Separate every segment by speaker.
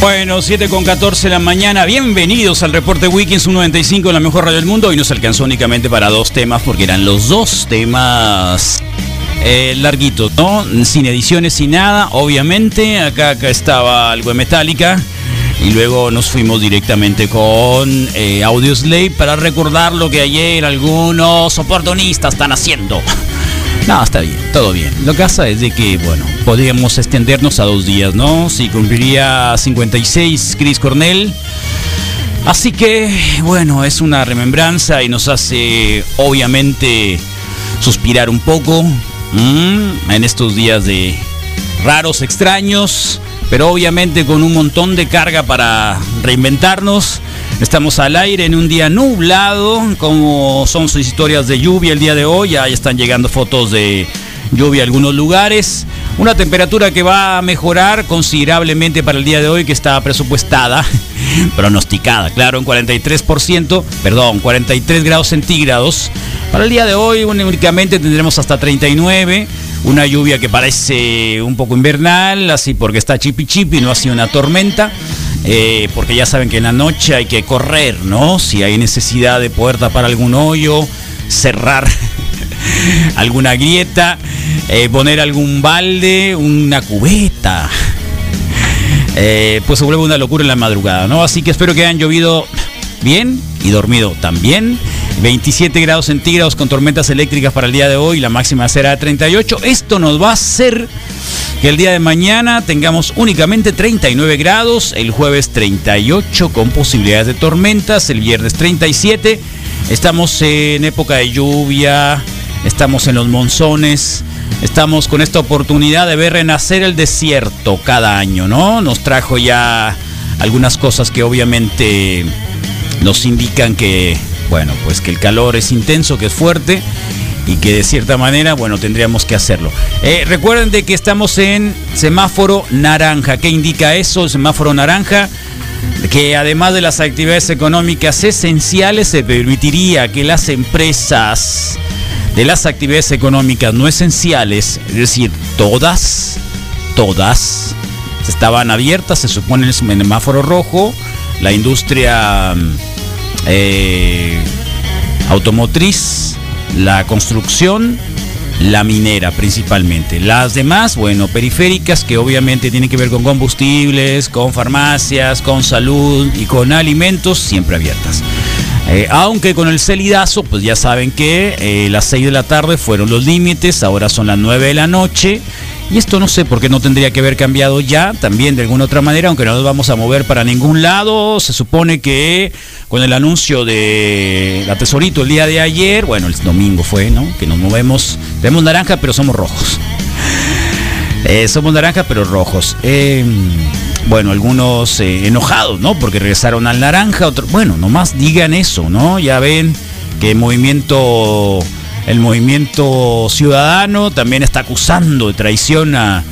Speaker 1: Bueno, 7 con 14 de la mañana. Bienvenidos al reporte Weekends 195 la mejor radio del mundo. Hoy nos alcanzó únicamente para dos temas porque eran los dos temas eh, larguitos, ¿no? Sin ediciones, sin nada, obviamente. Acá, acá estaba algo de Metallica. Y luego nos fuimos directamente con eh, Audio Slave para recordar lo que ayer algunos oportunistas están haciendo. No, está bien, todo bien. Lo que pasa es de que, bueno, podríamos extendernos a dos días, ¿no? Si cumpliría 56 Chris Cornell. Así que, bueno, es una remembranza y nos hace, obviamente, suspirar un poco ¿mm? en estos días de raros, extraños, pero obviamente con un montón de carga para reinventarnos. Estamos al aire en un día nublado, como son sus historias de lluvia el día de hoy. Ya están llegando fotos de lluvia a algunos lugares. Una temperatura que va a mejorar considerablemente para el día de hoy, que está presupuestada, pronosticada, claro, en 43%, perdón, 43 grados centígrados. Para el día de hoy únicamente tendremos hasta 39. Una lluvia que parece un poco invernal, así porque está chipi chipi, no ha sido una tormenta. Eh, porque ya saben que en la noche hay que correr, ¿no? Si hay necesidad de poder tapar algún hoyo, cerrar alguna grieta, eh, poner algún balde, una cubeta. Eh, pues se vuelve una locura en la madrugada, ¿no? Así que espero que hayan llovido bien y dormido también. 27 grados centígrados con tormentas eléctricas para el día de hoy, la máxima será de 38. Esto nos va a hacer que el día de mañana tengamos únicamente 39 grados, el jueves 38 con posibilidades de tormentas, el viernes 37. Estamos en época de lluvia, estamos en los monzones. Estamos con esta oportunidad de ver renacer el desierto cada año, ¿no? Nos trajo ya algunas cosas que obviamente nos indican que, bueno, pues que el calor es intenso, que es fuerte y que de cierta manera, bueno, tendríamos que hacerlo. Eh, recuerden de que estamos en semáforo naranja. ¿Qué indica eso? El semáforo naranja que además de las actividades económicas esenciales se permitiría que las empresas de las actividades económicas no esenciales, es decir, todas, todas, estaban abiertas, se supone en el semáforo rojo, la industria mm, eh, automotriz, la construcción, la minera principalmente. Las demás, bueno, periféricas que obviamente tienen que ver con combustibles, con farmacias, con salud y con alimentos, siempre abiertas. Eh, aunque con el celidazo, pues ya saben que eh, las 6 de la tarde fueron los límites, ahora son las 9 de la noche. Y esto no sé por qué no tendría que haber cambiado ya, también de alguna otra manera, aunque no nos vamos a mover para ningún lado. Se supone que con el anuncio de la Tesorito el día de ayer, bueno, el domingo fue, ¿no? Que nos movemos, tenemos naranja, pero somos rojos. Eh, somos naranja, pero rojos. Eh, bueno, algunos eh, enojados, ¿no? Porque regresaron al naranja. Otro, bueno, nomás digan eso, ¿no? Ya ven que el movimiento, el movimiento ciudadano también está acusando de traición a,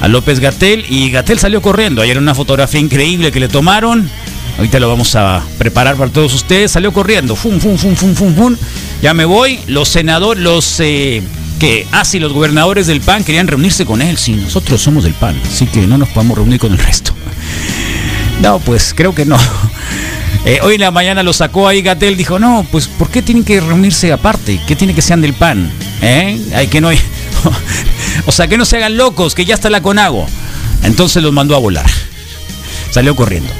Speaker 1: a López Gatel. Y Gatel salió corriendo. Ayer una fotografía increíble que le tomaron. Ahorita lo vamos a preparar para todos ustedes. Salió corriendo. Fum, fum, fum, fum, fum, fum. Ya me voy. Los senadores, los... eh, que así los gobernadores del PAN querían reunirse con él, sí, nosotros somos del PAN, así que no nos podemos reunir con el resto. No, pues creo que no. Eh, hoy en la mañana lo sacó ahí Gatel, dijo, no, pues ¿por qué tienen que reunirse aparte? ¿Qué tiene que sean del PAN? ¿Eh? Ay, que no hay... o sea, que no se hagan locos, que ya está la Conago. Entonces los mandó a volar. Salió corriendo.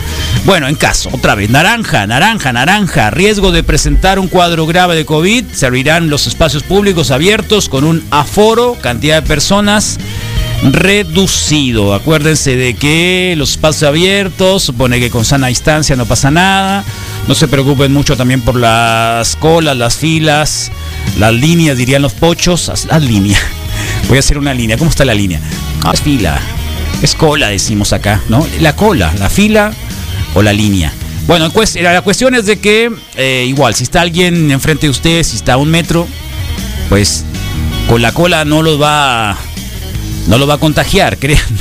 Speaker 1: Bueno, en caso, otra vez, naranja, naranja, naranja, riesgo de presentar un cuadro grave de COVID, servirán los espacios públicos abiertos con un aforo, cantidad de personas reducido. Acuérdense de que los espacios abiertos, supone que con sana distancia no pasa nada. No se preocupen mucho también por las colas, las filas, las líneas, dirían los pochos. Las líneas. Voy a hacer una línea. ¿Cómo está la línea? Ah, es fila. Es cola, decimos acá, ¿no? La cola, la fila o la línea. Bueno, pues, la la cuestión es de que, eh, igual, si está alguien enfrente de usted, si está a un metro, pues con la cola no los va a- no lo va a contagiar, créanme.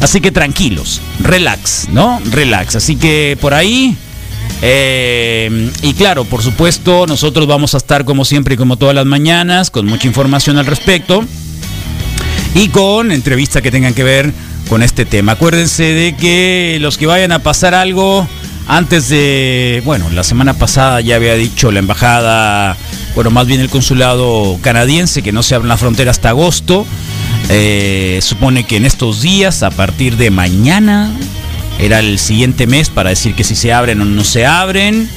Speaker 1: Así que tranquilos, relax, ¿no? Relax. Así que por ahí. eh, y claro, por supuesto, nosotros vamos a estar como siempre y como todas las mañanas con mucha información al respecto y con entrevistas que tengan que ver con este tema. Acuérdense de que los que vayan a pasar algo antes de, bueno, la semana pasada ya había dicho la embajada, bueno, más bien el consulado canadiense que no se abren las fronteras hasta agosto. Eh, supone que en estos días, a partir de mañana, era el siguiente mes para decir que si se abren o no se abren.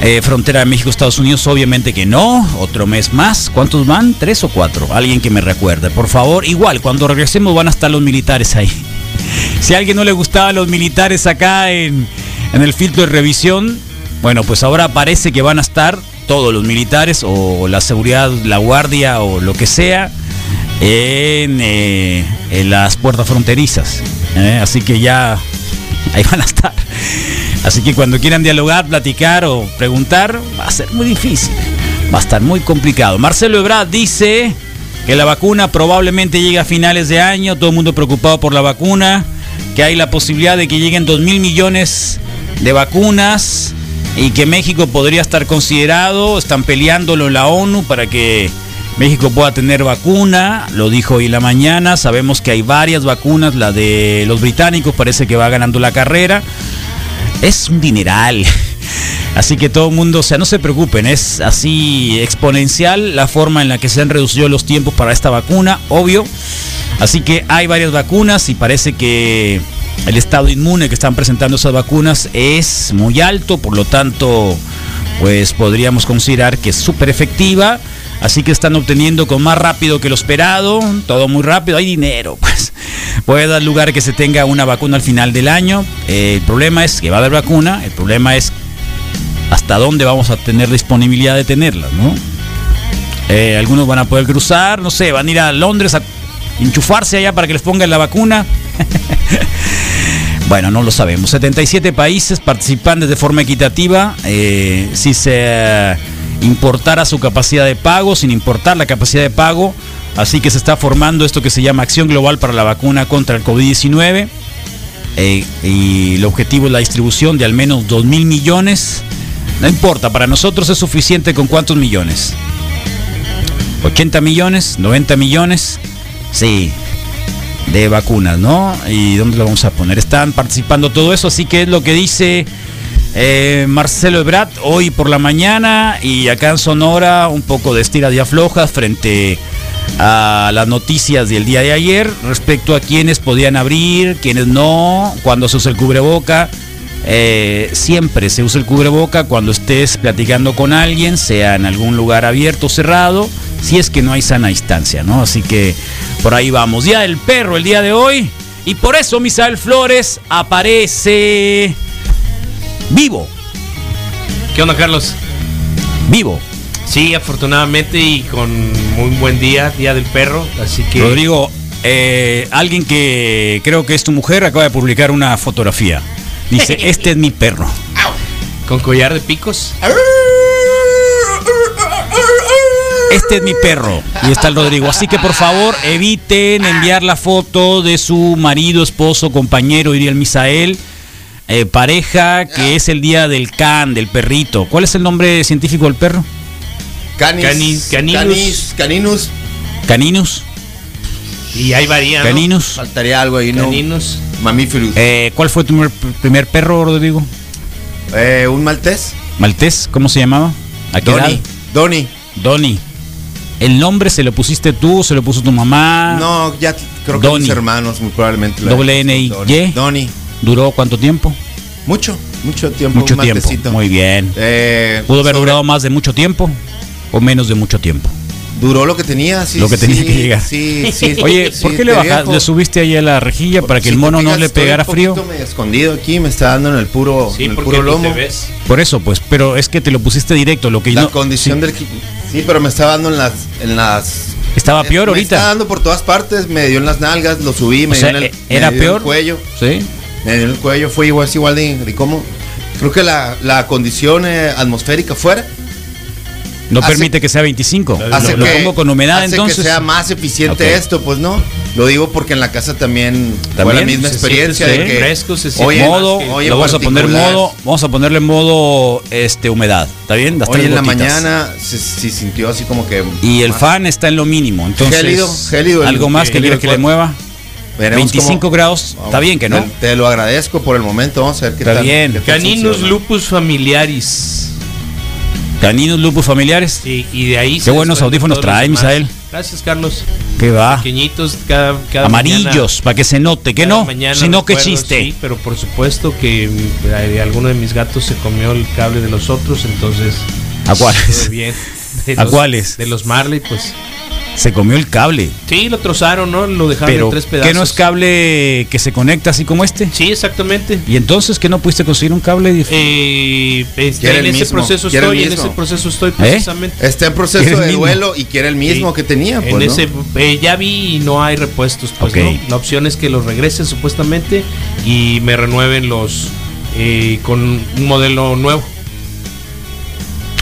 Speaker 1: Eh, frontera de México-Estados Unidos, obviamente que no. Otro mes más. ¿Cuántos van? ¿Tres o cuatro? Alguien que me recuerde. Por favor, igual, cuando regresemos van a estar los militares ahí. Si a alguien no le gustaban los militares acá en, en el filtro de revisión, bueno, pues ahora parece que van a estar todos los militares o la seguridad, la guardia o lo que sea en, eh, en las puertas fronterizas. ¿eh? Así que ya ahí van a estar. Así que cuando quieran dialogar, platicar o preguntar, va a ser muy difícil. Va a estar muy complicado. Marcelo Ebrard dice que la vacuna probablemente llegue a finales de año. Todo el mundo preocupado por la vacuna. Que hay la posibilidad de que lleguen 2 mil millones de vacunas. Y que México podría estar considerado. Están peleándolo en la ONU para que México pueda tener vacuna, lo dijo hoy en la mañana, sabemos que hay varias vacunas, la de los británicos parece que va ganando la carrera, es un dineral. Así que todo el mundo, o sea, no se preocupen, es así exponencial la forma en la que se han reducido los tiempos para esta vacuna, obvio. Así que hay varias vacunas y parece que el estado inmune que están presentando esas vacunas es muy alto, por lo tanto, pues podríamos considerar que es súper efectiva. Así que están obteniendo con más rápido que lo esperado, todo muy rápido, hay dinero, pues. Puede dar lugar a que se tenga una vacuna al final del año. Eh, el problema es que va a haber vacuna, el problema es hasta dónde vamos a tener disponibilidad de tenerla, ¿no? Eh, algunos van a poder cruzar, no sé, van a ir a Londres a enchufarse allá para que les pongan la vacuna. Bueno, no lo sabemos. 77 países participan de forma equitativa. eh, si se importara su capacidad de pago, sin importar la capacidad de pago. Así que se está formando esto que se llama Acción Global para la Vacuna contra el COVID-19. eh, y el objetivo es la distribución de al menos 2 mil millones. No importa, para nosotros es suficiente con cuántos millones. 80 millones, 90 millones. Sí, de vacunas, ¿no? ¿Y dónde lo vamos a poner? Están participando todo eso, así que es lo que dice eh, Marcelo Ebrard hoy por la mañana y acá en Sonora un poco de estiras y aflojas frente a las noticias del día de ayer respecto a quienes podían abrir, quienes no, cuando se usa el cubreboca. Eh, siempre se usa el cubreboca cuando estés platicando con alguien, sea en algún lugar abierto o cerrado, si es que no hay sana distancia, ¿no? Así que por ahí vamos. Día del perro el día de hoy. Y por eso Misael Flores aparece vivo,
Speaker 2: ¿Qué onda, Carlos?
Speaker 1: vivo.
Speaker 2: Sí, afortunadamente y con muy buen día, Día del Perro, así que...
Speaker 1: Rodrigo, eh, alguien que creo que es tu mujer acaba de publicar una fotografía. Dice, este es mi perro.
Speaker 2: Con collar de picos.
Speaker 1: Este es mi perro. Y está el Rodrigo. Así que por favor eviten enviar la foto de su marido, esposo, compañero, diría el Misael, eh, pareja, que es el día del can, del perrito. ¿Cuál es el nombre científico del perro?
Speaker 3: Canis,
Speaker 2: Cani- caninus.
Speaker 3: canis, caninus,
Speaker 1: Caninus.
Speaker 2: Y ahí varía, ¿no?
Speaker 1: Caninus.
Speaker 3: faltaría algo ahí, ¿no?
Speaker 2: Caninos.
Speaker 3: Mamíferos.
Speaker 1: Eh, ¿Cuál fue tu primer, primer perro, Rodrigo?
Speaker 3: Eh, ¿Un maltés?
Speaker 1: ¿Maltés? ¿Cómo se llamaba? ¿A qué edad?
Speaker 3: Donny. Donny.
Speaker 1: Donny. ¿El nombre se lo pusiste tú? ¿Se lo puso tu mamá?
Speaker 3: No, ya t- creo que
Speaker 1: Donny.
Speaker 3: mis hermanos muy probablemente. lo
Speaker 1: Ah. Doble
Speaker 3: hayan
Speaker 1: N,
Speaker 3: puesto.
Speaker 1: Y.
Speaker 3: Donny. Donny.
Speaker 1: ¿Duró cuánto tiempo?
Speaker 3: Mucho, mucho tiempo.
Speaker 1: Mucho
Speaker 3: un
Speaker 1: tiempo.
Speaker 3: maltecito.
Speaker 1: Muy bien.
Speaker 3: Eh,
Speaker 1: ¿Pudo haber
Speaker 3: sobre-
Speaker 1: durado más de mucho tiempo o menos de mucho tiempo?
Speaker 3: Duró lo que tenía, sí.
Speaker 1: Lo que
Speaker 3: sí,
Speaker 1: tenía que llegar.
Speaker 3: Sí, sí.
Speaker 4: Oye,
Speaker 3: sí,
Speaker 4: ¿por qué
Speaker 3: te
Speaker 4: le, bajas,
Speaker 3: dejo.
Speaker 4: le subiste ahí a la rejilla para que
Speaker 3: Si
Speaker 4: el
Speaker 3: te
Speaker 4: mono no
Speaker 3: fijas,
Speaker 4: le
Speaker 3: estoy
Speaker 4: pegara
Speaker 3: un
Speaker 4: frío?
Speaker 3: poquito medio escondido aquí, me está dando en el puro,
Speaker 2: Sí,
Speaker 3: en el
Speaker 2: porque
Speaker 3: puro
Speaker 2: no
Speaker 3: lomo.
Speaker 2: te ves.
Speaker 4: Por eso, pues, pero es que te lo pusiste directo, lo que
Speaker 3: La
Speaker 4: no-
Speaker 3: condición
Speaker 4: sí.
Speaker 3: del cli- sí, pero me está dando en las en las
Speaker 1: Ah,
Speaker 4: estaba
Speaker 3: me-
Speaker 4: peor
Speaker 3: me Está
Speaker 4: ahorita.
Speaker 3: dando por todas partes, me dio en las nalgas, lo subí, me
Speaker 4: O sea,
Speaker 3: dio en el,
Speaker 4: eh, era
Speaker 3: me dio en el
Speaker 4: peor.
Speaker 3: cuello,
Speaker 4: Sí.
Speaker 3: me dio en el cuello, fue igual es igual de, de cómo. Creo que la, la condición eh, atmosférica fuera
Speaker 4: No
Speaker 3: Hace-
Speaker 4: permite que sea 25. Lo,
Speaker 3: hace
Speaker 4: lo
Speaker 3: que
Speaker 4: pongo con humedad
Speaker 3: hace
Speaker 4: entonces.
Speaker 3: que sea más eficiente
Speaker 4: Ok.
Speaker 3: esto, pues no. Lo digo porque en la casa también, fue la
Speaker 4: También
Speaker 3: misma
Speaker 2: se
Speaker 3: experiencia
Speaker 2: siente,
Speaker 3: de
Speaker 2: sí.
Speaker 3: que
Speaker 2: Fresco, se siente
Speaker 3: hoy en-
Speaker 2: más
Speaker 1: modo,
Speaker 2: que-
Speaker 3: hoy en
Speaker 1: lo vamos a poner
Speaker 3: particular,
Speaker 1: modo, vamos a ponerle modo este humedad, ¿está bien? Las
Speaker 3: Hoy
Speaker 1: tres
Speaker 3: en la
Speaker 1: gotitas.
Speaker 3: mañana se, se sintió así como que
Speaker 1: Y el
Speaker 3: más.
Speaker 1: fan está en lo mínimo, entonces
Speaker 3: Gélido, gélido el-
Speaker 1: algo más que
Speaker 3: gélido
Speaker 1: quieres que le
Speaker 3: el cuerpo.
Speaker 1: mueva.
Speaker 3: Veremos
Speaker 1: 25
Speaker 3: cómo-
Speaker 1: grados,
Speaker 3: Vamos,
Speaker 1: está bien que no.
Speaker 3: Te, te lo agradezco por el momento. Vamos a ver qué
Speaker 1: Está
Speaker 3: tal.
Speaker 1: bien.
Speaker 3: qué tal
Speaker 2: Caninus
Speaker 3: funciona.
Speaker 2: lupus familiaris.
Speaker 1: Caninos lupus familiares.
Speaker 2: Sí, y de ahí
Speaker 1: Qué buenos audífonos trae,
Speaker 2: trae,
Speaker 1: Misael.
Speaker 2: Gracias, Carlos.
Speaker 1: Que va.
Speaker 2: Pequeñitos cada, cada
Speaker 1: Amarillos, para que se note, que no, sino que
Speaker 2: que
Speaker 1: chiste.
Speaker 2: Sí, pero por supuesto que mm, eh, alguno de mis gatos se comió el cable de los otros, entonces.
Speaker 1: ¿A cuáles?
Speaker 2: todo bien. De
Speaker 1: ¿A cuáles?
Speaker 2: De los Marley, pues.
Speaker 1: Se comió el cable.
Speaker 2: Sí, lo trozaron, ¿no? Lo dejaron
Speaker 1: Pero
Speaker 2: en tres pedazos.
Speaker 1: ¿qué no es cable que se conecta así como este?
Speaker 2: Sí, exactamente.
Speaker 1: Y entonces que no pudiste conseguir un cable dif-
Speaker 2: Eh, este,
Speaker 3: Quiere
Speaker 2: en
Speaker 3: el
Speaker 2: ese
Speaker 3: mismo,
Speaker 2: proceso
Speaker 3: quiere el
Speaker 2: estoy, en
Speaker 3: mismo.
Speaker 2: ese proceso
Speaker 1: ¿Eh?
Speaker 2: estoy precisamente.
Speaker 3: Está
Speaker 1: Quiere el
Speaker 3: en proceso de
Speaker 1: mismo.
Speaker 3: duelo y quiere el mismo
Speaker 2: Sí.
Speaker 3: que tenía.
Speaker 2: En
Speaker 3: pues, ¿no?
Speaker 2: ese, eh, ya vi y no hay repuestos. Pues,
Speaker 1: Ok.
Speaker 2: ¿no? La opción es que los regresen supuestamente y me renueven los eh, con un modelo nuevo.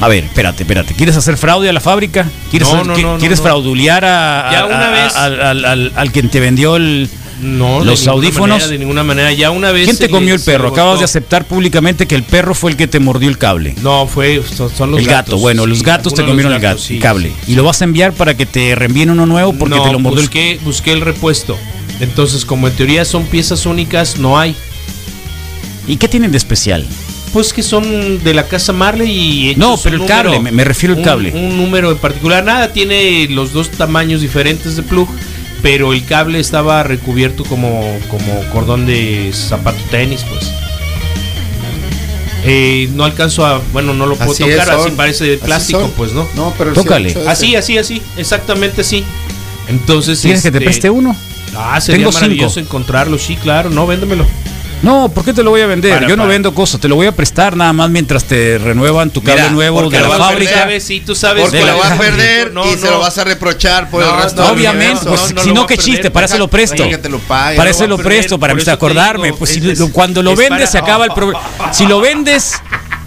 Speaker 1: A ver, espérate, espérate. ¿Quieres hacer fraude a la fábrica? ¿Quieres,
Speaker 2: No,
Speaker 1: hacer-
Speaker 2: no,
Speaker 1: qui-
Speaker 2: no, no,
Speaker 1: ¿quieres
Speaker 2: no.
Speaker 1: fraudulear a,
Speaker 2: Ya
Speaker 1: a-
Speaker 2: una
Speaker 1: a-
Speaker 2: vez.
Speaker 1: al, al- al- al quien te vendió el...
Speaker 2: No, de
Speaker 1: ¿Los
Speaker 2: ninguna
Speaker 1: audífonos?
Speaker 2: manera, de ninguna manera. Ya una vez.
Speaker 1: ¿Quién
Speaker 2: se
Speaker 1: te comió
Speaker 2: le-
Speaker 1: el
Speaker 2: se le
Speaker 1: perro? Acabas
Speaker 2: botó.
Speaker 1: de aceptar públicamente que el perro fue el que te mordió el cable.
Speaker 2: No, fue, son, son los
Speaker 1: el gato,
Speaker 2: gatos,
Speaker 1: bueno,
Speaker 2: sí,
Speaker 1: los gatos te
Speaker 2: algunos de
Speaker 1: comieron
Speaker 2: los
Speaker 1: el gato,
Speaker 2: gatos, sí,
Speaker 1: cable.
Speaker 2: sí.
Speaker 1: Y lo vas a enviar para que te reenvíen uno nuevo porque
Speaker 2: No, pues,
Speaker 1: te lo mordió el
Speaker 2: busqué, busqué el repuesto. Entonces, como en teoría son piezas únicas, no hay.
Speaker 1: ¿Y qué tienen de especial?
Speaker 2: Pues que son de la casa Marley y hechos
Speaker 1: No,
Speaker 2: un
Speaker 1: pero el cable, me- me refiero al
Speaker 2: un-
Speaker 1: cable.
Speaker 2: Un número en particular, nada, tiene los dos tamaños diferentes de plug, pero el cable estaba recubierto como, como cordón de zapato tenis, pues. Eh, no alcanzo a, bueno, no lo puedo
Speaker 3: Así
Speaker 2: tocar,
Speaker 3: es,
Speaker 2: así
Speaker 3: son.
Speaker 2: parece de
Speaker 3: Así
Speaker 2: plástico,
Speaker 3: son.
Speaker 2: pues, ¿no?
Speaker 3: No, este. pero
Speaker 1: Tócale.
Speaker 3: sí,
Speaker 2: Así, así, así, exactamente así. Entonces,
Speaker 1: ¿Quieres que te
Speaker 2: este,
Speaker 1: preste uno?
Speaker 2: Ah, sería
Speaker 1: Tengo cinco.
Speaker 2: maravilloso encontrarlo, sí, claro, no, véndemelo.
Speaker 1: No, ¿por qué te lo voy a vender?
Speaker 2: Para,
Speaker 1: Yo no
Speaker 2: para.
Speaker 1: vendo cosas, te lo voy a prestar nada más mientras te renuevan tu cable
Speaker 3: Mira,
Speaker 1: nuevo
Speaker 3: porque
Speaker 1: de
Speaker 3: lo
Speaker 1: la
Speaker 3: vas a
Speaker 1: fábrica.
Speaker 2: Sabes, sí, tú sabes
Speaker 3: Porque
Speaker 2: cuál
Speaker 3: lo
Speaker 2: es.
Speaker 3: vas a perder
Speaker 2: No,
Speaker 3: y
Speaker 2: no.
Speaker 3: se lo vas a reprochar por
Speaker 2: No,
Speaker 3: el resto
Speaker 2: no,
Speaker 3: del
Speaker 1: Obviamente,
Speaker 3: universo.
Speaker 1: pues
Speaker 2: no, no
Speaker 1: si
Speaker 2: lo
Speaker 1: no,
Speaker 2: voy a
Speaker 1: que
Speaker 2: perder,
Speaker 1: chiste, para eso lo
Speaker 2: deja- deja
Speaker 1: presto.
Speaker 3: que te lo pague,
Speaker 1: para
Speaker 3: lo
Speaker 1: eso
Speaker 3: voy
Speaker 1: lo
Speaker 3: a
Speaker 2: perder,
Speaker 1: presto, para
Speaker 2: por
Speaker 1: mí
Speaker 2: eso te
Speaker 1: acordarme.
Speaker 2: digo,
Speaker 1: Pues si
Speaker 2: es-
Speaker 1: lo- cuando lo
Speaker 2: es
Speaker 1: vendes
Speaker 2: para-
Speaker 1: se acaba el problema. Si lo vendes,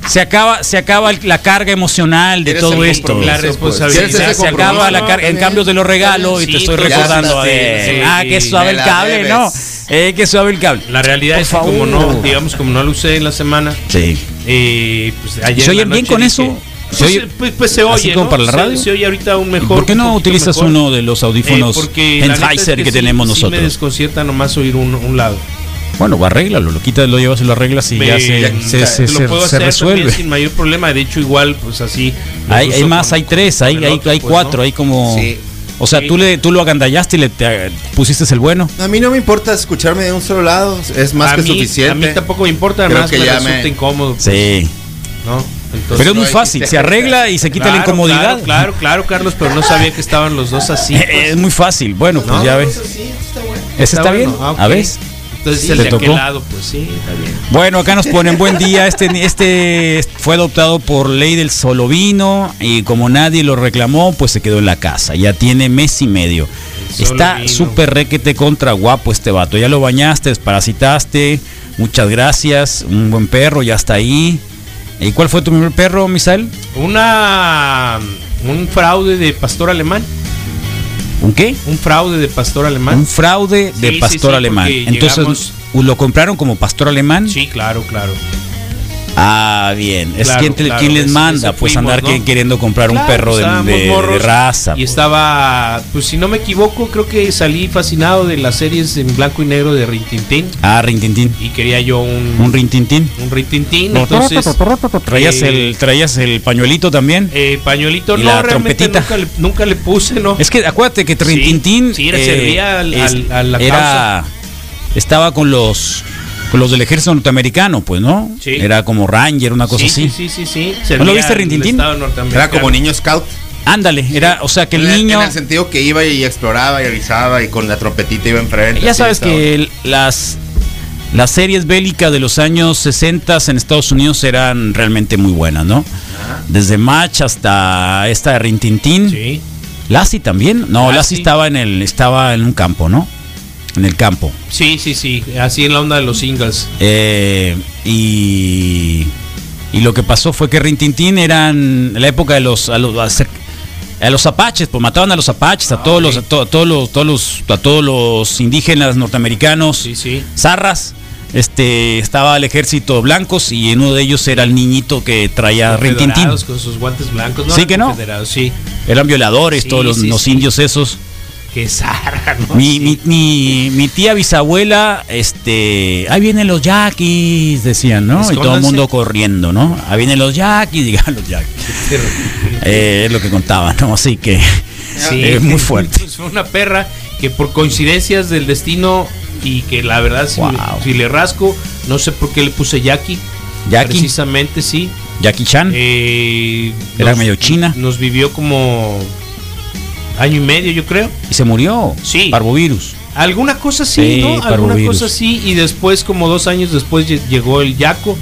Speaker 1: se acaba, se acaba el- la carga emocional de
Speaker 3: Eres
Speaker 1: todo
Speaker 3: el
Speaker 1: esto.
Speaker 3: compromiso,
Speaker 2: La
Speaker 3: pues.
Speaker 2: responsabilidad.
Speaker 3: ¿Quieres ese
Speaker 1: se acaba
Speaker 3: compromiso?
Speaker 1: la carga. En
Speaker 3: También.
Speaker 1: cambio, te lo regalo y
Speaker 2: Sí,
Speaker 1: te estoy
Speaker 2: pero ya
Speaker 1: recordando.
Speaker 3: está, sí,
Speaker 1: eh,
Speaker 2: sí,
Speaker 1: ah,
Speaker 2: sí,
Speaker 1: que suave
Speaker 3: me
Speaker 1: el
Speaker 3: la
Speaker 1: cable,
Speaker 3: debes.
Speaker 1: ¿no? Eh, que suave el cable.
Speaker 2: La realidad
Speaker 1: Por
Speaker 2: es que como
Speaker 1: favor.
Speaker 2: no, digamos, como no lo usé en la semana,
Speaker 1: Sí.
Speaker 2: eh, pues ayer.
Speaker 1: ¿Se
Speaker 2: en la
Speaker 1: oyen bien
Speaker 2: noche
Speaker 1: con
Speaker 2: dije,
Speaker 1: eso? ¿Se
Speaker 2: Pues,
Speaker 1: oye-
Speaker 2: pues, pues se oye.
Speaker 1: así como
Speaker 2: ¿no?
Speaker 1: para la
Speaker 2: Se-
Speaker 1: radio?
Speaker 2: Se, oye ahorita un
Speaker 1: ¿Y
Speaker 2: mejor.
Speaker 1: ¿Por qué
Speaker 2: un
Speaker 1: no
Speaker 2: poquito
Speaker 1: utilizas
Speaker 2: mejor?
Speaker 1: uno de los audífonos
Speaker 2: Eh, porque la neta es
Speaker 1: Sennheiser que,
Speaker 2: sí-
Speaker 1: tenemos
Speaker 2: sí me
Speaker 1: nosotros?
Speaker 2: desconcierta nomás oír un, un lado.
Speaker 1: Bueno, arréglalo, lo quitas, lo llevas y lo arreglas y
Speaker 2: Me-
Speaker 1: ya se,
Speaker 2: ya-
Speaker 1: se-
Speaker 3: ya
Speaker 1: se-
Speaker 2: lo
Speaker 1: se-
Speaker 2: puedo
Speaker 1: se
Speaker 2: hacer
Speaker 1: resuelve.
Speaker 2: también sin mayor problema. De hecho, igual, pues así. lo
Speaker 1: Hay, hay
Speaker 2: uso
Speaker 1: más,
Speaker 2: con-
Speaker 1: hay tres, hay,
Speaker 2: con el
Speaker 1: hay,
Speaker 2: otro,
Speaker 1: hay
Speaker 2: pues,
Speaker 1: cuatro,
Speaker 2: ¿no?
Speaker 1: hay como...
Speaker 3: Sí.
Speaker 1: O sea,
Speaker 2: Sí.
Speaker 1: tú, le, tú lo agandallaste y le te- pusiste el bueno.
Speaker 3: A mí no me importa escucharme de un solo lado, es más
Speaker 2: a
Speaker 3: que
Speaker 2: mí,
Speaker 3: suficiente.
Speaker 2: A mí tampoco me importa,
Speaker 3: Creo
Speaker 2: además
Speaker 3: que
Speaker 2: me
Speaker 3: ya
Speaker 2: resulta
Speaker 3: me-
Speaker 2: incómodo. pues,
Speaker 1: Sí.
Speaker 2: ¿no? Entonces,
Speaker 1: Pero es
Speaker 3: no
Speaker 1: muy
Speaker 3: hay
Speaker 1: fácil,
Speaker 3: chiste.
Speaker 1: se arregla y se quita la
Speaker 2: Claro,
Speaker 1: incomodidad. Eh,
Speaker 2: Claro, claro, claro, Carlos, pero no sabía que estaban los dos así. pues.
Speaker 1: Es muy fácil, bueno, pues
Speaker 2: No,
Speaker 1: ya ves. ¿Ese está bien?
Speaker 2: bueno, ah, ok.
Speaker 1: ¿A ves?
Speaker 2: Entonces
Speaker 1: Sí,
Speaker 2: el
Speaker 1: te
Speaker 2: de aquel
Speaker 1: tocó.
Speaker 2: lado, pues sí, está bien.
Speaker 1: Bueno, acá nos ponen buen día. Este, este fue adoptado por ley del solovino y como nadie lo reclamó, pues se quedó en la casa. Ya tiene mes y medio.
Speaker 2: El
Speaker 1: Está
Speaker 2: solovino.
Speaker 1: súper requete contra guapo este vato. Ya lo bañaste, desparasitaste. Muchas gracias. Un buen perro, ya está ahí. ¿Y cuál fue tu primer perro, Misael?
Speaker 2: Una un fraude de pastor alemán,
Speaker 1: ¿Un qué?
Speaker 2: un fraude de pastor
Speaker 1: Un
Speaker 2: alemán.
Speaker 1: fraude
Speaker 2: Sí,
Speaker 1: de
Speaker 2: sí,
Speaker 1: pastor
Speaker 2: sí,
Speaker 1: alemán.
Speaker 2: porque
Speaker 1: Entonces,
Speaker 2: llegamos-
Speaker 1: ¿lo compraron como pastor alemán?
Speaker 2: Sí, claro, claro.
Speaker 1: Ah, bien. Es
Speaker 2: Claro,
Speaker 1: quien, te-
Speaker 2: claro,
Speaker 1: quien les
Speaker 2: ese-
Speaker 1: manda,
Speaker 2: ese
Speaker 1: pues
Speaker 2: fuimos,
Speaker 1: andar
Speaker 2: ¿no?
Speaker 1: que- queriendo comprar un
Speaker 2: Claro,
Speaker 1: perro de,
Speaker 2: estábamos
Speaker 1: de- de
Speaker 2: morros
Speaker 1: raza.
Speaker 2: Y
Speaker 1: pues.
Speaker 2: estaba, pues si no me equivoco, creo que salí fascinado de las series en blanco y negro de Rintintín
Speaker 1: Ah, Rintintín.
Speaker 2: y quería yo un
Speaker 1: Un Rintintín.
Speaker 2: un Rintintín, entonces
Speaker 1: Traías
Speaker 2: eh,
Speaker 1: el, traías el pañuelito también.
Speaker 2: eh, pañuelito,
Speaker 1: y
Speaker 2: no,
Speaker 1: la
Speaker 2: realmente
Speaker 1: trompetita.
Speaker 2: nunca le, nunca le puse, ¿no?
Speaker 1: Es que acuérdate que
Speaker 2: Sí,
Speaker 1: Rintintín eh,
Speaker 2: sí, era- servía al-
Speaker 1: es-
Speaker 2: al- a la
Speaker 1: era-
Speaker 2: causa.
Speaker 1: estaba con los con los del ejército norteamericano, pues, ¿no?
Speaker 2: Sí.
Speaker 1: Era como Ranger, una cosa
Speaker 2: sí,
Speaker 1: así.
Speaker 2: sí, sí, sí, sí.
Speaker 1: ¿No lo
Speaker 2: servía
Speaker 1: viste, Rintintín?
Speaker 2: al Estado norteamericano.
Speaker 3: Era como niño scout.
Speaker 1: Ándale, era, o sea que el
Speaker 3: En
Speaker 1: niño.
Speaker 3: En el sentido que iba y exploraba y revisaba y con la trompetita iba enfrente.
Speaker 1: Ya
Speaker 3: así
Speaker 1: sabes
Speaker 3: estaba.
Speaker 1: que el- las, las series bélicas de los años 60 en Estados Unidos eran realmente muy buenas, ¿no? Desde Match hasta esta de Rintintín.
Speaker 2: Sí.
Speaker 1: Lassie también. No, Lassie,
Speaker 2: Lassie.
Speaker 1: estaba en el estaba en un campo, ¿no? En el campo.
Speaker 2: Sí, sí, sí. Así en la onda de los singles.
Speaker 1: Eh, y, y lo que pasó fue que Rintintín eran la época de los a los, a ser- a los apaches, pues mataban a los apaches, a todos los a to- a todos los todos los a todos los indígenas norteamericanos.
Speaker 2: Sí, sí.
Speaker 1: zarras. Este estaba el ejército blancos y en uno de ellos era el niñito que traía Rintintín.
Speaker 2: Confederados Con sus guantes blancos.
Speaker 1: Sí
Speaker 2: Eran
Speaker 1: que no.
Speaker 2: confederados, Sí.
Speaker 1: Eran violadores,
Speaker 2: Sí,
Speaker 1: todos los,
Speaker 2: sí,
Speaker 1: los
Speaker 2: sí.
Speaker 1: indios esos.
Speaker 2: Qué zarra, ¿no?
Speaker 1: Mi,
Speaker 2: Sí.
Speaker 1: mi- mi- mi tía bisabuela, este, ahí vienen los yaquis, decían, ¿no? Y todo el
Speaker 2: Escóndanse.
Speaker 1: mundo corriendo, ¿no? Ahí vienen los yaquis, digan los yaquis. Eh, es lo que contaban, ¿no? Así que
Speaker 2: Sí.
Speaker 1: es muy fuerte.
Speaker 2: Fue una perra que por coincidencias del destino y que la verdad si,
Speaker 1: Wow.
Speaker 2: si le rasco, no sé por qué le puse Jackie.
Speaker 1: Jackie.
Speaker 2: Precisamente, sí.
Speaker 1: Jackie Chan,
Speaker 2: Eh,
Speaker 1: Era medio china.
Speaker 2: Nos vivió como año y medio, yo creo.
Speaker 1: y se murió.
Speaker 2: sí.
Speaker 1: Parvovirus.
Speaker 2: Alguna cosa sí,
Speaker 1: Sí,
Speaker 2: ¿no? Alguna
Speaker 1: parvovirus.
Speaker 2: cosa sí. Y después, como dos años después, lle- llegó el Yaco.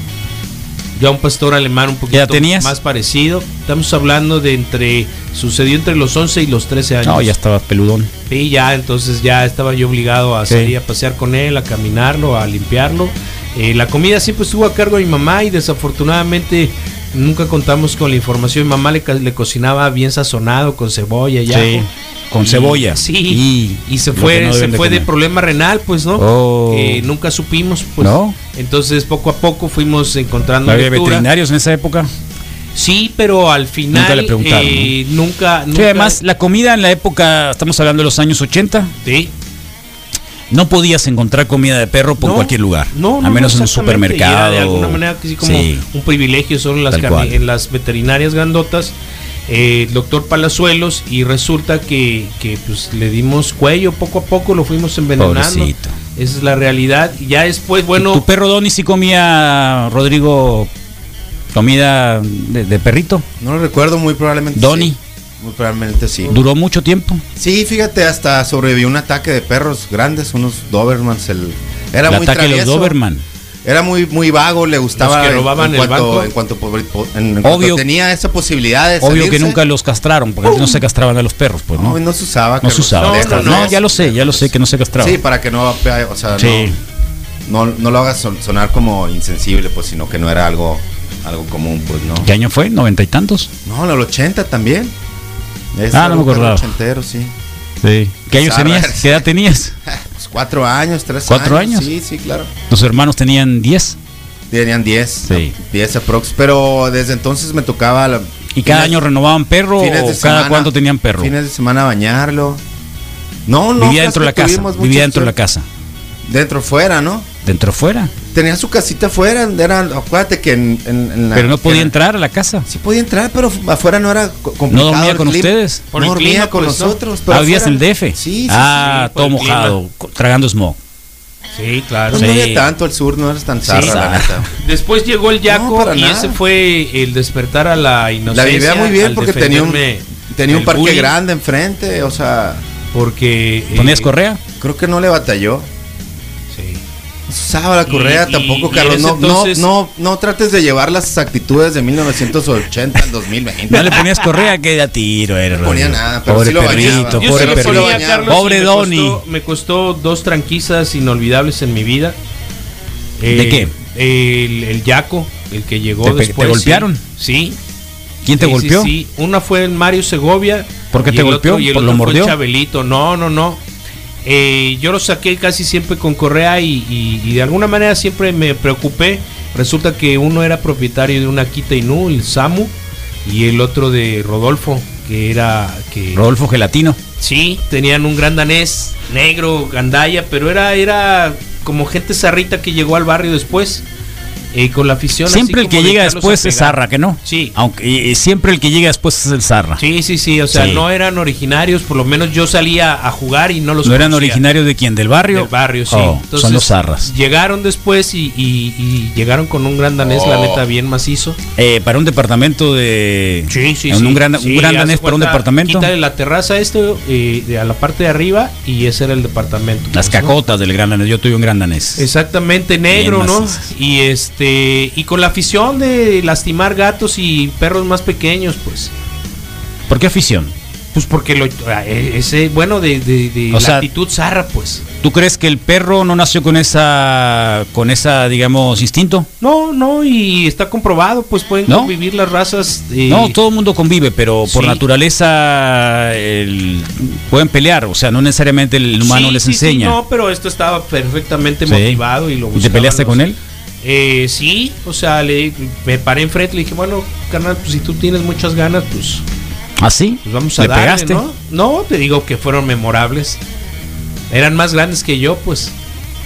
Speaker 2: Ya un pastor alemán un poquito
Speaker 1: ¿Ya tenías?
Speaker 2: más parecido. Estamos hablando de entre. Sucedió entre los 11 y los 13 años.
Speaker 1: No, ya estaba peludón.
Speaker 2: Sí, ya, entonces ya estaba yo obligado a
Speaker 1: Sí.
Speaker 2: salir a pasear con él, a caminarlo, a limpiarlo. Eh, la comida siempre estuvo a cargo de mi mamá y desafortunadamente nunca contamos con la información. Mi mamá le, ca- le cocinaba bien sazonado con cebolla y
Speaker 1: Sí,
Speaker 2: ajo.
Speaker 1: con
Speaker 2: Y-
Speaker 1: cebolla.
Speaker 2: Sí. Y,
Speaker 1: Y
Speaker 2: se
Speaker 1: lo
Speaker 2: fue,
Speaker 1: que no
Speaker 2: se
Speaker 1: deben de
Speaker 2: fue de
Speaker 1: comer.
Speaker 2: problema renal, pues, ¿no?
Speaker 1: Oh.
Speaker 2: Eh, nunca supimos, pues.
Speaker 1: No.
Speaker 2: Entonces poco a poco fuimos encontrando
Speaker 1: ¿No había
Speaker 2: lectura.
Speaker 1: veterinarios en esa época?
Speaker 2: Sí, pero al final
Speaker 1: Nunca le preguntaron,
Speaker 2: eh, nunca,
Speaker 1: Sí,
Speaker 2: nunca-
Speaker 1: además, la comida en la época, estamos hablando de los años 80,
Speaker 2: Sí.
Speaker 1: no podías encontrar comida de perro por
Speaker 2: No,
Speaker 1: cualquier lugar.
Speaker 2: No,
Speaker 1: a
Speaker 2: no,
Speaker 1: menos
Speaker 2: no,
Speaker 1: en un
Speaker 2: exactamente, y era
Speaker 1: supermercado.
Speaker 2: De alguna manera que sí, como
Speaker 1: Sí.
Speaker 2: un privilegio son las,
Speaker 1: Tal
Speaker 2: carni-
Speaker 1: cual.
Speaker 2: en las veterinarias grandotas. eh, el doctor Palazuelos y resulta que, que, pues, le dimos cuello poco a poco, lo fuimos envenenando.
Speaker 1: Pobrecito.
Speaker 2: Esa es la realidad. Y ya después, bueno,
Speaker 1: ¿Tu perro Donny sí comía, Rodrigo, comida de, de perrito?
Speaker 3: No lo recuerdo, muy probablemente.
Speaker 1: Donnie.
Speaker 3: sí. Muy probablemente sí.
Speaker 1: ¿Duró mucho tiempo?
Speaker 3: Sí, fíjate, hasta sobrevivió un ataque de perros grandes, unos Dobermans. El, era
Speaker 1: el
Speaker 3: muy
Speaker 1: ataque de los
Speaker 3: travieso,
Speaker 1: Doberman.
Speaker 3: Era muy, muy vago, le gustaba.
Speaker 2: que robaban el
Speaker 3: en, cuanto,
Speaker 2: banco.
Speaker 3: En cuanto, po- po- en- en cuanto
Speaker 1: Obvio-
Speaker 3: tenía esa posibilidad de
Speaker 1: Obvio que
Speaker 3: salirse,
Speaker 1: nunca los castraron, porque antes no se castraban a los perros, pues,
Speaker 3: No,
Speaker 1: ¿no?
Speaker 3: no se usaba.
Speaker 1: No se
Speaker 3: Carlos.
Speaker 1: usaba.
Speaker 2: no,
Speaker 1: No,
Speaker 2: no,
Speaker 1: ya lo sé, ya lo sé que no se castraban.
Speaker 3: Sí, para que no, o sea,
Speaker 1: Sí.
Speaker 3: no, no, no lo hagas son- sonar como insensible, pues, sino que no era algo, algo común, pues, ¿no?
Speaker 1: ¿Qué año fue? ¿Noventa y tantos?
Speaker 3: No, en el 80 también. Es
Speaker 1: Ah, no
Speaker 3: algo
Speaker 1: me acordaba.
Speaker 3: ochentero, sí.
Speaker 1: Sí. ¿Qué años
Speaker 3: Zarra.
Speaker 1: tenías? ¿Qué edad tenías?
Speaker 3: Pues cuatro años, tres
Speaker 1: ¿Cuatro años?
Speaker 3: Sí, sí, claro.
Speaker 1: Tus hermanos tenían 10
Speaker 3: Tenían 10.
Speaker 1: Sí.
Speaker 3: 10 aprox. Pero desde entonces me tocaba. la-
Speaker 1: y cada
Speaker 3: fines-
Speaker 1: año renovaban perro o
Speaker 3: fines
Speaker 1: cada
Speaker 3: de semana-
Speaker 1: cuánto tenían perro.
Speaker 3: Fines de semana bañarlo. No, no.
Speaker 1: vivía
Speaker 3: pues,
Speaker 1: dentro de
Speaker 3: que
Speaker 1: la casa,
Speaker 3: tuvimos mucha
Speaker 1: vivía dentro de la
Speaker 3: suerte.
Speaker 1: casa,
Speaker 3: Dentro, fuera, ¿no?
Speaker 1: dentro o fuera,
Speaker 3: Tenía su casita afuera. Era, acuérdate que en, en- en la.
Speaker 1: pero no podía
Speaker 3: que-
Speaker 1: entrar a la casa.
Speaker 3: Sí podía entrar, pero afuera no era co-
Speaker 1: No
Speaker 3: complicado.
Speaker 1: dormía
Speaker 3: el
Speaker 1: con
Speaker 3: clima.
Speaker 1: ustedes.
Speaker 2: Por
Speaker 3: no
Speaker 2: el
Speaker 3: dormía
Speaker 2: clima,
Speaker 3: con
Speaker 2: pues, ¿no?
Speaker 3: nosotros. pero
Speaker 1: Ah, vivías en
Speaker 3: afuera-
Speaker 1: el DF.
Speaker 3: Sí, sí.
Speaker 1: ah,
Speaker 2: sí, por
Speaker 1: todo
Speaker 2: el clima.
Speaker 1: mojado, co- tragando smog.
Speaker 2: sí, claro.
Speaker 3: Pues No
Speaker 1: Sí.
Speaker 3: había tanto, el sur no era tan
Speaker 1: Sí.
Speaker 3: zarra, la neta.
Speaker 2: Después llegó el
Speaker 3: No,
Speaker 2: Yaco
Speaker 3: para
Speaker 2: y
Speaker 3: nada.
Speaker 2: ese fue el despertar a la
Speaker 3: La
Speaker 2: inocencia.
Speaker 3: vivía muy bien
Speaker 2: al
Speaker 3: porque tenía un,
Speaker 2: defenderme
Speaker 3: tenía un
Speaker 2: del
Speaker 3: parque
Speaker 2: bullying,
Speaker 3: grande enfrente, o sea,
Speaker 2: Porque. eh,
Speaker 1: ¿Ponías correa?
Speaker 3: creo que no le batalló.
Speaker 2: Sí.
Speaker 3: Usaba la correa
Speaker 2: Y- y-
Speaker 3: tampoco,
Speaker 2: y
Speaker 3: Carlos.
Speaker 2: en
Speaker 3: No,
Speaker 2: ese entonces-
Speaker 3: no, no, no trates de llevar las actitudes de 1980 al 2020.
Speaker 1: No le ponías correa, que da tiro, era.
Speaker 3: ponía
Speaker 1: Rodrigo.
Speaker 3: nada, pero
Speaker 1: pobre
Speaker 3: sí lo
Speaker 1: perrito,
Speaker 3: bañaba.
Speaker 2: Yo
Speaker 3: Pobre
Speaker 2: sí lo
Speaker 3: perrito.
Speaker 2: ponía,
Speaker 3: Lo
Speaker 2: Carlos,
Speaker 1: Pobre
Speaker 2: y me
Speaker 1: Donny.
Speaker 2: costó- me costó dos tranquisas inolvidables en mi vida.
Speaker 1: ¿De qué?
Speaker 2: El, el Yaco, el que llegó
Speaker 1: ¿Te pe- te
Speaker 2: después. sí.
Speaker 1: golpearon?
Speaker 2: Sí.
Speaker 1: ¿Quién te
Speaker 2: sí, sí,
Speaker 1: golpeó?
Speaker 2: Sí, Una fue el Mario Segovia.
Speaker 1: ¿Por qué
Speaker 2: y
Speaker 1: te
Speaker 2: el
Speaker 1: golpeó?
Speaker 2: Otro, y el
Speaker 1: ¿Por-
Speaker 2: otro
Speaker 1: lo
Speaker 2: fue
Speaker 1: mordió?
Speaker 2: Chabelito. No, no, no. Eh, yo lo saqué casi siempre con correa y, y- y de alguna manera siempre me preocupé. Resulta que uno era propietario de una Kita Inu, el Samu, y el otro de Rodolfo, que era. que
Speaker 1: Rodolfo Gelatino.
Speaker 2: Sí, tenían un gran danés negro, gandaya, pero era, era como gente zarrita que llegó al barrio después. eh, con la afición.
Speaker 1: Siempre
Speaker 2: así
Speaker 1: el que
Speaker 2: como de
Speaker 1: llega
Speaker 2: Carlos
Speaker 1: después es
Speaker 2: Apega.
Speaker 1: Zarra, ¿que no?
Speaker 2: Sí.
Speaker 1: Aunque, y- y siempre el que llega después es el Zarra.
Speaker 2: Sí, sí, sí, o sea,
Speaker 1: Sí.
Speaker 2: no eran originarios, por lo menos yo salía a jugar y no los
Speaker 1: ¿No eran
Speaker 2: conocía.
Speaker 1: originarios de quién? ¿Del barrio?
Speaker 2: Del barrio, sí.
Speaker 1: Oh,
Speaker 2: Entonces,
Speaker 1: son los Zarras.
Speaker 2: Llegaron después y, y- y llegaron con un gran danés, la neta, bien macizo.
Speaker 1: Eh, para un departamento de. un, gran, un
Speaker 2: Sí,
Speaker 1: gran
Speaker 2: haz
Speaker 1: danés para un
Speaker 2: cuenta,
Speaker 1: departamento.
Speaker 2: Quítale la terraza a esto, eh, de- a la parte de arriba, y ese era el departamento.
Speaker 1: Las
Speaker 2: Pues, ¿no?
Speaker 1: cacotas del gran danés. Yo tuve un gran danés.
Speaker 2: Exactamente, negro,
Speaker 1: Bien
Speaker 2: ¿no?
Speaker 1: macizas.
Speaker 2: Y este y con la afición de lastimar gatos y perros más pequeños, pues.
Speaker 1: ¿Por qué afición?
Speaker 2: Pues porque lo, ah, e- ese, bueno, de, de- de
Speaker 1: O
Speaker 2: la
Speaker 1: sea-
Speaker 2: actitud zarra, pues.
Speaker 1: ¿Tú crees que el perro no nació con esa, con esa, digamos, instinto?
Speaker 2: No, no, y está comprobado, pues pueden
Speaker 1: ¿No?
Speaker 2: convivir las razas. eh,
Speaker 1: No, todo el mundo convive, pero por
Speaker 2: Sí.
Speaker 1: naturaleza el- pueden pelear, o sea, no necesariamente el humano
Speaker 2: Sí,
Speaker 1: les
Speaker 2: sí, sí,
Speaker 1: enseña.
Speaker 2: no, pero esto estaba perfectamente
Speaker 1: Sí.
Speaker 2: motivado y lo
Speaker 1: ¿Y te
Speaker 2: buscaban
Speaker 1: peleaste
Speaker 2: los-
Speaker 1: con él?
Speaker 2: Eh, sí, o sea, le, me paré enfrente y le dije, bueno, carnal, pues si tú tienes muchas ganas, pues,
Speaker 1: ¿Ah, sí?
Speaker 2: pues vamos a
Speaker 1: ¿Le
Speaker 2: darle,
Speaker 1: pegaste?
Speaker 2: ¿no? No, te digo que fueron memorables. Eran más grandes que yo, pues.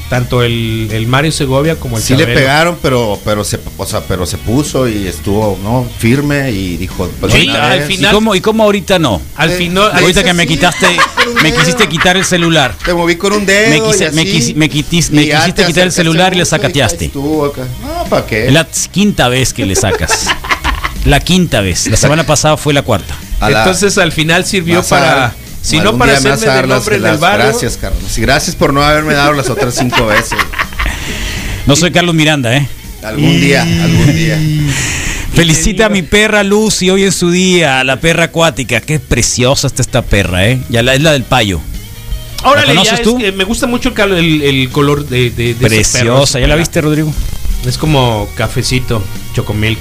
Speaker 2: Tanto el, el Mario Segovia como el
Speaker 3: Sí le
Speaker 2: Chabelo.
Speaker 3: pegaron, pero pero se, o sea, pero se puso y estuvo no firme y dijo, pues,
Speaker 2: Sí,
Speaker 3: una
Speaker 2: al
Speaker 3: vez,
Speaker 1: ¿Y
Speaker 2: final-
Speaker 1: cómo, ¿Y cómo ahorita no?
Speaker 2: Al
Speaker 3: Eh,
Speaker 2: final, al-
Speaker 1: Ahorita
Speaker 3: ese
Speaker 1: que me
Speaker 3: sí,
Speaker 1: quitaste,
Speaker 3: por un
Speaker 1: me
Speaker 3: dedo.
Speaker 1: quise quitar el celular.
Speaker 3: te moví con un dedo
Speaker 1: Me,
Speaker 3: y
Speaker 1: quise-
Speaker 3: así,
Speaker 1: me, quisi- me quitis- me
Speaker 3: y ya
Speaker 1: quisiste
Speaker 3: te
Speaker 1: quitar el
Speaker 3: acercaste
Speaker 1: celular y le
Speaker 3: mucho ahí
Speaker 1: sacateaste.
Speaker 3: estuvo acá. No, ¿para qué?
Speaker 2: Eh.
Speaker 1: Es la quinta vez que le sacas. La quinta vez. La semana pasada fue la cuarta.
Speaker 3: A la-
Speaker 2: Entonces al final sirvió
Speaker 3: Vas a
Speaker 2: para.
Speaker 3: dar-
Speaker 2: Si no
Speaker 3: algún
Speaker 2: para
Speaker 3: día me vas
Speaker 2: hacerme
Speaker 3: a dar
Speaker 2: del
Speaker 3: las-
Speaker 2: hombre del
Speaker 3: las-
Speaker 2: barrio.
Speaker 3: Gracias, Carlos. Y gracias por no haberme dado las otras cinco veces.
Speaker 1: No soy Carlos Miranda, ¿eh?
Speaker 3: Algún día, algún día.
Speaker 1: Felicita a mi
Speaker 2: digo-
Speaker 1: perra Lucy hoy en su día, a la perra acuática. Qué preciosa está esta perra, ¿eh? Ya la, es la del payo.
Speaker 2: Órale, ya
Speaker 1: conoces
Speaker 2: es
Speaker 1: tú?
Speaker 2: que me gusta mucho el, cal- el- el color de, de- de ese
Speaker 1: Preciosa.
Speaker 2: perro.
Speaker 1: ¿Ya la viste, Rodrigo?
Speaker 2: Es como cafecito, chocomilk.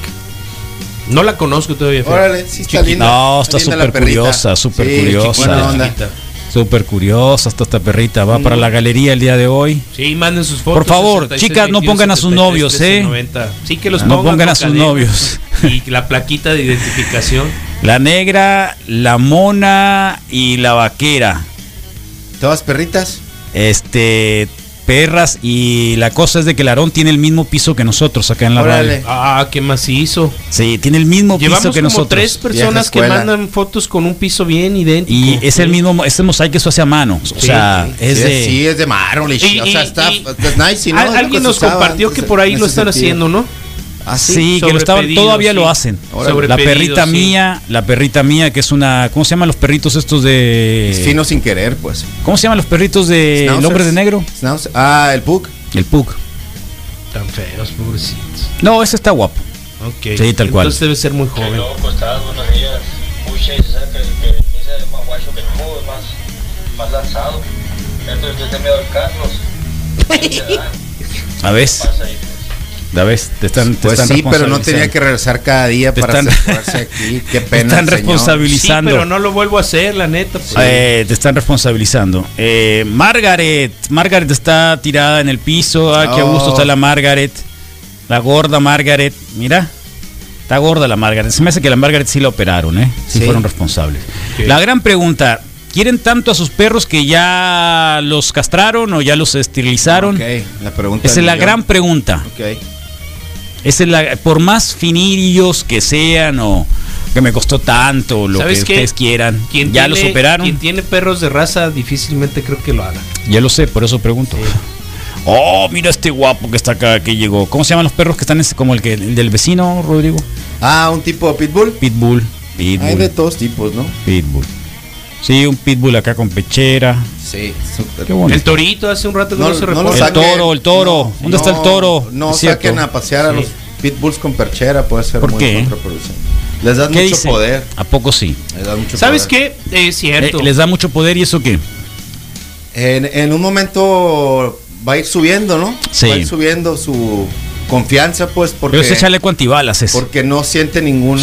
Speaker 2: No la conozco todavía. fíjate.
Speaker 3: Órale, sí está
Speaker 2: Chiquita.
Speaker 3: linda.
Speaker 1: No, está
Speaker 3: linda la
Speaker 1: súper
Speaker 3: perrita.
Speaker 1: curiosa, súper
Speaker 3: Sí,
Speaker 1: curiosa.
Speaker 3: buena
Speaker 2: Chiquita,
Speaker 3: onda.
Speaker 2: chiquita.
Speaker 1: Súper curiosa está esta perrita. Va
Speaker 2: Mm.
Speaker 1: para la galería el día de hoy.
Speaker 2: Sí, manden sus fotos.
Speaker 1: Por favor,
Speaker 2: 66,
Speaker 1: chicas, no
Speaker 2: 22,
Speaker 1: pongan a sus
Speaker 2: 73,
Speaker 1: novios,
Speaker 2: 13,
Speaker 1: ¿eh?
Speaker 2: 90. Sí, que los
Speaker 1: No pongan a
Speaker 2: con
Speaker 1: sus
Speaker 2: cadena.
Speaker 1: novios.
Speaker 2: Y la plaquita de identificación.
Speaker 1: La negra, la mona y la vaquera.
Speaker 3: Todas perritas.
Speaker 1: Este, perras. Y la cosa es de que Larón tiene el mismo piso que nosotros acá en la
Speaker 3: Órale.
Speaker 1: radio.
Speaker 2: Ah, qué macizo.
Speaker 1: Sí, tiene el mismo
Speaker 2: Llevamos
Speaker 1: piso que
Speaker 2: como
Speaker 1: nosotros.
Speaker 2: tres personas
Speaker 3: Vieja
Speaker 2: que
Speaker 3: escuela.
Speaker 2: mandan fotos con un piso bien idéntico.
Speaker 1: Y es el mismo, ese mosaico eso hace a mano. O
Speaker 2: Sí,
Speaker 1: sea,
Speaker 2: sí.
Speaker 1: es
Speaker 3: sí,
Speaker 1: de.
Speaker 3: sí, es de mármol. y
Speaker 2: Y-
Speaker 3: sh- O sea,
Speaker 2: y-
Speaker 3: está,
Speaker 2: y-
Speaker 3: está nice. ¿no?
Speaker 2: Al-
Speaker 3: Es lo que
Speaker 2: alguien
Speaker 3: se
Speaker 2: nos
Speaker 3: usaba
Speaker 2: compartió
Speaker 3: antes
Speaker 2: que por ahí
Speaker 3: en
Speaker 2: lo
Speaker 3: ese
Speaker 2: están
Speaker 3: sentido.
Speaker 2: haciendo, ¿no?
Speaker 3: Ah,
Speaker 1: Sí,
Speaker 3: sí.
Speaker 1: que lo estaban,
Speaker 2: sobrepedido,
Speaker 1: todavía
Speaker 2: sí.
Speaker 1: lo hacen.
Speaker 3: Órale.
Speaker 1: La
Speaker 2: Sobrepedido,
Speaker 1: perrita
Speaker 2: sí.
Speaker 1: mía, la perrita mía, que es una. ¿Cómo se llaman los perritos estos de.
Speaker 3: Es fino sin querer, pues.
Speaker 1: ¿Cómo se llaman los perritos de
Speaker 3: Schnauzers.
Speaker 1: Eh, El Hombre de Negro?
Speaker 3: Schnauzers. Ah, el Puck.
Speaker 1: El Pug.
Speaker 2: Tan feos, pobrecitos.
Speaker 1: No, ese está guapo.
Speaker 2: Ok.
Speaker 1: Sí, tal cual.
Speaker 2: Entonces debe ser muy joven.
Speaker 5: Luego costaba unos días, pucha, y se sabe que, que ese es más guacho que el mudo, es más, más lanzado. Entonces yo tenía al Carlos. Ahí se da,
Speaker 1: A ves,
Speaker 5: pasa ahí, pues.
Speaker 1: a ves, te están. Te
Speaker 3: Pues
Speaker 1: están
Speaker 3: sí, pero no
Speaker 1: responsabilizando.
Speaker 3: tenía que regresar cada día
Speaker 1: Te
Speaker 3: para
Speaker 1: están-
Speaker 3: acercarse aquí.
Speaker 1: Te
Speaker 3: Qué pena.
Speaker 1: están
Speaker 3: señor.
Speaker 1: responsabilizando.
Speaker 2: Sí, pero no lo vuelvo a hacer, la neta. pues.
Speaker 1: Eh, te están responsabilizando. Eh, Margaret. Margaret está tirada en el piso. Ah, qué
Speaker 3: Oh.
Speaker 1: gusto está la Margaret. La gorda Margaret. Mira. Está gorda la Margaret. Se me hace que la Margaret sí la operaron, ¿eh? Sí,
Speaker 3: Sí.
Speaker 1: fueron responsables.
Speaker 2: Sí.
Speaker 1: La gran pregunta. ¿Quieren tanto a sus perros que ya los castraron o ya los esterilizaron?
Speaker 3: Ok, la pregunta.
Speaker 1: Esa es
Speaker 3: del
Speaker 1: la
Speaker 3: millón.
Speaker 1: gran pregunta.
Speaker 3: Ok.
Speaker 1: Esa es la, por más finillos que sean o que me costó tanto, lo que
Speaker 2: ¿Sabes qué?
Speaker 1: ustedes quieran,
Speaker 2: Quien
Speaker 1: ya
Speaker 2: tiene-
Speaker 1: los operaron.
Speaker 2: Quien tiene perros de raza difícilmente creo que lo haga.
Speaker 1: Ya lo sé, por eso pregunto. Oh, mira este guapo que está acá, que llegó. ¿Cómo se llaman los perros que están ese- como el, que, el del vecino, Rodrigo?
Speaker 3: Ah, un tipo de pitbull.
Speaker 1: Pitbull.
Speaker 3: Hay de
Speaker 1: Pitbull.
Speaker 3: todos tipos, ¿no?
Speaker 1: Pitbull. Sí, un pitbull acá con pechera.
Speaker 3: Sí.
Speaker 1: Qué bonito.
Speaker 2: El torito hace un rato que no,
Speaker 3: No,
Speaker 2: se
Speaker 3: no
Speaker 2: reporta.
Speaker 3: lo
Speaker 1: El
Speaker 3: saquen.
Speaker 1: toro, el toro. ¿Dónde está el toro?
Speaker 3: No
Speaker 1: Es cierto.
Speaker 3: saquen a pasear a los pitbulls con perchera, puede ser
Speaker 1: ¿Por
Speaker 3: muy
Speaker 1: qué?
Speaker 3: contraproducente. Les das
Speaker 1: ¿Qué
Speaker 3: mucho
Speaker 1: dice?
Speaker 3: poder.
Speaker 1: ¿A poco sí?
Speaker 3: les das mucho
Speaker 2: ¿Sabes
Speaker 3: poder.
Speaker 2: qué? Es cierto.
Speaker 1: Eh, ¿Les da mucho poder y eso qué?
Speaker 3: En, en un momento va a ir subiendo, ¿no?
Speaker 1: Sí.
Speaker 3: Va a ir subiendo su confianza, pues,
Speaker 1: Pero
Speaker 3: porque,
Speaker 1: ese chaleco antibalas es.
Speaker 3: porque no siente ningún.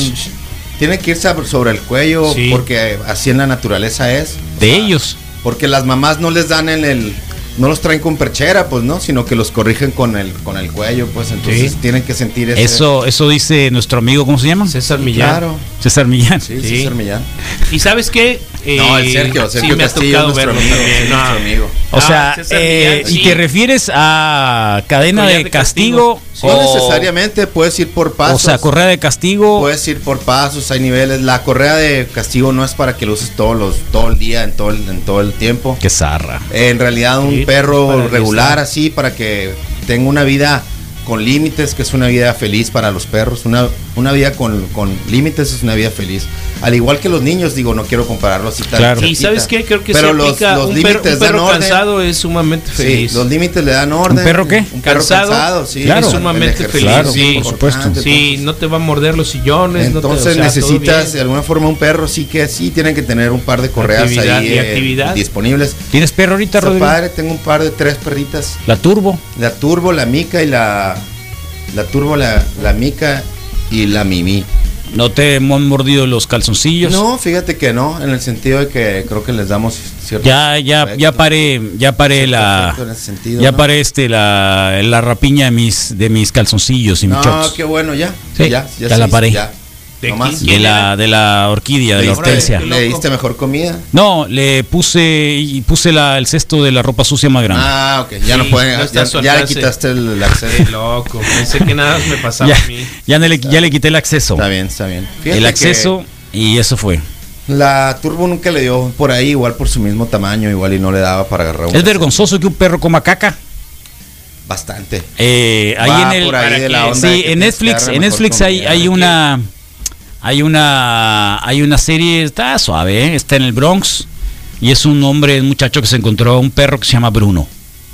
Speaker 3: Tiene que irse sobre el cuello,
Speaker 2: Sí.
Speaker 3: porque así en la naturaleza es.
Speaker 1: De ellos.
Speaker 3: Porque las mamás no les dan en el. No los traen con perchera, pues, ¿no? Sino que los corrigen con el, con el cuello, pues. Entonces
Speaker 2: Sí.
Speaker 3: tienen que sentir ese-
Speaker 1: Eso, eso dice nuestro amigo, ¿cómo se llama?
Speaker 2: César Millán.
Speaker 3: Claro.
Speaker 1: César Millán.
Speaker 3: Sí,
Speaker 2: Sí.
Speaker 3: César Millán.
Speaker 2: ¿Y sabes qué?
Speaker 3: No, el
Speaker 2: eh,
Speaker 3: Sergio, Sergio
Speaker 2: me ha
Speaker 3: Castillo,
Speaker 2: tocado
Speaker 3: nuestro
Speaker 2: verlo
Speaker 3: amigo,
Speaker 2: también,
Speaker 3: sí,
Speaker 2: no.
Speaker 3: nuestro amigo.
Speaker 1: O
Speaker 2: Ah,
Speaker 1: sea,
Speaker 2: César
Speaker 1: eh,
Speaker 2: Millán,
Speaker 1: ¿y
Speaker 2: sí.
Speaker 1: te refieres a cadena
Speaker 2: Collar
Speaker 1: de,
Speaker 2: de
Speaker 1: castigo?
Speaker 2: castigo.
Speaker 3: No
Speaker 1: o-
Speaker 3: necesariamente puedes ir por
Speaker 1: O
Speaker 3: pasos. Pues.
Speaker 1: sea, correa de castigo.
Speaker 3: Puedes ir por pasos, hay niveles. La correa de castigo no es para que lo uses todos los, todo el día, en todo el, en todo el tiempo.
Speaker 1: Qué zarra.
Speaker 3: En realidad un
Speaker 2: Sí, para
Speaker 3: perro
Speaker 2: que
Speaker 3: regular
Speaker 2: sea.
Speaker 3: así para que tenga una vida con límites, que es una vida feliz para los perros. Una, una vida con, con límites es una vida feliz. Al igual que los niños, digo, no quiero compararlo así tan
Speaker 1: Claro.
Speaker 2: Y
Speaker 3: cerquita.
Speaker 2: sabes qué, creo que
Speaker 3: Pero
Speaker 2: se
Speaker 3: los-
Speaker 2: aplica
Speaker 3: los
Speaker 2: un, perro,
Speaker 3: límites
Speaker 2: un
Speaker 3: dan
Speaker 2: perro
Speaker 3: orden.
Speaker 2: cansado es sumamente
Speaker 3: Sí,
Speaker 2: feliz.
Speaker 3: los límites le dan orden.
Speaker 1: perro qué?
Speaker 3: Un perro
Speaker 2: Cansado,
Speaker 3: cansado, sí.
Speaker 1: claro.
Speaker 3: el- el
Speaker 2: sumamente
Speaker 3: ejercicio
Speaker 2: feliz,
Speaker 3: es
Speaker 2: sí, por
Speaker 3: importante,
Speaker 1: supuesto.
Speaker 3: entonces-
Speaker 2: Sí, no te va a morder los sillones. no te- o
Speaker 3: Entonces
Speaker 2: sea, todo
Speaker 3: necesitas
Speaker 2: bien.
Speaker 3: de alguna forma un perro, sí que sí tienen que tener un par de correas
Speaker 2: Actividad
Speaker 3: ahí
Speaker 2: y
Speaker 3: eh,
Speaker 2: actividad.
Speaker 3: disponibles.
Speaker 1: ¿Tienes perro ahorita,
Speaker 3: Su
Speaker 1: Rodrigo?
Speaker 3: padre, tengo un par de tres perritas,
Speaker 1: La turbo.
Speaker 3: la Turbo, la Mica y la la Turbo, la, la Mica y la Mimi.
Speaker 1: ¿No te han mordido los calzoncillos?
Speaker 3: No, fíjate que no, en el sentido de que creo que les damos cierto
Speaker 1: Ya, ya, ya
Speaker 3: afecto.
Speaker 1: paré, ya paré la.
Speaker 3: Perfecto en ese sentido,
Speaker 1: ya
Speaker 3: ¿no?
Speaker 1: paré este la, la rapiña de mis, de mis calzoncillos y mis
Speaker 3: No,
Speaker 1: shorts.
Speaker 3: qué bueno, ya.
Speaker 1: Sí,
Speaker 3: ya,
Speaker 1: ya
Speaker 3: ya,
Speaker 1: la
Speaker 3: se hizo,
Speaker 1: paré.
Speaker 3: ya.
Speaker 2: ¿De
Speaker 3: No más.
Speaker 2: quién?
Speaker 1: De la, de la orquídea, de la
Speaker 3: Le diste-
Speaker 1: hortensia.
Speaker 3: ¿Le diste mejor comida?
Speaker 1: No, le puse y puse la, el cesto de la ropa sucia más grande.
Speaker 3: Ah, ok, ya
Speaker 2: Sí,
Speaker 3: no pueden.
Speaker 2: no está
Speaker 3: ya,
Speaker 2: a su
Speaker 3: ya le
Speaker 2: alcance.
Speaker 3: quitaste el, el
Speaker 2: Qué
Speaker 3: acceso.
Speaker 2: loco, pensé que nada me pasaba
Speaker 1: ya,
Speaker 2: a mí.
Speaker 1: ya, no le, ya le quité el acceso.
Speaker 3: Está bien, está bien. Fíjate
Speaker 1: el
Speaker 3: que-
Speaker 1: acceso y eso fue.
Speaker 3: La Turbo nunca le dio por ahí, igual por su mismo tamaño, igual y no le daba para agarrar un
Speaker 1: Es
Speaker 3: pez.
Speaker 1: vergonzoso que un perro coma caca.
Speaker 3: Bastante.
Speaker 1: Eh, ahí
Speaker 3: Va
Speaker 1: en el
Speaker 3: por ahí
Speaker 1: para
Speaker 3: de la
Speaker 1: que-
Speaker 3: onda
Speaker 1: sí,
Speaker 3: de que
Speaker 1: en
Speaker 3: tienes que
Speaker 1: Netflix,
Speaker 3: darle
Speaker 1: en
Speaker 3: mejor
Speaker 1: Netflix hay,
Speaker 3: comida,
Speaker 1: hay
Speaker 3: ¿no?
Speaker 1: una hay una hay una serie está suave, ¿eh? está en el Bronx y es un hombre, un muchacho que se encontró un perro que se llama Bruno.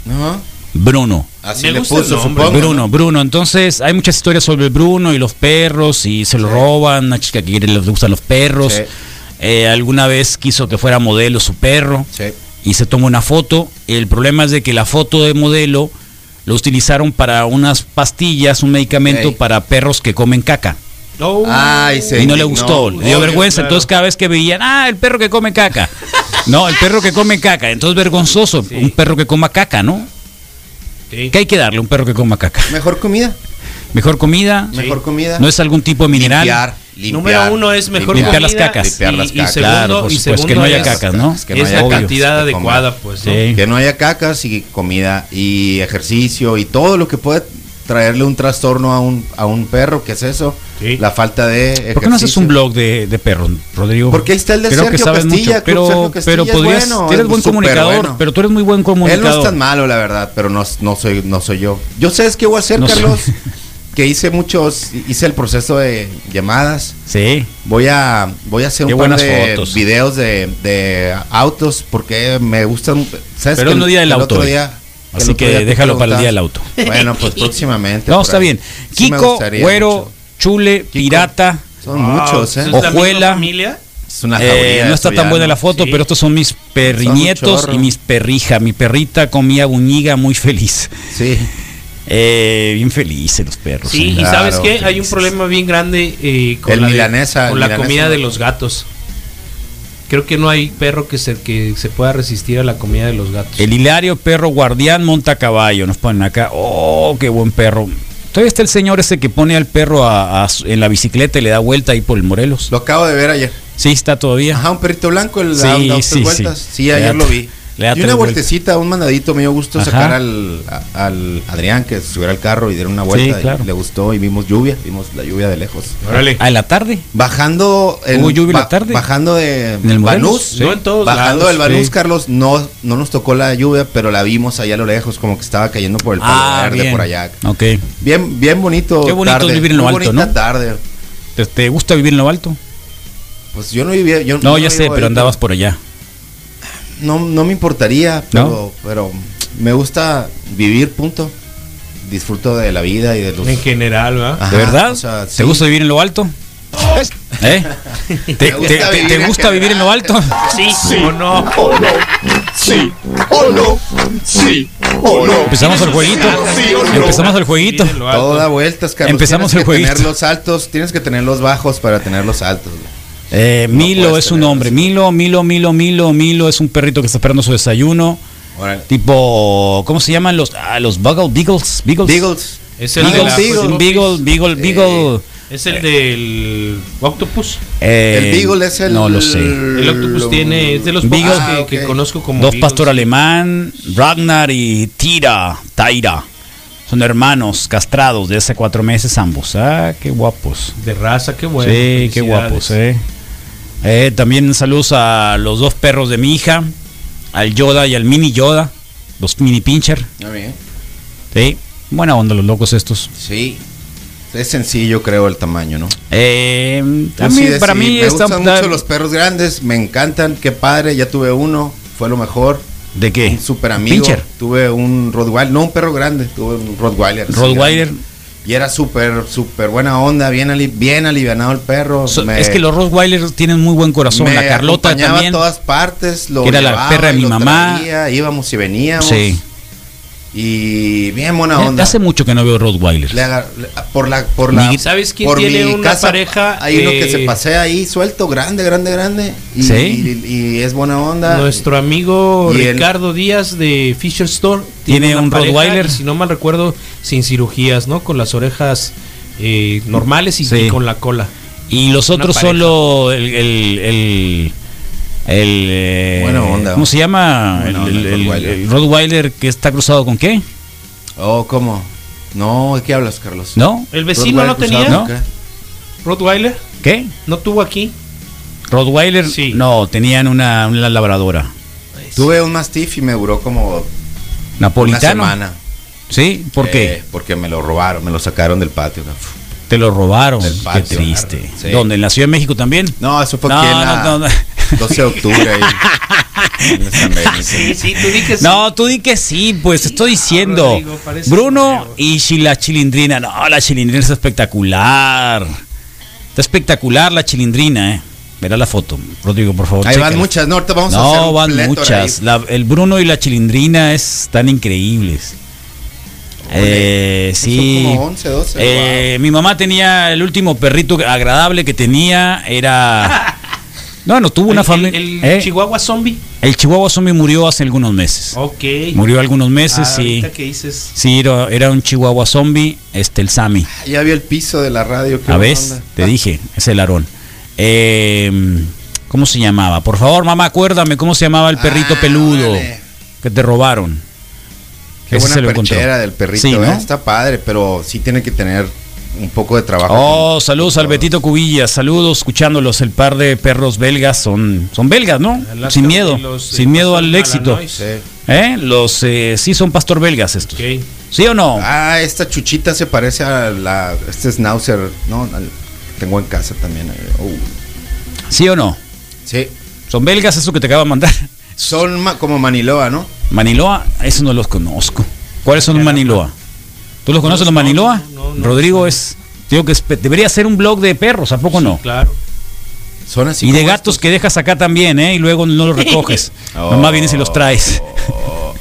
Speaker 3: No,
Speaker 1: Bruno.
Speaker 3: así
Speaker 2: Me
Speaker 3: le
Speaker 2: gusta el
Speaker 3: puso,
Speaker 2: nombre.
Speaker 3: supongo.
Speaker 1: Bruno, Bruno. Entonces hay muchas historias sobre Bruno y los perros y se lo roban, una chica que quiere- le gustan los perros.
Speaker 3: Sí.
Speaker 1: Eh, alguna vez quiso que fuera modelo su perro
Speaker 3: Sí.
Speaker 1: y se tomó una foto. El problema es de que la foto de modelo lo utilizaron para unas pastillas, un medicamento
Speaker 3: Ey.
Speaker 1: para perros que comen caca.
Speaker 2: Oh.
Speaker 3: Ay, se
Speaker 1: y no le
Speaker 3: indignó.
Speaker 1: gustó, le dio
Speaker 2: obvio,
Speaker 1: vergüenza.
Speaker 2: claro.
Speaker 1: Entonces cada vez que veían, ah, el perro que come caca. No, el perro que come caca. Entonces vergonzoso,
Speaker 2: Sí.
Speaker 1: un perro que coma caca, ¿no?
Speaker 2: Sí.
Speaker 1: ¿Qué hay que darle a un perro que coma caca?
Speaker 3: Mejor comida,
Speaker 1: Mejor comida,
Speaker 3: mejor comida.
Speaker 1: no es algún tipo de mineral.
Speaker 3: Limpiar, limpiar.
Speaker 2: Número uno es mejor
Speaker 1: Limpiar las
Speaker 2: comida
Speaker 1: cacas.
Speaker 3: Limpiar las
Speaker 2: y-
Speaker 3: cacas.
Speaker 2: Y segundo,
Speaker 1: Claro, por
Speaker 2: y
Speaker 1: supuesto,
Speaker 2: segundo
Speaker 1: que no haya
Speaker 2: es-
Speaker 1: cacas, ¿no?
Speaker 3: que no
Speaker 2: es
Speaker 3: haya
Speaker 2: la
Speaker 3: cacas
Speaker 2: cantidad
Speaker 3: que comer.
Speaker 2: adecuada, pues. ¿no?
Speaker 1: Sí.
Speaker 3: Que no haya cacas y comida y ejercicio y todo lo que puede traerle un trastorno a un, a un perro, ¿qué es eso?
Speaker 2: Sí.
Speaker 3: La falta de ejercicio.
Speaker 1: ¿Por qué no haces un blog de, de perros, Rodrigo?
Speaker 3: Porque ahí está el de Sergio Castilla, Club
Speaker 1: pero,
Speaker 3: Sergio Castilla
Speaker 1: pero
Speaker 3: es
Speaker 1: podrías,
Speaker 3: bueno,
Speaker 1: tú eres
Speaker 3: es
Speaker 1: buen
Speaker 3: súper
Speaker 1: comunicador,
Speaker 3: bueno.
Speaker 1: pero tú eres muy buen
Speaker 3: Él no es
Speaker 1: comunicador.
Speaker 3: tan malo, la verdad, pero no, no, soy, no soy yo. Yo sé es que voy a hacer,
Speaker 1: No soy-
Speaker 3: Carlos, que hice muchos, hice el proceso de llamadas.
Speaker 1: sí,
Speaker 3: Voy a, voy a hacer
Speaker 1: Qué
Speaker 3: un par
Speaker 1: buenas
Speaker 3: de
Speaker 1: fotos.
Speaker 3: videos de, de autos porque me gustan. ¿sabes
Speaker 1: Pero
Speaker 3: que
Speaker 1: no día del
Speaker 3: el
Speaker 1: auto,
Speaker 3: otro
Speaker 1: eh.
Speaker 3: día- el
Speaker 1: Así
Speaker 3: otro
Speaker 1: que
Speaker 3: día tú
Speaker 1: déjalo para el día del auto.
Speaker 3: preguntabas. Bueno, pues próximamente.
Speaker 1: no,
Speaker 3: por
Speaker 1: está
Speaker 3: ahí.
Speaker 1: bien.
Speaker 3: Sí me
Speaker 1: Kiko,
Speaker 3: gustaría
Speaker 1: Güero,
Speaker 3: mucho.
Speaker 1: Chule, Pirata.
Speaker 3: Son
Speaker 2: Wow,
Speaker 3: muchos,
Speaker 2: ¿eso
Speaker 3: ¿eh?
Speaker 2: es la misma
Speaker 1: Ojuela.
Speaker 2: familia?
Speaker 3: Es una
Speaker 1: eh,
Speaker 3: jauría
Speaker 1: no está
Speaker 3: eso
Speaker 1: tan
Speaker 3: ya,
Speaker 1: buena
Speaker 3: ¿no?
Speaker 1: la foto,
Speaker 2: Sí.
Speaker 1: pero estos son mis perrinietos
Speaker 3: chorro.
Speaker 1: y mis perrijas. Mi perrita comía buñiga muy feliz.
Speaker 3: Sí.
Speaker 1: Eh, bien felices los perros.
Speaker 2: Sí,
Speaker 1: ¿eh?
Speaker 2: y
Speaker 3: Claro,
Speaker 2: sabes qué, hay un
Speaker 3: felices.
Speaker 2: problema bien grande eh, con
Speaker 3: El
Speaker 2: la, de-
Speaker 3: milanesa,
Speaker 2: con
Speaker 3: el
Speaker 2: la
Speaker 3: milanesa
Speaker 2: comida
Speaker 3: no.
Speaker 2: de los gatos. Creo que no hay perro que se, que se pueda resistir a la comida de los gatos.
Speaker 1: El Hilario Perro Guardián monta caballo, nos ponen acá. Oh, qué buen perro. Todavía está el señor ese que pone al perro a- a su- en la bicicleta y le da vuelta ahí por el Morelos.
Speaker 3: Lo acabo de ver ayer.
Speaker 1: Sí, está todavía.
Speaker 3: Ajá, un perrito blanco, el
Speaker 1: Sí,
Speaker 3: da, da tres
Speaker 1: sí, sí.
Speaker 3: vueltas. Sí,
Speaker 1: Le da
Speaker 3: ayer
Speaker 1: tre-
Speaker 3: lo vi.
Speaker 1: le da
Speaker 3: y
Speaker 1: tres
Speaker 3: una
Speaker 1: vueltas.
Speaker 3: vueltecita, un mandadito, me dio gusto
Speaker 1: Ajá.
Speaker 3: sacar al, a- al Adrián que subiera al carro y diera una vuelta. y
Speaker 1: claro.
Speaker 3: le gustó y vimos lluvia, vimos la lluvia de lejos.
Speaker 2: Órale.
Speaker 1: Ah, en la tarde.
Speaker 3: Bajando
Speaker 1: ¿Hubo lluvia en la tarde?
Speaker 3: Bajando de
Speaker 1: ¿En el Morelos?
Speaker 3: Banús.
Speaker 1: Sí.
Speaker 2: No en todos
Speaker 3: Bajando
Speaker 2: lados,
Speaker 3: del Banús,
Speaker 1: sí.
Speaker 3: Carlos, no, no nos tocó la lluvia, pero la vimos allá a lo lejos, como que estaba cayendo por el palo verde,
Speaker 1: Ah, bien.
Speaker 3: por allá.
Speaker 1: Ok.
Speaker 3: Bien, bien bonito.
Speaker 1: Qué bonito
Speaker 3: tarde,
Speaker 1: vivir en lo
Speaker 3: muy
Speaker 1: alto,
Speaker 3: bonita
Speaker 1: ¿no?
Speaker 3: tarde.
Speaker 1: ¿Te, te gusta vivir en lo alto?
Speaker 3: Pues yo no vivía. Yo,
Speaker 1: No,
Speaker 3: yo
Speaker 1: ya sé,
Speaker 3: vivo
Speaker 1: pero
Speaker 3: ahorita.
Speaker 1: andabas por allá.
Speaker 3: No, no me importaría, pero,
Speaker 1: ¿No?
Speaker 3: pero me gusta vivir, punto. Disfruto de la vida y de los.
Speaker 2: En general, ¿va?
Speaker 3: Ajá,
Speaker 1: ¿De verdad?
Speaker 3: o sea, sí.
Speaker 1: ¿Te gusta vivir en lo alto? ¿Eh? ¿Te, te-
Speaker 3: gusta
Speaker 1: te-
Speaker 3: vivir
Speaker 1: te
Speaker 3: en
Speaker 1: gusta vivir en lo alto?
Speaker 2: Sí, o no.
Speaker 1: Empezamos el jueguito. Empezamos el jueguito.
Speaker 2: Pídelo algo.
Speaker 3: Todo da vueltas, Carlos.
Speaker 1: Empezamos
Speaker 3: Tienes
Speaker 1: el
Speaker 3: que
Speaker 1: jueguito.
Speaker 3: tener los altos, tienes que tener los bajos para tener los altos. güey.
Speaker 1: Eh,
Speaker 3: No
Speaker 1: Milo
Speaker 3: puedes
Speaker 1: es un
Speaker 3: tener
Speaker 1: hombre.
Speaker 3: eso.
Speaker 1: Milo, Milo, Milo, Milo, Milo es un perrito que está esperando su desayuno.
Speaker 3: Órale.
Speaker 1: Tipo, ¿cómo se llaman los ah, los Bugle Beagles? Beagles.
Speaker 3: Beagles.
Speaker 2: Es el de
Speaker 1: Beagles,
Speaker 2: la-
Speaker 3: Beagles,
Speaker 1: Beagle, Beagle, Beagle,
Speaker 3: Sí.
Speaker 2: Es el del Octopus.
Speaker 1: Eh,
Speaker 3: el Beagle es el.
Speaker 1: No lo sé.
Speaker 2: El Octopus tiene. Es de los
Speaker 1: Beagle.
Speaker 2: pocos que,
Speaker 3: Ah, ok.
Speaker 2: que conozco como.
Speaker 1: Dos
Speaker 2: Beagles.
Speaker 1: pastor alemán, Ragnar y Tira, Taira. Son hermanos castrados de hace cuatro meses ambos. Ah, qué guapos.
Speaker 2: De raza, qué bueno.
Speaker 1: sí, qué
Speaker 2: felicidades.
Speaker 1: guapos, eh. Eh, también saludos a los dos perros de mi hija, al Yoda y al mini Yoda, los mini pincher.
Speaker 3: Ah, bien.
Speaker 1: Sí, buena onda los locos estos.
Speaker 3: Sí. Es sencillo, creo, el tamaño, ¿no?
Speaker 1: Eh, a
Speaker 3: Yo
Speaker 1: mí-
Speaker 3: sí decidí,
Speaker 1: para mí
Speaker 3: me
Speaker 1: está-
Speaker 3: gustan mucho los perros grandes, me encantan, qué padre, ya tuve uno, fue lo mejor,
Speaker 1: ¿De qué?
Speaker 3: un super amigo,
Speaker 1: Pincher.
Speaker 3: tuve un Rottweiler, no un perro grande, tuve un Rottweiler. así
Speaker 1: Rottweiler.
Speaker 3: grande. y era súper, súper buena onda, bien, ali- bien alivianado el perro.
Speaker 1: So-
Speaker 3: me-
Speaker 1: es que los Rottweilers tienen muy buen corazón.
Speaker 3: me
Speaker 1: La Carlota
Speaker 3: acompañaba
Speaker 1: también.
Speaker 3: a todas partes, lo
Speaker 1: que era la
Speaker 3: llevaba
Speaker 1: perra de
Speaker 3: y
Speaker 1: mi
Speaker 3: lo
Speaker 1: mamá.
Speaker 3: traía, íbamos y veníamos.
Speaker 1: Sí.
Speaker 3: Y bien buena
Speaker 1: Ya-
Speaker 3: onda.
Speaker 1: Hace mucho que no veo Rottweilers.
Speaker 3: Le agar- le- por la, por la,
Speaker 2: Mi- ¿sabes quién
Speaker 3: por
Speaker 2: tiene
Speaker 3: mi
Speaker 2: una pareja,
Speaker 3: Hay uno que
Speaker 2: eh,
Speaker 3: se pasea ahí suelto, grande, grande, grande. Y,
Speaker 1: Sí.
Speaker 3: y- y es buena onda.
Speaker 2: Nuestro amigo
Speaker 3: Y el-
Speaker 2: Ricardo Díaz de Fisher Store
Speaker 1: Tiene
Speaker 2: una
Speaker 1: un
Speaker 2: pareja,
Speaker 1: Rottweiler.
Speaker 2: y Si no mal recuerdo, sin cirugías, ¿no? Con las orejas eh, normales y,
Speaker 1: Sí.
Speaker 2: y con la cola.
Speaker 1: Y los
Speaker 2: Una
Speaker 1: otros
Speaker 2: pareja.
Speaker 1: solo el, el, el, el, eh,
Speaker 3: Buena onda.
Speaker 1: ¿Cómo se llama?
Speaker 3: Buena
Speaker 1: el,
Speaker 3: onda,
Speaker 1: el- el- el Rottweiler.
Speaker 3: Rottweiler.
Speaker 1: que está cruzado con qué?
Speaker 3: Oh, ¿cómo? No, ¿de qué hablas, Carlos?
Speaker 1: ¿No?
Speaker 2: ¿El
Speaker 3: Pues,
Speaker 2: vecino no
Speaker 3: ah,
Speaker 2: tenía?
Speaker 1: ¿no?
Speaker 2: ¿Rottweiler?
Speaker 1: ¿Qué?
Speaker 2: ¿No tuvo aquí?
Speaker 1: Rottweiler.
Speaker 2: Sí.
Speaker 1: No, tenían una, una labradora.
Speaker 3: Tuve un Mastiff y me duró como
Speaker 1: Napolitano.
Speaker 3: una semana.
Speaker 1: Sí, ¿por qué?
Speaker 3: Eh, Porque me lo robaron, me lo sacaron del patio. ¿no? Uf.
Speaker 1: Te lo robaron.
Speaker 3: del
Speaker 1: Qué
Speaker 3: patio.
Speaker 1: triste.
Speaker 3: Sí.
Speaker 1: ¿Dónde? ¿En la Ciudad de México también?
Speaker 3: No, eso fue
Speaker 1: No,
Speaker 3: aquí en la
Speaker 1: no, no, no.
Speaker 3: 12 de octubre. ahí, en San Benito.
Speaker 2: sí, tú dije
Speaker 1: No, tú di que sí, pues te estoy diciendo.
Speaker 2: Rodrigo, parece
Speaker 1: Bruno
Speaker 2: feo.
Speaker 1: y chi- la chilindrina. No, la chilindrina está espectacular. Está espectacular la chilindrina, eh. Verá la foto, Rodrigo, por favor.
Speaker 3: Ahí van
Speaker 1: chécala.
Speaker 3: muchas, no, ahorita vamos a hacer
Speaker 1: No,
Speaker 3: un
Speaker 1: van
Speaker 3: plétora
Speaker 1: muchas.
Speaker 3: ahí.
Speaker 1: La- el Bruno y la chilindrina están increíbles. Eh,
Speaker 3: Son
Speaker 1: sí.
Speaker 3: como 11, 12,
Speaker 1: Eh, Mi mamá tenía el último perrito agradable que tenía. Era. No, no tuvo una
Speaker 2: El-
Speaker 1: familia.
Speaker 2: El,
Speaker 1: ¿eh?
Speaker 2: Chihuahua Zombie.
Speaker 1: El Chihuahua Zombie murió hace algunos meses.
Speaker 2: Ok.
Speaker 1: Murió algunos meses,
Speaker 2: Ah,
Speaker 1: sí.
Speaker 2: ahorita que dices.
Speaker 1: Sí, era, era un Chihuahua Zombie, este, el Sami.
Speaker 3: Ya vi el piso de la radio. qué
Speaker 1: ¿A
Speaker 3: buena
Speaker 1: ves?
Speaker 3: onda.
Speaker 1: Te dije, es el Aarón. Eh, ¿Cómo se llamaba? Por favor, mamá, acuérdame, ¿cómo se llamaba el perrito
Speaker 3: Ah,
Speaker 1: peludo
Speaker 3: vale.
Speaker 1: que te robaron?
Speaker 3: Qué
Speaker 1: Ese
Speaker 3: buena
Speaker 1: se lo encontró.
Speaker 3: perchera del perrito,
Speaker 1: Sí, ¿no?
Speaker 3: ¿eh? Está padre, pero sí tiene que tener un poco de trabajo.
Speaker 1: Oh,
Speaker 3: con-
Speaker 1: saludos al
Speaker 3: con-
Speaker 1: Betito Cubillas, saludos escuchándolos. El par de perros belgas son, son belgas, ¿no?
Speaker 2: Alaska
Speaker 1: sin miedo,
Speaker 2: y los, eh,
Speaker 1: sin miedo al
Speaker 2: Malinois.
Speaker 1: éxito.
Speaker 3: Sí.
Speaker 1: ¿Eh? Los eh, sí son pastor belgas estos.
Speaker 2: Ok.
Speaker 1: ¿Sí o no?
Speaker 3: Ah, esta chuchita se parece a la este schnauzer, no, Al- tengo en casa también. eh, uh.
Speaker 1: ¿Sí o no?
Speaker 3: Sí.
Speaker 1: Son belgas eso que te acabo de mandar.
Speaker 3: Son ma- como Maniloa, ¿no?
Speaker 1: Maniloa, eso no los conozco. ¿Cuáles son los Maniloa? ¿Tú los conoces
Speaker 2: No,
Speaker 1: los Maniloa?
Speaker 2: no, no, no.
Speaker 1: Rodrigo es, digo que es pe- debería ser un blog de perros, ¿a poco no?
Speaker 2: Claro.
Speaker 3: Son así.
Speaker 1: y de
Speaker 3: como
Speaker 1: gatos
Speaker 3: estos.
Speaker 1: que dejas acá también, ¿eh? Y luego no los recoges. Nomás vienes y los traes.
Speaker 2: Oh,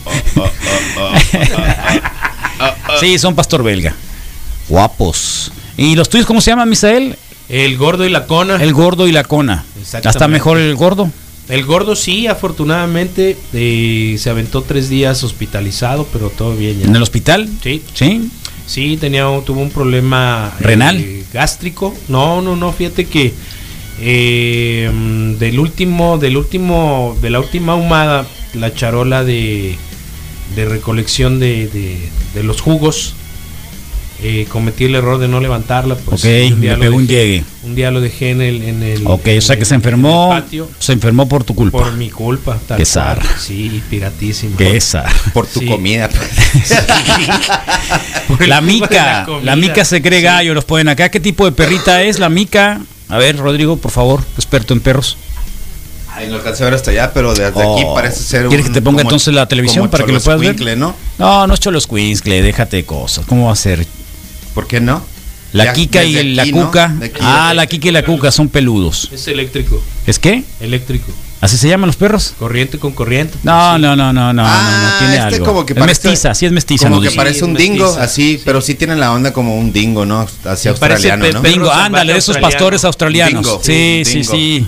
Speaker 2: oh,
Speaker 1: sí, son pastor belga. Guapos. ¿Y los tuyos cómo se llaman, Misael?
Speaker 2: El gordo y la cona.
Speaker 1: El gordo y la cona. ¿Hasta
Speaker 2: Exactamente.
Speaker 1: mejor el gordo?
Speaker 2: El gordo sí, afortunadamente eh, se aventó tres días hospitalizado, pero todo bien ya.
Speaker 1: ¿En el hospital?
Speaker 2: Sí,
Speaker 1: Sí.
Speaker 2: sí, tenía, un- tuvo un problema
Speaker 1: ¿Renal?
Speaker 2: eh, gástrico. No, no, no, fíjate que eh, mm, del último, del último, de la última ahumada, la charola de, de recolección de, de- de los jugos, eh, cometí el error de no levantarla. Pues,
Speaker 1: Ok,
Speaker 2: y
Speaker 1: le
Speaker 2: lo
Speaker 1: pegó un
Speaker 2: dejé-
Speaker 1: llegue.
Speaker 2: Un día lo dejé en el... En el
Speaker 1: Ok, o sea
Speaker 2: en
Speaker 1: que se
Speaker 2: el- en el
Speaker 1: enfermó.
Speaker 2: patio.
Speaker 1: Se enfermó por tu culpa.
Speaker 2: Por mi culpa. tal
Speaker 1: Qué
Speaker 2: cual.
Speaker 1: zarra.
Speaker 2: Sí, piratísimo.
Speaker 1: Que esa.
Speaker 3: por tu
Speaker 2: Sí.
Speaker 3: comida.
Speaker 2: Por el
Speaker 1: La
Speaker 2: culpa de
Speaker 1: mica. La,
Speaker 2: comida.
Speaker 1: mica se cree gallo, los ponen acá. ¿Qué tipo de perrita es la mica? A ver, Rodrigo, por favor, experto en perros.
Speaker 3: Ay, no alcancé a ver hasta allá, pero desde aquí
Speaker 1: Oh.
Speaker 3: parece ser
Speaker 1: ¿Quieres
Speaker 3: un-
Speaker 1: que te ponga
Speaker 3: como-
Speaker 1: entonces la televisión
Speaker 3: como
Speaker 1: para que lo puedas ver?
Speaker 3: Xoloescuincle, ¿no?
Speaker 1: No, no es Cholo Squinscle, déjate de cosas. ¿Cómo va a ser?
Speaker 3: ¿Por qué no?
Speaker 1: La
Speaker 3: Ya
Speaker 1: Kika y
Speaker 3: desde
Speaker 1: el- la
Speaker 3: aquí, ¿no?
Speaker 1: Cuca.
Speaker 3: De aquí,
Speaker 1: ah,
Speaker 3: de
Speaker 1: la
Speaker 3: aquí.
Speaker 1: Kika y la Cuca son peludos.
Speaker 2: Es eléctrico.
Speaker 1: ¿Es qué?
Speaker 2: Eléctrico.
Speaker 1: ¿Así se llaman los perros?
Speaker 2: Corriente con corriente.
Speaker 1: No, no, no, no, no, no, no,
Speaker 3: Ah,
Speaker 1: tiene
Speaker 3: este
Speaker 1: algo.
Speaker 3: como que
Speaker 1: es
Speaker 3: parece-
Speaker 1: mestiza, sí es mestiza.
Speaker 3: Como
Speaker 1: nos
Speaker 3: que
Speaker 1: dicen.
Speaker 3: parece un
Speaker 2: Sí,
Speaker 3: dingo,
Speaker 2: mestiza,
Speaker 3: así, pero sí tienen la onda como un dingo, ¿no? Así
Speaker 2: Me parece
Speaker 3: australiano,
Speaker 2: pe-
Speaker 3: ¿no?
Speaker 2: pe-
Speaker 1: Dingo,
Speaker 2: Perros en
Speaker 1: ándale,
Speaker 2: patio
Speaker 1: de esos
Speaker 2: australiano.
Speaker 1: pastores australianos.
Speaker 3: Dingo.
Speaker 1: sí, sí,
Speaker 3: Sí, dingo.
Speaker 1: sí.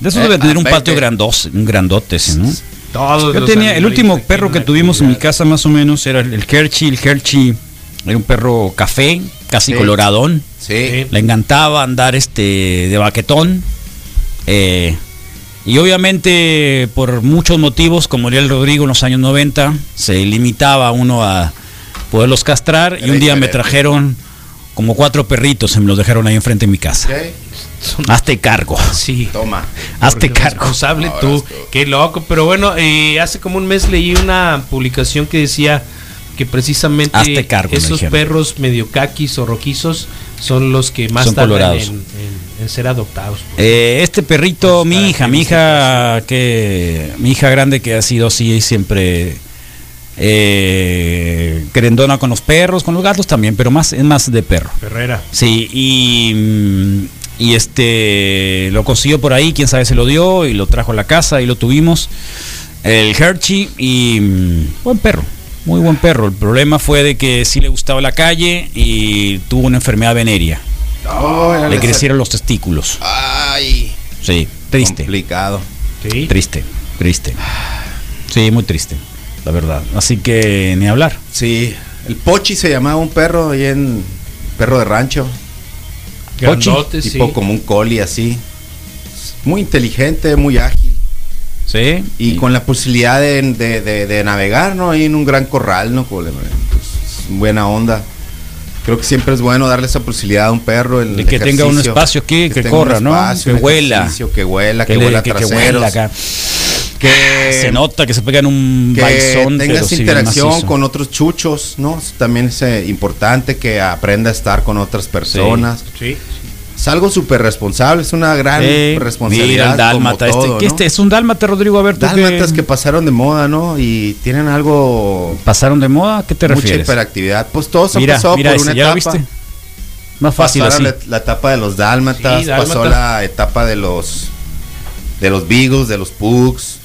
Speaker 1: De esos
Speaker 3: Eh,
Speaker 1: debe tener un
Speaker 3: vete.
Speaker 1: patio grandote, un grandote, ese, ¿no?
Speaker 2: ah, Todos
Speaker 1: Yo
Speaker 2: los
Speaker 1: tenía, el
Speaker 2: animalitos
Speaker 1: último
Speaker 2: aquí
Speaker 1: perro que
Speaker 2: una
Speaker 1: tuvimos en mi
Speaker 2: actividad.
Speaker 1: casa más o menos era el, el Kerchi, el Kerchi Era un perro café, casi
Speaker 3: Sí.
Speaker 1: coloradón.
Speaker 3: Sí.
Speaker 1: Le encantaba andar este de baquetón. eh, y obviamente por muchos motivos, como era el Rodrigo en los años 90, se limitaba uno a poderlos castrar. Y un día me trajeron como cuatro perritos y me los dejaron ahí enfrente de mi casa.
Speaker 3: Ok,
Speaker 1: Hazte cargo.
Speaker 2: Sí.
Speaker 3: Toma.
Speaker 1: Hazte
Speaker 2: Porque
Speaker 1: cargo.
Speaker 2: Responsable
Speaker 3: Ahora
Speaker 2: tú.
Speaker 3: es tú.
Speaker 2: Qué loco. Pero bueno, eh, hace como un mes leí una publicación que decía que precisamente
Speaker 1: Hazte cargo, me
Speaker 2: esos
Speaker 1: dijeron.
Speaker 2: perros medio caquis o roquizos son los que más
Speaker 1: Son
Speaker 2: tardan en,
Speaker 1: colorados.
Speaker 2: en- en ser adoptados.
Speaker 1: Eh, este perrito,
Speaker 2: Pues,
Speaker 1: mi
Speaker 2: para
Speaker 1: hija,
Speaker 2: que
Speaker 1: mi
Speaker 2: no se
Speaker 1: hija que mi hija grande que ha sido así siempre eh, querendona con los perros, con los gatos también, pero más es más de perro.
Speaker 2: Herrera.
Speaker 1: Sí, y, mm, y este lo consiguió por ahí, quién sabe se lo dio y lo trajo a la casa y lo tuvimos. El Hershey y mm, buen perro, muy buen perro. El problema fue de que sí le gustaba la calle y tuvo una enfermedad venérea.
Speaker 3: No, ya
Speaker 1: Le
Speaker 3: les-
Speaker 1: crecieron los testículos.
Speaker 3: Oh, Ah, Ay.
Speaker 1: Sí, triste.
Speaker 3: Complicado.
Speaker 2: Sí.
Speaker 1: Triste, triste. Sí, muy triste, la verdad. Así que ni hablar.
Speaker 3: Sí. El Pochi se llamaba un perro ahí en perro de rancho.
Speaker 1: Este
Speaker 2: Grandotes, sí.
Speaker 3: tipo como un collie así. Muy inteligente, muy ágil.
Speaker 1: Sí.
Speaker 3: Y con la posibilidad de, de- de- de navegar, ¿no? Ahí en un gran corral, ¿no? Como le- pues, buena onda. Creo que siempre es bueno darle esa posibilidad a un perro. El
Speaker 1: De que tenga un
Speaker 3: ejercicio.
Speaker 1: espacio aquí, que
Speaker 3: tenga
Speaker 1: corra,
Speaker 3: un
Speaker 1: ¿no?
Speaker 3: espacio,
Speaker 1: Que
Speaker 3: un
Speaker 1: huela.
Speaker 3: ejercicio, Que huela, que,
Speaker 1: le-
Speaker 3: huela
Speaker 1: que- que
Speaker 3: traseros.
Speaker 1: huela acá.
Speaker 3: Que
Speaker 1: se nota que se pega en un
Speaker 3: que
Speaker 1: balsón. pero
Speaker 3: tengas
Speaker 1: sí bien
Speaker 3: interacción
Speaker 1: macizo.
Speaker 3: con otros chuchos, ¿no? Eso También es eh, importante que aprenda a estar con otras personas.
Speaker 2: Sí.
Speaker 3: Es algo súper responsable, es una gran
Speaker 1: Sí.
Speaker 3: responsabilidad.
Speaker 1: Mira el dálmata.
Speaker 3: como
Speaker 1: Este,
Speaker 3: todo,
Speaker 1: ¿qué
Speaker 3: ¿no?
Speaker 1: este es un dálmata, Rodrigo. A ver, tú
Speaker 3: Dálmatas
Speaker 1: que-
Speaker 3: que pasaron de moda, ¿no? Y tienen algo
Speaker 1: pasaron de moda. ¿A qué te
Speaker 3: mucha
Speaker 1: refieres?
Speaker 3: hiperactividad. Pues todos han
Speaker 1: Mira,
Speaker 3: pasado
Speaker 1: mira
Speaker 3: por
Speaker 1: ese,
Speaker 3: una
Speaker 1: ¿ya lo
Speaker 3: etapa.
Speaker 1: viste? Más fácil
Speaker 3: Pasaron
Speaker 1: así.
Speaker 3: la, la etapa de los dálmatas,
Speaker 2: Sí,
Speaker 3: pasó
Speaker 2: dálmatas.
Speaker 3: la etapa de los de los beagles, de los pugs,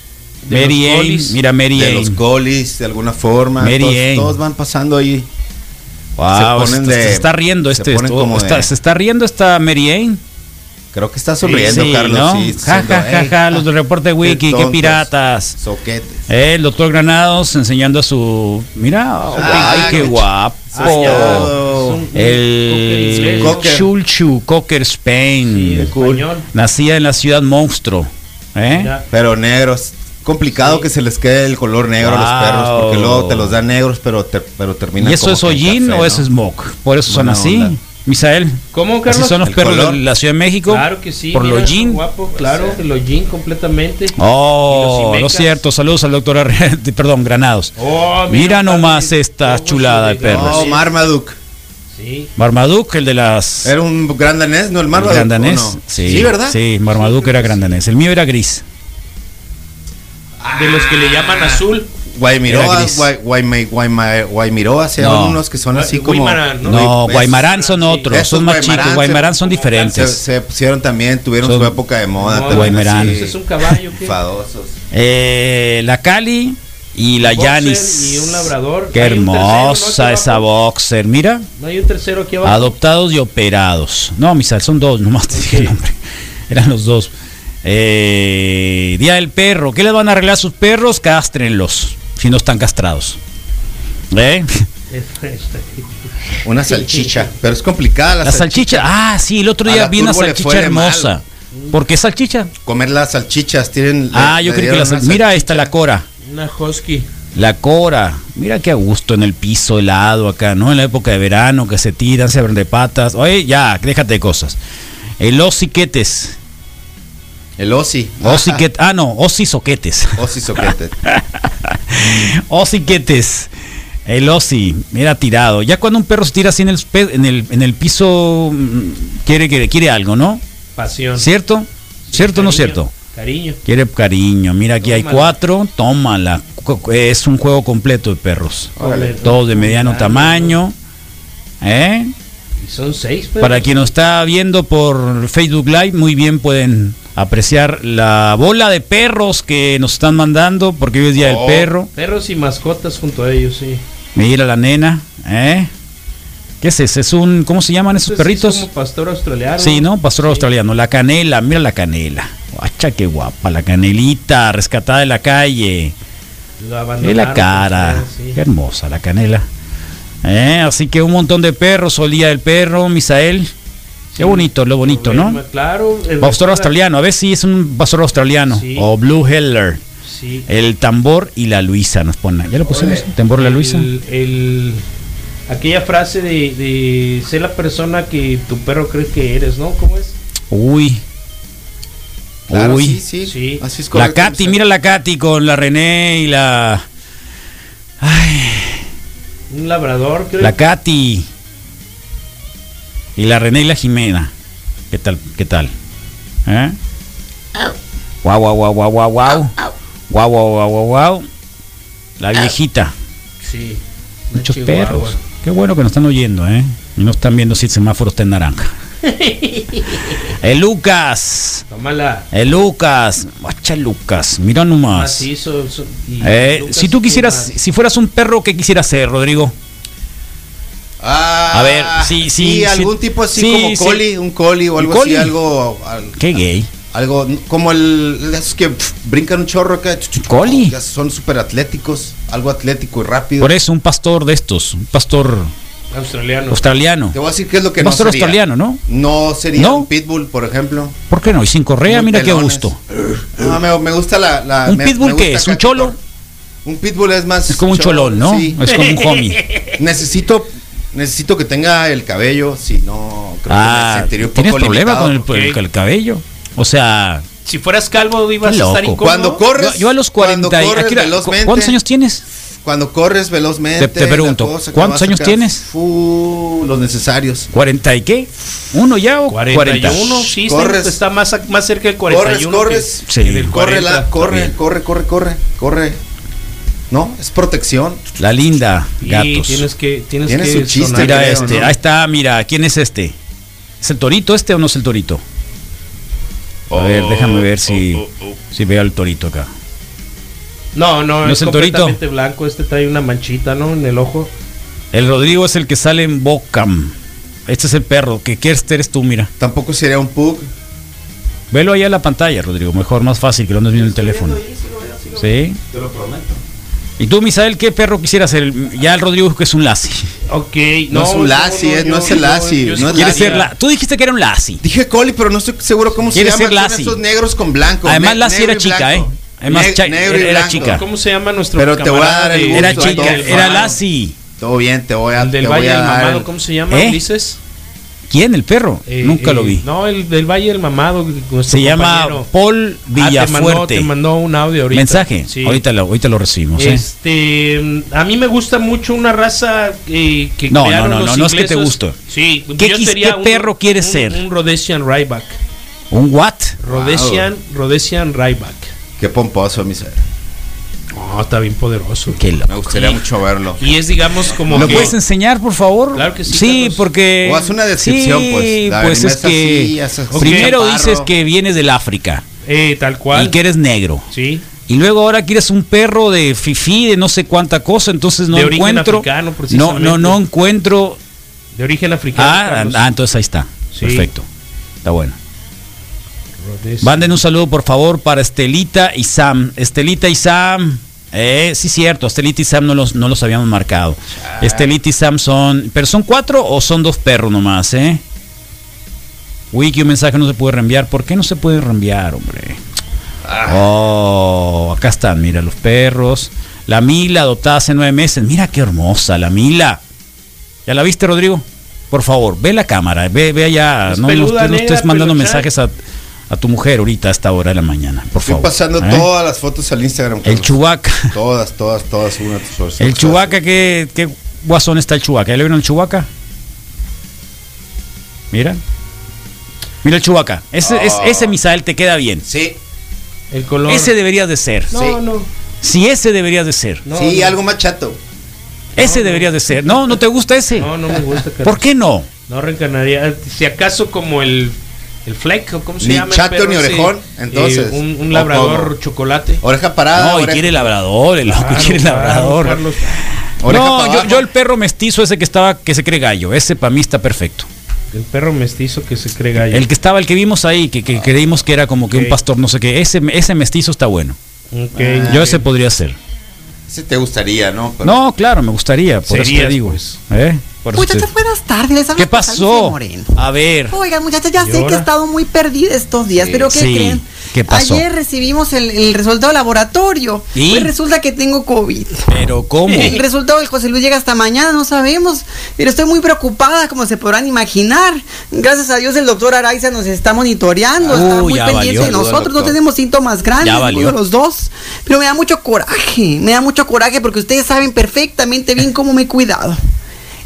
Speaker 2: de
Speaker 1: Mary
Speaker 2: los
Speaker 1: Jane,
Speaker 2: colis,
Speaker 1: mira Mary
Speaker 3: de los
Speaker 1: Jane.
Speaker 3: collies, de alguna forma.
Speaker 1: Mary
Speaker 3: todos,
Speaker 1: Jane.
Speaker 3: todos van pasando
Speaker 1: Wow,
Speaker 3: ahí. se
Speaker 1: se,
Speaker 3: ponen
Speaker 1: Ah, pues, se
Speaker 3: de-
Speaker 1: está riendo
Speaker 3: se
Speaker 1: este.
Speaker 3: ponen
Speaker 1: esto-
Speaker 3: como
Speaker 1: está-
Speaker 3: de-
Speaker 1: se está riendo esta Mary Jane.
Speaker 3: Creo que está sonriendo,
Speaker 1: Sí,
Speaker 3: Carlos.
Speaker 1: ¿no?
Speaker 3: sí,
Speaker 1: Ja,
Speaker 3: diciendo,
Speaker 1: ja, ja,
Speaker 3: "Ey,
Speaker 1: ja, los del reporte wiki, qué
Speaker 3: tontos,
Speaker 1: piratas".
Speaker 3: Soquetes.
Speaker 1: Eh, El doctor Granados enseñando a su. Mira, ay, qué
Speaker 3: qué
Speaker 1: Ah, guapo.
Speaker 3: Soñado.
Speaker 1: El
Speaker 3: Cocker.
Speaker 1: Chulchu Cocker
Speaker 2: de
Speaker 1: Spain.
Speaker 2: español.
Speaker 1: Nacida en la ciudad monstruo. ¿eh?
Speaker 2: Mira.
Speaker 3: Pero negros. Complicado que se les quede el color negro a
Speaker 1: Wow.
Speaker 3: los perros, porque luego te los dan negros, pero, te- pero terminan
Speaker 1: ¿Y eso
Speaker 3: como
Speaker 1: es
Speaker 3: que en
Speaker 1: hollín
Speaker 3: café,
Speaker 1: o
Speaker 3: ¿no?
Speaker 1: es smoke? Por eso son
Speaker 3: Buena
Speaker 1: así.
Speaker 3: onda.
Speaker 1: Misael.
Speaker 2: ¿Cómo,
Speaker 1: Así
Speaker 2: Carlos?
Speaker 1: son los
Speaker 3: El
Speaker 1: perros
Speaker 3: color.
Speaker 1: de la Ciudad de México.
Speaker 2: Claro que sí.
Speaker 1: Por
Speaker 2: mira,
Speaker 1: lo jean.
Speaker 2: Guapo, claro, lo jean completamente.
Speaker 1: Oh,
Speaker 2: Y los
Speaker 1: lo
Speaker 2: Imecas.
Speaker 1: cierto. Saludos al doctor Arre- perdón, Granados.
Speaker 2: Oh,
Speaker 1: Mira nomás
Speaker 2: padre,
Speaker 1: esta
Speaker 2: ojo,
Speaker 1: chulada de
Speaker 2: sí,
Speaker 1: perros.
Speaker 3: No,
Speaker 2: sí,
Speaker 3: Marmaduke.
Speaker 2: Sí.
Speaker 1: Marmaduke, el de las.
Speaker 3: Era un gran danés, ¿no? El Marmaduke.
Speaker 1: ¿El gran
Speaker 3: ¿o
Speaker 1: danés?
Speaker 3: no?
Speaker 1: Sí,
Speaker 3: ¿verdad?
Speaker 1: Sí, Marmaduke era gran danés. El mío era gris.
Speaker 2: De los que le llaman azul.
Speaker 3: Guaymiroa,
Speaker 1: Era gris.
Speaker 3: Guay- Guayme- Guayma- Guaymiroa, se
Speaker 1: No.
Speaker 3: llaman unos que son así como.
Speaker 2: Guaymarán, ¿no?
Speaker 1: No,
Speaker 3: Pues,
Speaker 1: Guaymarán son
Speaker 2: sí.
Speaker 1: otros,
Speaker 3: Estos
Speaker 1: son más chicos.
Speaker 3: Guaymarán
Speaker 1: Guaymarán
Speaker 3: se-
Speaker 1: son
Speaker 3: Se,
Speaker 1: diferentes.
Speaker 3: se pusieron también, tuvieron
Speaker 1: Son-
Speaker 3: su época de moda.
Speaker 2: No,
Speaker 3: también
Speaker 1: Guaymarán.
Speaker 3: así,
Speaker 2: Es un caballo. ¿qué?
Speaker 3: Enfadosos.
Speaker 1: Eh, la Cali y la
Speaker 2: Boxer
Speaker 1: Yanis.
Speaker 2: y un labrador.
Speaker 1: Qué
Speaker 2: Hay un tercero, ¿no?
Speaker 1: hermosa
Speaker 2: Aquí
Speaker 1: esa boxer. Mira,
Speaker 2: No hay un tercero aquí abajo.
Speaker 1: adoptados y operados. No, misal, son dos, nomás te dije el nombre. Eran los dos. Eh, Día del perro. ¿Qué les van a arreglar a sus perros? Cástrenlos, si no están castrados. ¿Eh?
Speaker 2: Este,
Speaker 3: Una salchicha. Pero es complicada la,
Speaker 1: La salchicha. Ah, sí, el otro
Speaker 3: A
Speaker 1: día
Speaker 3: la
Speaker 1: vi una
Speaker 3: Turbo le fue
Speaker 1: salchicha
Speaker 3: de
Speaker 1: hermosa. ¿Por qué salchicha?
Speaker 3: Comer las salchichas, tienen.
Speaker 1: Ah,
Speaker 3: le-
Speaker 1: yo
Speaker 3: le
Speaker 1: creo que la
Speaker 3: dieron
Speaker 1: sal-
Speaker 3: una
Speaker 1: Mira,
Speaker 3: salchicha.
Speaker 1: ahí está la Cora.
Speaker 2: Una husky.
Speaker 1: La Cora. Mira qué a gusto en el piso helado acá, ¿no? En la época de verano que se tiran, se abren de patas. Oye, ya, déjate de cosas. Eh, los siquetes.
Speaker 3: El osi.
Speaker 1: Osiquet, ah, no, osisoquetes.
Speaker 3: Osi soquete.
Speaker 1: Osiquetes. El osi, mira tirado. Ya cuando un perro se tira así en el, pe- en el, en el piso, mm, quiere, quiere, quiere algo, ¿no?
Speaker 2: Pasión.
Speaker 1: ¿Cierto? ¿Cierto o no
Speaker 2: Cariño,
Speaker 1: cierto?
Speaker 2: Cariño.
Speaker 1: Quiere cariño. Mira, aquí hay
Speaker 2: Tómala.
Speaker 1: cuatro. Tómala. Co- Es un juego completo de perros. Todos de mediano tamaño. ¿Eh?
Speaker 2: Y son seis, pues. pero.
Speaker 1: Para quien nos está viendo por Facebook Live, muy bien pueden apreciar la bola de perros que nos están mandando, porque hoy es Día
Speaker 3: Oh.
Speaker 1: del Perro.
Speaker 2: Perros y mascotas junto a ellos, sí.
Speaker 1: Mira la nena. ¿eh? ¿Qué es ese? ¿Es un, ¿Cómo se llaman esos
Speaker 2: Entonces,
Speaker 1: perritos?
Speaker 2: sí, Pues, es como pastor australiano.
Speaker 1: Sí, ¿no? Pastor
Speaker 2: Sí.
Speaker 1: australiano. La canela, mira la canela. Guacha, qué guapa. La canelita, rescatada de la calle.
Speaker 2: Lo
Speaker 1: Y
Speaker 2: abandonaron.
Speaker 1: Eh,
Speaker 2: pues,
Speaker 1: la cara.
Speaker 2: sí.
Speaker 1: Qué hermosa la canela. Eh, así que un montón de perros, olía el perro, Misael. Qué bonito, lo bonito, ¿no?
Speaker 2: Claro. el-
Speaker 1: Pastor australiano, a ver si es un pastor australiano.
Speaker 2: Sí.
Speaker 1: O Blue Heller.
Speaker 2: Sí.
Speaker 1: El tambor y la Luisa nos pone. ¿Ya lo pusimos? Tambor y la Luisa.
Speaker 2: El, el- aquella frase de, de ser la persona que tu perro cree que eres, ¿no? ¿Cómo es?
Speaker 1: Uy.
Speaker 3: Claro,
Speaker 1: Uy.
Speaker 3: sí, sí,
Speaker 2: Sí.
Speaker 3: Así es
Speaker 1: La
Speaker 3: correcto,
Speaker 1: Katy,
Speaker 3: Misael.
Speaker 1: mira la Katy con la René y la.
Speaker 2: Un labrador, creo.
Speaker 1: La Katy. Y la René y la Jimena. ¿Qué tal? ¿Qué tal? ¿Eh? Guau, guau, guau, guau, guau, guau. Guau, guau, guau, guau, guau. La viejita.
Speaker 2: sí. una
Speaker 1: Muchos
Speaker 2: chihuahua.
Speaker 1: perros. Qué bueno que nos están oyendo, ¿eh? Y no están viendo si el semáforo está en naranja. el Lucas.
Speaker 2: Tómala.
Speaker 1: El Lucas. Guacha Lucas. Mira
Speaker 2: ah,
Speaker 1: nomás.
Speaker 2: Macizo, so- y
Speaker 1: Ah, Eh,
Speaker 2: Lucas
Speaker 1: si tú quisieras,
Speaker 2: Pumas.
Speaker 1: si fueras un perro, ¿qué quisieras ser, Rodrigo?
Speaker 3: Ah,
Speaker 1: A ver, sí, sí, sí.
Speaker 3: algún tipo así
Speaker 1: Sí,
Speaker 3: como
Speaker 1: sí.
Speaker 3: Collie, un Collie o
Speaker 1: ¿Un
Speaker 3: algo
Speaker 1: collie?
Speaker 3: así, algo. al-
Speaker 1: Qué gay.
Speaker 3: Algo n- como el. Esos que pf, brincan un chorro acá. chu, chu, chu,
Speaker 1: Collie.
Speaker 3: ya son súper atléticos. Algo atlético y rápido.
Speaker 1: Por eso, un pastor de estos, un pastor
Speaker 2: Australiano.
Speaker 1: australiano.
Speaker 3: Te voy a decir qué es lo que
Speaker 1: Un
Speaker 3: no
Speaker 1: pastor
Speaker 3: sería.
Speaker 1: australiano, ¿no?
Speaker 3: No sería
Speaker 1: ¿No?
Speaker 3: un pitbull, por ejemplo.
Speaker 1: ¿Por qué no? Y sin correa,
Speaker 3: Muy
Speaker 1: mira qué
Speaker 3: pelones.
Speaker 1: gusto.
Speaker 3: No, me, me gusta la. la-
Speaker 1: ¿Un
Speaker 3: me-
Speaker 1: pitbull
Speaker 3: me
Speaker 1: qué
Speaker 3: gusta
Speaker 1: es? ¿Un
Speaker 3: acá,
Speaker 1: cholo?
Speaker 3: Un pitbull es más.
Speaker 1: Es como un
Speaker 3: cholo,
Speaker 1: cholón, ¿no?
Speaker 3: sí.
Speaker 1: Es como un homie.
Speaker 3: Necesito. Necesito que tenga el cabello, si no, creo que me
Speaker 1: Ah,
Speaker 3: sentiría un
Speaker 1: ¿tienes
Speaker 3: poco
Speaker 1: problema
Speaker 3: limitado,
Speaker 1: con el,
Speaker 2: porque-
Speaker 1: con el cabello? O sea,
Speaker 2: Si fueras calvo, ibas
Speaker 1: Qué
Speaker 2: a estar
Speaker 1: loco.
Speaker 2: incómodo.
Speaker 3: Cuando corres,
Speaker 1: yo, yo a los
Speaker 3: cuando
Speaker 1: 40 y-
Speaker 3: corres
Speaker 1: ¿a qué hora-
Speaker 3: velozmente,
Speaker 1: ¿Cuántos años tienes?
Speaker 3: Cuando corres velozmente,
Speaker 1: Te- te
Speaker 3: la
Speaker 1: pregunto,
Speaker 3: cosa que
Speaker 1: ¿cuántos
Speaker 3: vas a
Speaker 1: años
Speaker 3: sacar,
Speaker 1: tienes?
Speaker 3: fu, los necesarios.
Speaker 1: ¿40 y qué? ¿Uno ya o 40?
Speaker 2: 41, sí,
Speaker 3: Corres.
Speaker 2: está- está más, más cerca del 41.
Speaker 3: corres,
Speaker 2: que-
Speaker 1: Sí.
Speaker 2: que del
Speaker 3: Corre,
Speaker 2: 40.
Speaker 3: la, corre,
Speaker 1: bien.
Speaker 3: corre, corre, corre, corre. No, es protección.
Speaker 1: La linda,
Speaker 2: Y
Speaker 1: gatos.
Speaker 2: tienes que. Tienes
Speaker 3: Tiene
Speaker 2: que
Speaker 3: su chiste,
Speaker 2: sonar.
Speaker 1: Mira
Speaker 3: creo,
Speaker 1: este,
Speaker 3: ¿no?
Speaker 1: ahí está, mira, ¿quién es este? ¿Es el torito este o no es el torito? A ver, déjame ver si, si veo al torito acá.
Speaker 2: No, no,
Speaker 1: ¿No es
Speaker 2: es
Speaker 1: el torito?
Speaker 2: completamente blanco. Este trae una manchita, ¿no? En el ojo.
Speaker 1: El Rodrigo es el que sale en Bocam. Este es el perro, que quieres eres tú, mira.
Speaker 3: Tampoco sería un pug.
Speaker 1: Velo ahí a la pantalla, Rodrigo, mejor, más fácil que lo andes viendo el teléfono. Sí. Te lo prometo. ¿Y tú, Misael, qué perro quisieras ser? Ya el Rodrigo dijo que es un lazi.
Speaker 2: Ok,
Speaker 3: No es un lassi, eh, no es el lassi,
Speaker 2: yo
Speaker 3: no
Speaker 2: sí
Speaker 3: es
Speaker 1: ¿Quieres
Speaker 3: Lassi.
Speaker 1: ser la... Tú dijiste que era un lazi.
Speaker 3: Dije Coli, pero no estoy seguro cómo se
Speaker 1: Quiere
Speaker 3: llama.
Speaker 1: ser
Speaker 3: Son
Speaker 1: Lassie.
Speaker 3: esos negros con blanco.
Speaker 1: Además,
Speaker 3: ne-
Speaker 1: Lassie era
Speaker 3: negro y
Speaker 1: chica,
Speaker 3: blanco.
Speaker 1: ¿eh? Además,
Speaker 3: Ne-
Speaker 1: cha-
Speaker 3: negro y
Speaker 1: era
Speaker 3: blanco.
Speaker 1: chica.
Speaker 2: ¿Cómo se llama nuestro
Speaker 3: Pero te voy a
Speaker 2: camarada
Speaker 3: dar el
Speaker 2: de-
Speaker 1: Era
Speaker 3: Justo, todo
Speaker 1: chica, era
Speaker 3: fumado.
Speaker 1: lazi.
Speaker 3: Todo bien, te
Speaker 1: Ah,
Speaker 3: voy a.
Speaker 2: El del
Speaker 3: te voy
Speaker 2: Valle
Speaker 3: a
Speaker 2: del
Speaker 3: dar
Speaker 2: Mamado,
Speaker 3: el-
Speaker 2: ¿cómo se llama,
Speaker 1: ¿Eh?
Speaker 2: Ulises?
Speaker 1: ¿Quién? ¿El perro?
Speaker 2: Eh,
Speaker 1: Nunca
Speaker 2: eh,
Speaker 1: lo vi.
Speaker 2: No, el del Valle del Mamado. nuestro
Speaker 1: Se llama
Speaker 2: compañero.
Speaker 1: Paul
Speaker 2: Ah, te mandó,
Speaker 1: Villafuerte.
Speaker 2: te mandó un audio ahorita.
Speaker 1: Mensaje.
Speaker 2: Sí.
Speaker 1: Ahorita, lo, ahorita lo recibimos. ¿eh?
Speaker 2: Este, a mí me gusta mucho una raza eh, que
Speaker 1: No,
Speaker 2: crearon
Speaker 1: no, no,
Speaker 2: los
Speaker 1: no es que te
Speaker 2: inglesos.
Speaker 1: guste.
Speaker 2: Sí,
Speaker 1: ¿Qué
Speaker 2: yo
Speaker 1: quis-
Speaker 2: sería
Speaker 1: qué perro quieres
Speaker 2: un-
Speaker 1: ser?
Speaker 2: Un Rhodesian Ryback.
Speaker 1: ¿Un what?
Speaker 2: Rhodesian, Rhodesian Ryback.
Speaker 3: Qué pomposo, mi ser.
Speaker 2: Oh, está bien poderoso.
Speaker 1: Qué loco.
Speaker 3: Me gustaría mucho verlo.
Speaker 2: Y es digamos como
Speaker 1: ¿Me
Speaker 2: que-
Speaker 1: puedes enseñar, por favor?
Speaker 2: Claro que sí, Carlos.
Speaker 1: porque.
Speaker 3: O haz una descripción,
Speaker 1: sí,
Speaker 3: pues. La
Speaker 1: pues
Speaker 3: verdad,
Speaker 1: es
Speaker 3: esta
Speaker 1: que.
Speaker 3: sí, esa es-
Speaker 1: primero
Speaker 3: Ok.
Speaker 1: dices que vienes del África
Speaker 2: eh, tal cual.
Speaker 1: y que eres negro.
Speaker 2: Sí.
Speaker 1: Y luego ahora quieres un perro de fifí, de no sé cuánta cosa, entonces no
Speaker 2: De origen
Speaker 1: encuentro.
Speaker 2: africano,
Speaker 1: no,
Speaker 2: precisamente.
Speaker 1: no, no encuentro.
Speaker 2: De origen africano.
Speaker 1: Ah,
Speaker 2: Carlos.
Speaker 1: ah, entonces ahí está.
Speaker 2: Sí.
Speaker 1: Perfecto. Está bueno. ah.
Speaker 2: Rhodesian.
Speaker 1: Manden un saludo, por favor, para Estelita y Sam. Estelita y Sam. Eh, sí, cierto, Estelita y Sam no los, no los habíamos marcado. Estelita y Sam son. ¿Pero son cuatro o son dos perros nomás, eh? Wiki, un mensaje no se puede reenviar. ¿Por qué no se puede reenviar, hombre?
Speaker 2: Ah.
Speaker 1: Oh, acá están, mira, los perros. La Mila, adoptada hace nueve meses. Mira qué hermosa, la Mila. ¿Ya la viste, Rodrigo? Por favor, ve la cámara, ve, ve allá.
Speaker 2: Es
Speaker 1: No, no,
Speaker 2: Pues peluda,
Speaker 1: estés- no estés
Speaker 2: negra,
Speaker 1: mandando
Speaker 2: peluchá.
Speaker 1: mensajes a, a tu mujer ahorita a esta hora de la mañana, por
Speaker 3: Estoy
Speaker 1: favor.
Speaker 3: pasando
Speaker 1: ¿eh?
Speaker 3: todas las fotos al Instagram.
Speaker 1: El
Speaker 3: Carlos.
Speaker 1: Chubaca.
Speaker 3: Todas, todas, todas. Una de tus fotos.
Speaker 1: El Chubaca, ¿qué, ¿qué guasón está el Chubaca? ¿Ya le vieron el Chubaca? Mira. Mira el Chubaca. Ese, es- ese Misael te queda bien.
Speaker 3: Sí,
Speaker 2: El color.
Speaker 1: Ese deberías de ser.
Speaker 2: no,
Speaker 3: Sí.
Speaker 2: no,
Speaker 1: Si ese deberías de ser.
Speaker 2: no.
Speaker 3: sí,
Speaker 2: no.
Speaker 3: algo más chato.
Speaker 1: Ese deberías de ser. No, no te gusta ese.
Speaker 2: No, no me gusta. Carlos.
Speaker 1: ¿Por qué no?
Speaker 2: No reencarnaría. Si acaso como el, el Fleck, ¿o ¿cómo se
Speaker 3: Ni
Speaker 2: llama? el
Speaker 3: chato
Speaker 2: perro
Speaker 3: ni
Speaker 2: ese?
Speaker 3: orejón, entonces.
Speaker 2: Eh, un, un
Speaker 3: ¿O
Speaker 2: labrador
Speaker 3: cómo?
Speaker 2: chocolate.
Speaker 3: Oreja parada.
Speaker 1: No, y
Speaker 3: oreja-
Speaker 1: quiere labrador, el loco
Speaker 2: Claro,
Speaker 1: quiere
Speaker 2: claro,
Speaker 1: labrador.
Speaker 2: Carlos.
Speaker 3: oreja
Speaker 1: no,
Speaker 3: para
Speaker 1: yo,
Speaker 3: abajo.
Speaker 1: yo el perro mestizo ese que estaba, que se cree gallo, ese para mí está perfecto.
Speaker 2: El perro mestizo que se cree gallo.
Speaker 1: El que estaba, el que vimos ahí, que, que creímos que era como que
Speaker 2: Ok.
Speaker 1: un pastor, no sé qué, ese, ese mestizo está bueno.
Speaker 2: Ok.
Speaker 1: Yo ese podría ser.
Speaker 3: Sí te gustaría, ¿no? Pero-
Speaker 1: No, claro, me gustaría, por eso te
Speaker 2: Serías,
Speaker 1: digo.
Speaker 2: pues.
Speaker 1: ¿eh? Por eso te-
Speaker 6: Muchachas, buenas tardes. Les habla
Speaker 1: ¿Qué
Speaker 6: José Alicia
Speaker 1: pasó?
Speaker 6: Moreno.
Speaker 1: A ver.
Speaker 6: Oigan, muchachas, ya sé que
Speaker 2: Llora.
Speaker 6: he estado muy perdida estos días, pero ¿qué
Speaker 1: Sí.
Speaker 6: creen?
Speaker 1: ¿Qué pasó?
Speaker 6: Ayer recibimos el, el resultado del laboratorio.
Speaker 1: ¿Y?
Speaker 6: Pues resulta que tengo COVID.
Speaker 1: Pero ¿cómo?
Speaker 6: El resultado del José Luis llega hasta mañana, no sabemos. Pero estoy muy preocupada, como se podrán imaginar. Gracias a Dios el doctor Araiza nos está monitoreando,
Speaker 1: Ah,
Speaker 6: está
Speaker 1: uy,
Speaker 6: muy
Speaker 1: ya
Speaker 6: pendiente
Speaker 1: valió.
Speaker 6: de nosotros. No
Speaker 3: Doctor.
Speaker 6: tenemos síntomas grandes,
Speaker 1: Ya
Speaker 6: ninguno
Speaker 1: valió.
Speaker 6: de los dos. Pero me da mucho coraje, me da mucho coraje porque ustedes saben perfectamente bien cómo me he cuidado.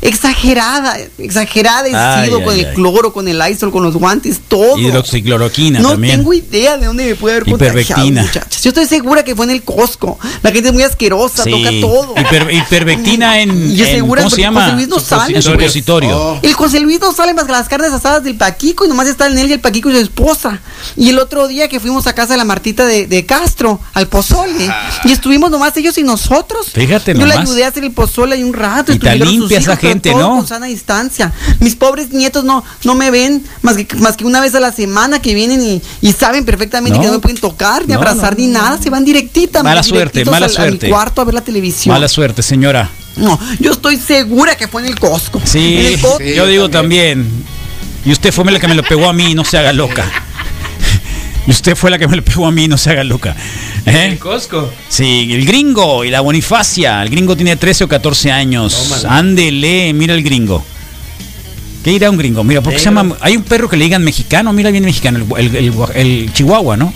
Speaker 6: Exagerada, exagerada he
Speaker 1: Ay,
Speaker 6: sido
Speaker 1: ay,
Speaker 6: con el
Speaker 1: ay.
Speaker 6: cloro, con el Lysol, con los guantes, todo.
Speaker 1: Hidroxicloroquina
Speaker 6: No
Speaker 1: también.
Speaker 6: tengo idea de dónde me puede haber contagiado,
Speaker 1: Ivermectina.
Speaker 6: muchachas. Yo estoy segura que fue en el Costco. La gente es muy asquerosa, toca todo.
Speaker 1: Hiper- hipervectina en,
Speaker 6: Y yo
Speaker 1: en-
Speaker 6: segura
Speaker 1: ¿cómo se
Speaker 6: porque
Speaker 1: llama?
Speaker 6: José Luis no sale. pues.
Speaker 1: En supositorio.
Speaker 3: Oh.
Speaker 6: El José Luis no sale más que las carnes asadas del Paquico y nomás están en él y el Paquico y su esposa. Y el otro día que fuimos a casa de la Martita de, de Castro, al pozole, y estuvimos nomás ellos y nosotros.
Speaker 1: Fíjate
Speaker 6: Yo le
Speaker 1: nomás.
Speaker 6: ayudé a hacer el pozole ahí un rato.
Speaker 1: Y tan
Speaker 6: estuvieron sus
Speaker 1: limpia esa
Speaker 6: hijos, pero
Speaker 1: gente,
Speaker 6: todo
Speaker 1: ¿no?
Speaker 6: Con sana distancia. Mis pobres nietos no, no me ven más que, más que una vez a la semana que vienen y, y saben perfectamente
Speaker 1: No.
Speaker 6: que no me pueden tocar, ni
Speaker 1: No,
Speaker 6: abrazar,
Speaker 1: no,
Speaker 6: ni nada. Se van directita.
Speaker 1: Mala
Speaker 6: directitos
Speaker 1: suerte, mala
Speaker 6: al- a mi
Speaker 1: suerte.
Speaker 6: cuarto a ver la televisión.
Speaker 1: Mala suerte, señora.
Speaker 6: No, yo estoy segura que fue en el Costco. En
Speaker 1: Sí,
Speaker 6: el Costco.
Speaker 3: Sí,
Speaker 1: yo
Speaker 3: yo
Speaker 1: digo también. Y usted fue la que me lo pegó a mí, no se haga loca. Y usted fue la que me lo pegó a mí, no se haga loca. ¿Eh?
Speaker 2: El Costco.
Speaker 1: Sí, el gringo y la Bonifacia. El gringo tiene 13 o 14 años.
Speaker 2: Tómala.
Speaker 1: Ándele, mira el gringo. ¿Qué irá un gringo? Mira, porque se llama. Hay un perro que le digan mexicano, mira bien mexicano, el, el- el- el chihuahua, ¿no?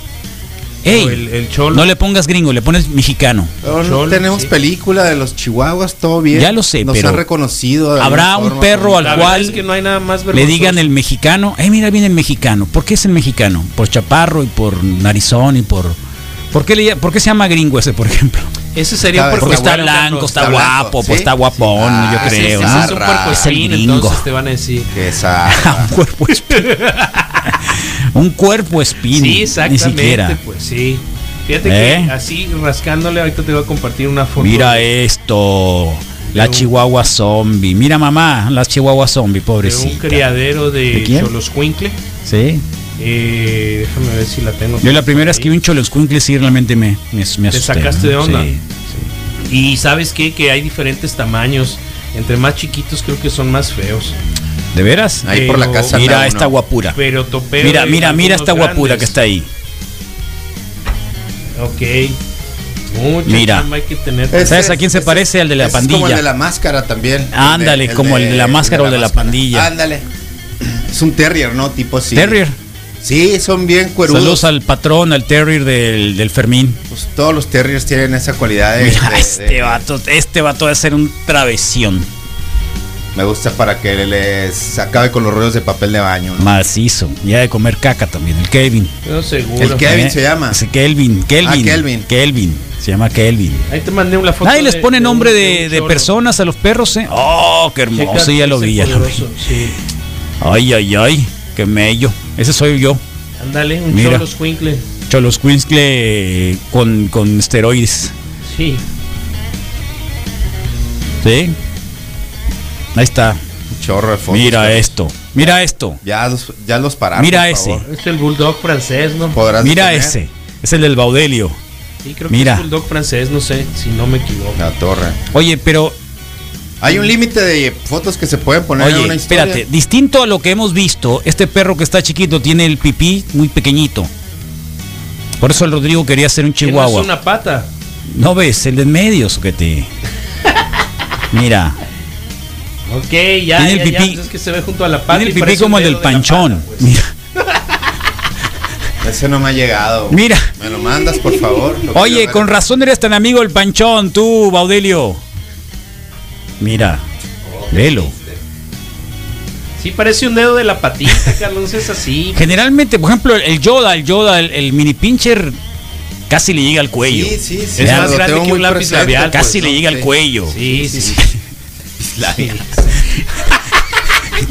Speaker 1: Ey,
Speaker 2: O el- el cholo.
Speaker 1: no le pongas gringo, le pones mexicano.
Speaker 3: Pero no
Speaker 2: Cholo,
Speaker 3: tenemos
Speaker 2: sí.
Speaker 3: película de los chihuahuas, todo bien.
Speaker 1: Ya lo sé,
Speaker 3: Nos
Speaker 1: pero
Speaker 3: han reconocido. de
Speaker 1: habrá
Speaker 3: alguna
Speaker 1: un
Speaker 3: forma,
Speaker 1: perro
Speaker 3: como-
Speaker 1: al-
Speaker 2: La
Speaker 1: cual
Speaker 2: verdad es que no hay nada más
Speaker 1: Le
Speaker 2: vergonzoso.
Speaker 1: digan el mexicano, eh, mira bien el mexicano. ¿Por qué es el mexicano? Por chaparro y por narizón y por. ¿Por qué, le- por qué se llama gringo ese, por ejemplo?
Speaker 2: Ese sería un
Speaker 3: Porque
Speaker 1: Porque
Speaker 3: está
Speaker 1: está
Speaker 2: puercoespín,
Speaker 1: blanco,
Speaker 2: Carlos.
Speaker 1: está,
Speaker 3: está blanco,
Speaker 1: guapo,
Speaker 3: ¿sí?
Speaker 1: pues está guapón,
Speaker 3: Ah,
Speaker 1: yo
Speaker 3: ese-
Speaker 1: creo,
Speaker 3: ese
Speaker 1: ¿no?
Speaker 2: es un
Speaker 3: Arra.
Speaker 2: puercoespín,
Speaker 1: Es el gringo.
Speaker 2: entonces te van a decir.
Speaker 3: Que esa-
Speaker 1: un cuerpo espino. un cuerpo espino.
Speaker 2: Sí, exactamente.
Speaker 1: Ni siquiera.
Speaker 2: Pues sí. Fíjate
Speaker 1: ¿Eh?
Speaker 2: que así rascándole, ahorita te voy a compartir una foto.
Speaker 1: Mira
Speaker 2: de,
Speaker 1: esto. La
Speaker 2: De un-
Speaker 1: chihuahua zombie. Mira mamá, la chihuahua zombie,
Speaker 2: de un
Speaker 1: pobrecita.
Speaker 2: criadero de,
Speaker 1: ¿De quién?
Speaker 2: Choloscuincle.
Speaker 1: Sí.
Speaker 2: Eh, déjame ver si la tengo.
Speaker 1: Yo la primera vez que vi un choloscuincle sí realmente me, me, me asusté,
Speaker 2: sacaste
Speaker 1: ¿no?
Speaker 2: de onda.
Speaker 1: Sí.
Speaker 2: Y sabes qué? Que hay diferentes tamaños. Entre más chiquitos creo que son más feos.
Speaker 1: ¿De veras?
Speaker 3: Ahí por la casa. anda
Speaker 1: Mira
Speaker 3: uno.
Speaker 1: esta guapura.
Speaker 2: Pero topeo.
Speaker 1: Mira,
Speaker 2: de
Speaker 1: mira, mira
Speaker 2: algunos
Speaker 1: esta guapura
Speaker 2: grandes.
Speaker 1: que está ahí.
Speaker 2: Ok. Mucho
Speaker 1: Mira.
Speaker 2: chamba hay que tener.
Speaker 3: Ese-
Speaker 1: ¿Sabes a quién se
Speaker 3: ese-
Speaker 1: parece? Al de la
Speaker 3: ese Es como el
Speaker 1: pandilla.
Speaker 3: de la máscara también.
Speaker 1: Ándale, como el de la máscara o el de la pandilla.
Speaker 3: Ándale. Es un terrier, ¿no? Tipo así.
Speaker 1: Terrier.
Speaker 3: Sí, son bien cuerudos.
Speaker 1: Saludos al patrón, al terrier del, del Fermín.
Speaker 3: Pues todos los terriers tienen esa cualidad de.
Speaker 1: Mira,
Speaker 3: de- de-
Speaker 1: este vato, este vato debe ser un travesión
Speaker 3: Me gusta para que les acabe con los rollos de papel de baño. ¿no?
Speaker 1: macizo. Y ha de comer caca también, el Kevin.
Speaker 2: No seguro.
Speaker 3: El que- Kevin se llama. Ah,
Speaker 1: Sí, Kelvin, Kelvin.
Speaker 3: Kelvin.
Speaker 1: Kelvin, Se llama Kelvin.
Speaker 2: Ahí te mandé una foto.
Speaker 1: Nadie les
Speaker 2: de-
Speaker 1: pone
Speaker 2: de
Speaker 1: nombre
Speaker 2: un-
Speaker 1: de,
Speaker 2: un
Speaker 1: de
Speaker 2: cholo.
Speaker 1: personas a los perros, ¿eh? Oh, qué
Speaker 2: Checa,
Speaker 1: hermoso. ya lo
Speaker 2: ese
Speaker 1: vi, ya lo vi.
Speaker 2: poderoso, Sí.
Speaker 1: Ay, ay, ay. Qué mello. Ese soy yo.
Speaker 2: Ándale, un
Speaker 1: Mira.
Speaker 2: cholo squinkle.
Speaker 1: Cholos con, con esteroides.
Speaker 2: Sí.
Speaker 1: ¿Sí? Ahí está.
Speaker 3: Un Chorro de fotos.
Speaker 1: Mira esto. Mira esto.
Speaker 3: Ya los, ya los pararon.
Speaker 1: Mira
Speaker 3: por
Speaker 1: ese.
Speaker 3: favor.
Speaker 2: Es el bulldog francés, ¿no?
Speaker 3: Podrás
Speaker 1: Mira
Speaker 3: detener
Speaker 1: ese. Es el del Baudelio.
Speaker 2: Sí, creo
Speaker 1: Mira.
Speaker 2: que es bulldog francés, no sé, si no me equivoco.
Speaker 3: La torre.
Speaker 1: Oye, pero
Speaker 3: Hay un límite de fotos que se pueden poner en
Speaker 1: Oye,
Speaker 3: una historia.
Speaker 1: espérate, distinto a lo que hemos visto, este perro que está chiquito tiene el pipí muy pequeñito. Por eso el Rodrigo quería ser un
Speaker 2: Que no
Speaker 1: chihuahua.
Speaker 2: Es una pata.
Speaker 1: No ves, el de en medio, te. Mira,
Speaker 2: Ok, ya.
Speaker 1: Tiene el
Speaker 2: ya,
Speaker 1: pipí-
Speaker 2: ya, pues es que se ve junto a la pata.
Speaker 1: tiene el
Speaker 2: y
Speaker 1: pipí
Speaker 2: parece un
Speaker 1: como el
Speaker 2: dedo
Speaker 1: del
Speaker 2: de la
Speaker 1: panchón.
Speaker 2: pata, pues.
Speaker 1: Mira,
Speaker 3: Ese no me ha llegado.
Speaker 1: mira.
Speaker 3: Me lo mandas, por favor. Lo
Speaker 1: Oye,
Speaker 3: quiero
Speaker 1: con
Speaker 3: ver.
Speaker 1: razón eres tan amigo del panchón, tú, Baudelio. Mira, velo.
Speaker 2: Sí, parece un dedo de la patita, Carlos, es así.
Speaker 1: Generalmente, por ejemplo, el Yoda, el Yoda, el, el mini pincher, casi le llega al cuello.
Speaker 3: Sí, sí, sí.
Speaker 1: Es
Speaker 3: ya
Speaker 1: más
Speaker 3: lo
Speaker 2: grande
Speaker 3: tengo
Speaker 2: que
Speaker 3: muy
Speaker 2: un lápiz
Speaker 3: presente.
Speaker 2: labial,
Speaker 1: Casi
Speaker 2: pues,
Speaker 1: le
Speaker 2: ¿no?
Speaker 1: llega al
Speaker 3: Sí.
Speaker 1: cuello.
Speaker 2: Sí, sí, sí.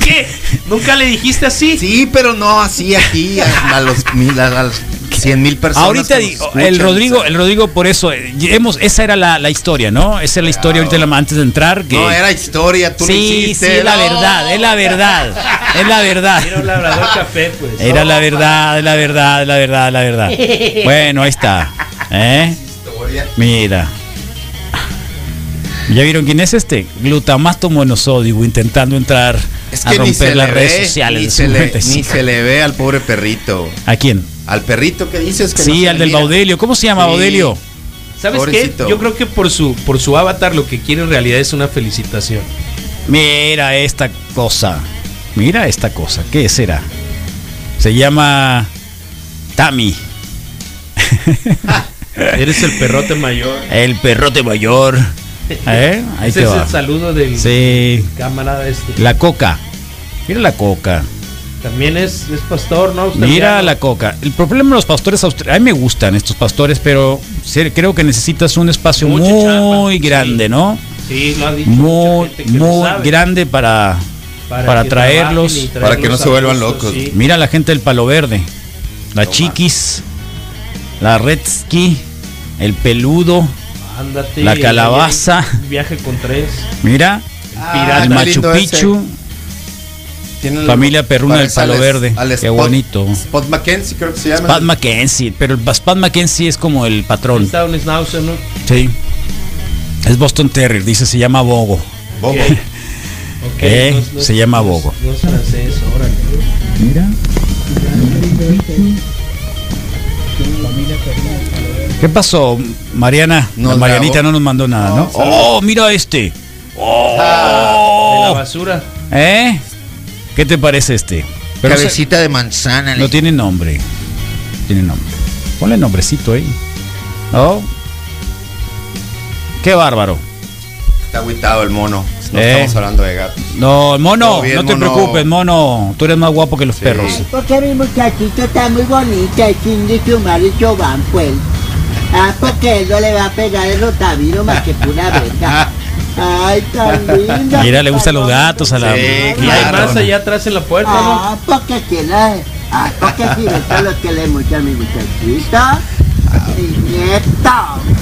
Speaker 2: ¿Qué? ¿Nunca le dijiste así?
Speaker 3: Sí, pero no así aquí a, a los mil, a las cien mil personas.
Speaker 1: Ahorita
Speaker 3: que nos
Speaker 1: di-
Speaker 3: escuchan,
Speaker 1: el Rodrigo,
Speaker 3: o sea.
Speaker 1: el Rodrigo por eso eh, hemos, esa era la, la historia, ¿no? Esa era la historia ahorita la- antes de entrar que
Speaker 3: No, era historia, tú
Speaker 1: Sí,
Speaker 3: lo
Speaker 1: sí,
Speaker 3: hiciste.
Speaker 1: es la
Speaker 3: no.
Speaker 1: verdad, es la verdad. Es la
Speaker 2: Era un
Speaker 1: verdad.
Speaker 2: labrador café, pues.
Speaker 1: Era la verdad, es la verdad, es la verdad, es la verdad. Bueno, ahí está. ¿Eh? Mira. ¿Ya vieron quién es este? Glutamato monosódico intentando entrar
Speaker 3: Es
Speaker 1: a
Speaker 3: que ni se
Speaker 1: romper las
Speaker 3: le
Speaker 1: redes
Speaker 3: ve,
Speaker 1: sociales.
Speaker 3: ni
Speaker 1: de
Speaker 3: se, le,
Speaker 1: 55.
Speaker 3: ni se le ve al pobre perrito.
Speaker 1: ¿A quién?
Speaker 3: Al perrito que dices que no
Speaker 1: sí,
Speaker 3: se
Speaker 1: al
Speaker 3: le
Speaker 1: del
Speaker 3: mira.
Speaker 1: Baudelio. ¿Cómo se llama
Speaker 3: Sí.
Speaker 1: Baudelio?
Speaker 2: ¿Sabes
Speaker 3: Pobrecito.
Speaker 2: qué? Yo creo que por su, por su avatar lo que quiere en realidad es una felicitación.
Speaker 1: Mira esta cosa. Mira esta cosa. ¿Qué será? Se llama Tami. Eh.
Speaker 2: Eres el perrote mayor.
Speaker 1: El perrote mayor. ¿Eh? Ahí
Speaker 2: Ese
Speaker 1: te
Speaker 2: es
Speaker 1: va.
Speaker 2: el saludo del
Speaker 1: Sí.
Speaker 2: camarada este.
Speaker 1: La coca. Mira la coca.
Speaker 2: También es, es pastor, ¿no?
Speaker 1: Mira
Speaker 2: Australiano.
Speaker 1: la coca. El problema de los pastores australianos. A mí me gustan estos pastores, pero se- creo que necesitas un espacio
Speaker 2: Mucha
Speaker 1: muy
Speaker 2: chamba,
Speaker 1: grande,
Speaker 2: sí.
Speaker 1: ¿no?
Speaker 2: Sí, lo han dicho.
Speaker 1: Muy,
Speaker 2: mucha gente que lo
Speaker 1: muy
Speaker 2: sabe.
Speaker 1: grande para, para,
Speaker 2: que
Speaker 1: traerlos.
Speaker 2: trabajen y
Speaker 3: Para que no se
Speaker 2: a
Speaker 3: vuelvan
Speaker 2: gusto,
Speaker 3: locos.
Speaker 2: sí.
Speaker 1: Mira la gente del Palo Verde. La Chiquis. La Redski. El Peludo.
Speaker 2: Ándate,
Speaker 1: La
Speaker 2: y
Speaker 1: calabaza.
Speaker 2: ahí Viaje con tres.
Speaker 1: Mira. el
Speaker 3: Ah, está
Speaker 1: Machu
Speaker 3: lindo ese.
Speaker 1: Picchu.
Speaker 3: Tiene el-
Speaker 1: Familia Perruna del
Speaker 3: parece
Speaker 1: Palo
Speaker 3: al es-
Speaker 1: Verde.
Speaker 3: al
Speaker 1: Qué
Speaker 3: Spot-
Speaker 1: bonito.
Speaker 3: Spot Mackenzie creo que se llama.
Speaker 1: Pat Mackenzie. Pero el Bas- Pat Mackenzie es como el patrón.
Speaker 2: Está un schnauzer, ¿no?
Speaker 1: Sí. Es Boston Terrier. Dice, se llama Bogo.
Speaker 3: Bobo.
Speaker 2: Ok. Ok,
Speaker 1: Eh,
Speaker 2: no es- no es-
Speaker 1: se llama
Speaker 2: no es-
Speaker 1: Bogo.
Speaker 2: No es francés, órale.
Speaker 1: Mira. ¿Qué pasó, Mariana?
Speaker 3: Nos
Speaker 1: La Marianita
Speaker 3: grabó.
Speaker 1: no nos mandó nada, ¿no? ¡Oh, mira este!
Speaker 3: Ah,
Speaker 2: De la
Speaker 1: ¡Oh!
Speaker 2: basura.
Speaker 1: ¿Eh? ¿Qué te parece este? Pero se-
Speaker 7: Cabecita de manzana.
Speaker 1: no tiene nombre. Tiene nombre. Ponle nombrecito ahí. ¿No? Qué bárbaro.
Speaker 3: Está agüitado el mono. No
Speaker 1: Eh.
Speaker 3: estamos hablando de gato.
Speaker 1: No, mono,
Speaker 3: Todo bien,
Speaker 1: no te
Speaker 3: mono.
Speaker 1: preocupes, mono. Tú eres más guapo que los
Speaker 3: Sí.
Speaker 1: perros.
Speaker 8: Porque mi muchachito está muy bonito, el chin de su madre Chován, pues. Ah, porque él no le va a pegar el rotavino más que pura verga. Ay, tan linda.
Speaker 1: Mira, le gustan los gatos a la.
Speaker 3: Sí,
Speaker 2: Y hay
Speaker 3: Claro.
Speaker 2: más allá atrás en la puerta, ¿no?
Speaker 8: Ah, porque tiene. Ah, porque si ves a los que le gusta a mi muchachito. Mi nieto.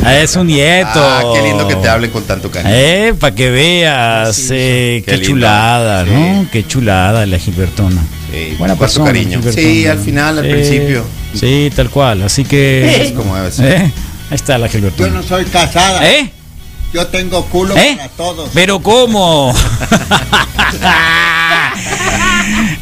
Speaker 1: Ah, Es un nieto.
Speaker 3: Ah, qué lindo que te hablen con tanto cariño.
Speaker 1: Eh, para que veas. eh,
Speaker 3: Qué
Speaker 1: qué,
Speaker 3: lindo.
Speaker 1: chulada,
Speaker 3: Sí.
Speaker 1: ¿no? Qué chulada la Gilbertona.
Speaker 3: Sí,
Speaker 1: Buena
Speaker 3: con tanto
Speaker 1: persona,
Speaker 3: cariño.
Speaker 1: Gilbertona.
Speaker 3: Sí, al final, al
Speaker 1: Sí.
Speaker 3: principio.
Speaker 1: Sí, tal cual. Así
Speaker 3: Es
Speaker 1: que.
Speaker 3: como debe ser.
Speaker 1: ¿eh? Ahí está la
Speaker 7: Yo
Speaker 1: Gilbertona.
Speaker 7: no soy casada.
Speaker 1: ¿Eh?
Speaker 7: Yo tengo culo
Speaker 1: ¿Eh?
Speaker 7: para todos.
Speaker 1: Pero cómo.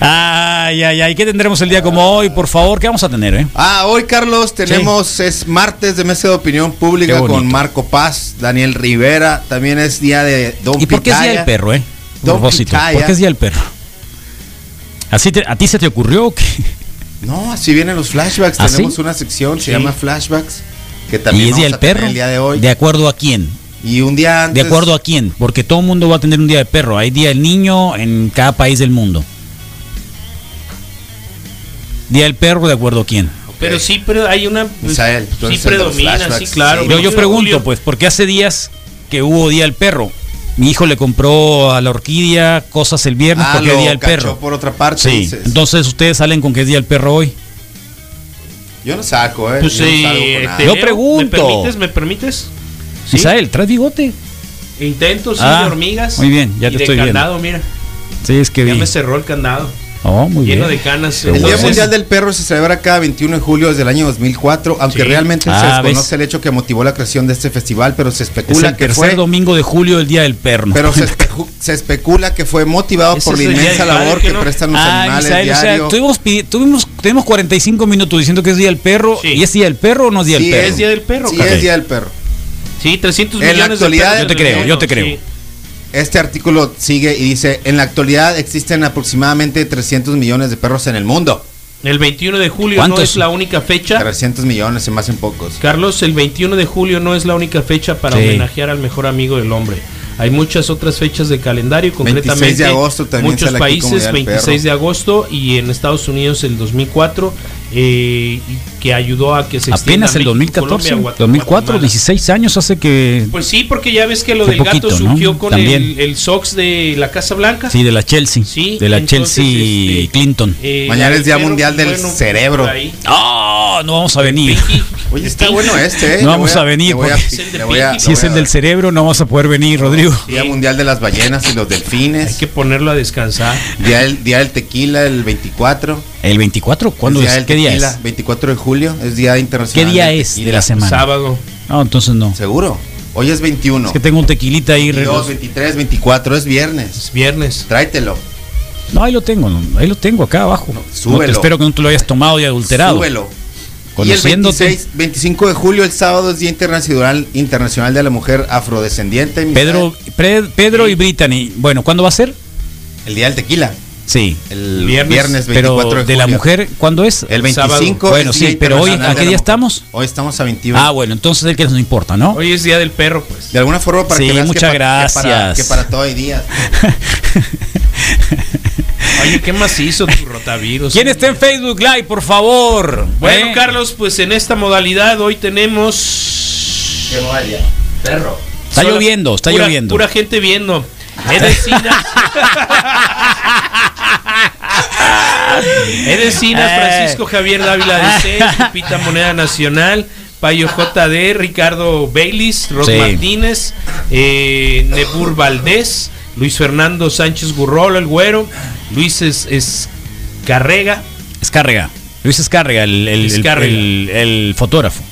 Speaker 1: ay, ay, ay. ¿Qué tendremos el día como hoy? Por favor, ¿qué vamos a tener, eh?
Speaker 3: Ah, hoy Carlos tenemos, es martes de mesa de opinión
Speaker 1: Qué
Speaker 3: pública
Speaker 1: bonito.
Speaker 3: con Marco Paz, Daniel Rivera, también es día de Don
Speaker 1: ¿Y por qué es día
Speaker 3: Pitaya.
Speaker 1: del perro, eh? A
Speaker 3: Don
Speaker 1: propósito,
Speaker 3: Pitaya.
Speaker 1: ¿Por qué es día del perro? ¿Así te- ¿A ti se te ocurrió o qué?
Speaker 3: No, así vienen los flashbacks,
Speaker 1: ¿Ah,
Speaker 3: tenemos
Speaker 1: sí?
Speaker 3: una sección,
Speaker 1: Sí.
Speaker 3: se llama flashbacks, que también
Speaker 1: ¿Y es día
Speaker 3: vamos
Speaker 1: del
Speaker 3: a tener
Speaker 1: perro?
Speaker 3: el día de hoy.
Speaker 1: acuerdo a quién?
Speaker 3: y un día antes.
Speaker 1: ¿De acuerdo a quién? Porque todo el mundo va a tener un día de perro. Hay día del niño en cada país del mundo. Día del perro, ¿de acuerdo a quién?
Speaker 3: Ok.
Speaker 2: Pero sí, pero hay una.
Speaker 3: Misael, tú
Speaker 2: sí
Speaker 3: eres el de los
Speaker 2: predomina, sí,
Speaker 3: flashbacks,
Speaker 2: claro.
Speaker 3: sí.
Speaker 1: Yo, yo
Speaker 2: Julio,
Speaker 1: pregunto,
Speaker 2: Julio.
Speaker 1: pues, porque hace días que hubo día del perro. Mi hijo le compró a la orquídea cosas el viernes
Speaker 3: Ah,
Speaker 1: porque es
Speaker 3: lo
Speaker 1: día del
Speaker 3: cachó pues,
Speaker 1: perro.
Speaker 3: por otra parte.
Speaker 1: Sí,
Speaker 3: dices.
Speaker 1: entonces ustedes salen con que es día del perro hoy.
Speaker 3: Yo no saco, ¿eh?
Speaker 2: Pues
Speaker 3: yo no
Speaker 2: sí,
Speaker 3: salgo con
Speaker 2: eh,
Speaker 3: nada.
Speaker 2: te
Speaker 1: este, Yo
Speaker 2: leo.
Speaker 1: pregunto.
Speaker 2: ¿Me permites? ¿Me permites? Sí.
Speaker 1: Misael, traes bigote.
Speaker 2: Intentos sí,
Speaker 1: Ah,
Speaker 2: de hormigas.
Speaker 1: muy bien, ya
Speaker 2: y
Speaker 1: te
Speaker 2: de
Speaker 1: estoy viendo.
Speaker 2: candado, mira.
Speaker 1: Sí, es que
Speaker 2: Ya
Speaker 1: vi.
Speaker 2: me cerró el candado.
Speaker 1: Oh, muy
Speaker 2: lleno
Speaker 1: bien.
Speaker 2: de canas.
Speaker 3: El Día
Speaker 1: pues,
Speaker 2: Entonces,
Speaker 3: Mundial del Perro se celebra cada 21 de julio desde el año 2004, aunque
Speaker 2: Sí.
Speaker 3: realmente se
Speaker 1: Ah, ¿ves?
Speaker 3: desconoce el hecho que motivó la creación de este festival, pero se
Speaker 1: Es
Speaker 3: especula
Speaker 1: el
Speaker 3: que
Speaker 1: tercer
Speaker 3: fue
Speaker 1: domingo de julio el día del perro.
Speaker 3: pero se, especu- se especula que fue motivado
Speaker 2: Ese
Speaker 3: por la
Speaker 2: es el día
Speaker 3: inmensa
Speaker 2: del padre,
Speaker 3: labor
Speaker 2: ¿que
Speaker 3: que
Speaker 2: no?
Speaker 3: prestan los
Speaker 1: Ah,
Speaker 3: animales
Speaker 1: Misael, o sea,
Speaker 3: diario.
Speaker 1: tuvimos, pi- tuvimos, tenemos 45 minutos diciendo que es día del perro.
Speaker 2: Sí.
Speaker 1: ¿Y es día del perro o no es día
Speaker 3: Sí,
Speaker 1: del perro?
Speaker 2: es día del perro.
Speaker 3: Sí,
Speaker 2: cabrón.
Speaker 3: es día del perro.
Speaker 2: Sí, 300
Speaker 3: En la
Speaker 2: millones de
Speaker 3: actualidad-
Speaker 2: pesos
Speaker 3: Yo
Speaker 1: te
Speaker 2: de
Speaker 1: creo,
Speaker 2: dinero,
Speaker 1: yo te creo.
Speaker 3: Este artículo sigue y dice, en la actualidad existen aproximadamente 300 millones de perros en el mundo.
Speaker 2: El 21 de julio no
Speaker 1: ¿Cuántos?
Speaker 2: es la única fecha.
Speaker 3: 300 millones, se me hacen pocos.
Speaker 2: Carlos, el 21 de julio no es la única fecha para
Speaker 1: Sí.
Speaker 2: homenajear al mejor amigo del hombre. Hay muchas otras fechas de calendario, concretamente
Speaker 3: 26 de agosto también
Speaker 2: muchos
Speaker 3: sale aquí como Día
Speaker 2: países,
Speaker 3: del
Speaker 2: 26
Speaker 3: Perro.
Speaker 2: de agosto y en Estados Unidos el 2004, eh, y que ayudó a que se extienda
Speaker 1: Apenas el
Speaker 2: México,
Speaker 1: 2014,
Speaker 2: Colombia, Guatemala.
Speaker 1: 2004, 16 años hace que...
Speaker 2: Pues sí, porque ya ves que lo
Speaker 1: Fue
Speaker 2: del gato
Speaker 1: poquito, ¿no?
Speaker 2: surgió con
Speaker 1: También.
Speaker 2: el, el Sox de la Casa Blanca.
Speaker 1: Sí, de la Chelsea.
Speaker 2: Sí,
Speaker 1: de la
Speaker 2: entonces,
Speaker 1: Chelsea
Speaker 2: este,
Speaker 1: Clinton.
Speaker 2: Eh,
Speaker 3: Mañana es Día
Speaker 2: pero,
Speaker 3: Mundial del
Speaker 2: bueno,
Speaker 3: Cerebro.
Speaker 2: por ahí.
Speaker 1: ¡Ah! no vamos a venir.
Speaker 3: Oye, está bueno este, ¿eh?
Speaker 1: No
Speaker 3: Le
Speaker 1: vamos
Speaker 3: voy
Speaker 1: a venir
Speaker 3: le voy a-
Speaker 1: porque-
Speaker 3: le voy a- le voy a
Speaker 1: Si es el del
Speaker 3: dar.
Speaker 1: cerebro, no vamos a poder venir, Rodrigo.
Speaker 3: Día Mundial de las Ballenas y los
Speaker 2: Hay
Speaker 3: Delfines.
Speaker 2: que ponerlo a descansar.
Speaker 3: Día del, día del Tequila, el 24.
Speaker 1: ¿El 24? ¿Cuándo
Speaker 3: El
Speaker 1: es?
Speaker 3: del
Speaker 1: ¿Qué día
Speaker 3: tequila,
Speaker 1: es?
Speaker 3: 24 de julio, es Día
Speaker 1: ¿Qué
Speaker 3: Internacional.
Speaker 1: día
Speaker 3: del
Speaker 1: es de
Speaker 3: Tequila.
Speaker 1: la semana?
Speaker 2: Sábado.
Speaker 1: No, entonces no.
Speaker 3: ¿Seguro? Hoy es 21.
Speaker 1: Es que tengo un tequilita ahí.
Speaker 3: 22, 23, 24, es viernes.
Speaker 2: Es viernes.
Speaker 3: Tráetelo.
Speaker 1: No, ahí lo tengo, no, ahí lo tengo acá abajo. No,
Speaker 3: súbelo.
Speaker 1: te- espero que no te lo hayas tomado y adulterado.
Speaker 3: Súbelo. Y el
Speaker 1: Conociéndote.
Speaker 3: 26, 25 de julio, el sábado, es Día Internacional, Internacional de la Mujer Afrodescendiente. mi
Speaker 1: Pedro, Pre- Pedro y Brittany. Bueno, ¿cuándo va a ser?
Speaker 3: padre. El Día del Tequila.
Speaker 1: Sí.
Speaker 3: El
Speaker 2: Viernes,
Speaker 3: viernes, 24
Speaker 1: Pero
Speaker 3: de julio.
Speaker 1: de la mujer, ¿cuándo es?
Speaker 3: El
Speaker 2: sábado.
Speaker 3: 25. es
Speaker 1: Bueno,
Speaker 3: Día
Speaker 1: sí, pero hoy, ¿a
Speaker 3: Internacional de
Speaker 1: qué
Speaker 3: la
Speaker 1: día
Speaker 3: Mujer.
Speaker 1: estamos?
Speaker 3: Hoy estamos a 21.
Speaker 1: Ah, bueno, entonces el que nos importa, ¿no?
Speaker 2: Hoy es día del perro, pues.
Speaker 3: De alguna forma para
Speaker 1: Sí,
Speaker 3: que veas
Speaker 1: muchas
Speaker 3: que para- que para-
Speaker 1: gracias.
Speaker 3: Que para, todo hay días.
Speaker 2: Oye, ¿qué más hizo tu rotavirus?
Speaker 1: ¿Quién está en Facebook Live, por favor?
Speaker 2: Bueno,
Speaker 1: ¿Eh?
Speaker 2: Carlos, pues en esta modalidad hoy tenemos.
Speaker 3: Que no haya. Perro.
Speaker 1: Está
Speaker 2: Sola-
Speaker 1: lloviendo, está
Speaker 2: pura-
Speaker 1: lloviendo.
Speaker 2: Pura gente viendo. Es decir,
Speaker 1: Eh.
Speaker 2: Edecinas, Francisco Javier Dávila de C, Pita Moneda Nacional, Payo JD, Ricardo Baylis, Rod
Speaker 1: Sí.
Speaker 2: Martínez, eh, Nebur Valdés, Luis Fernando Sánchez Gurrolo, el Güero, Luis es, es Carrega,
Speaker 1: Escárrega. Luis Escárrega, el, el- el-
Speaker 2: Escárrega.
Speaker 1: el- el fotógrafo.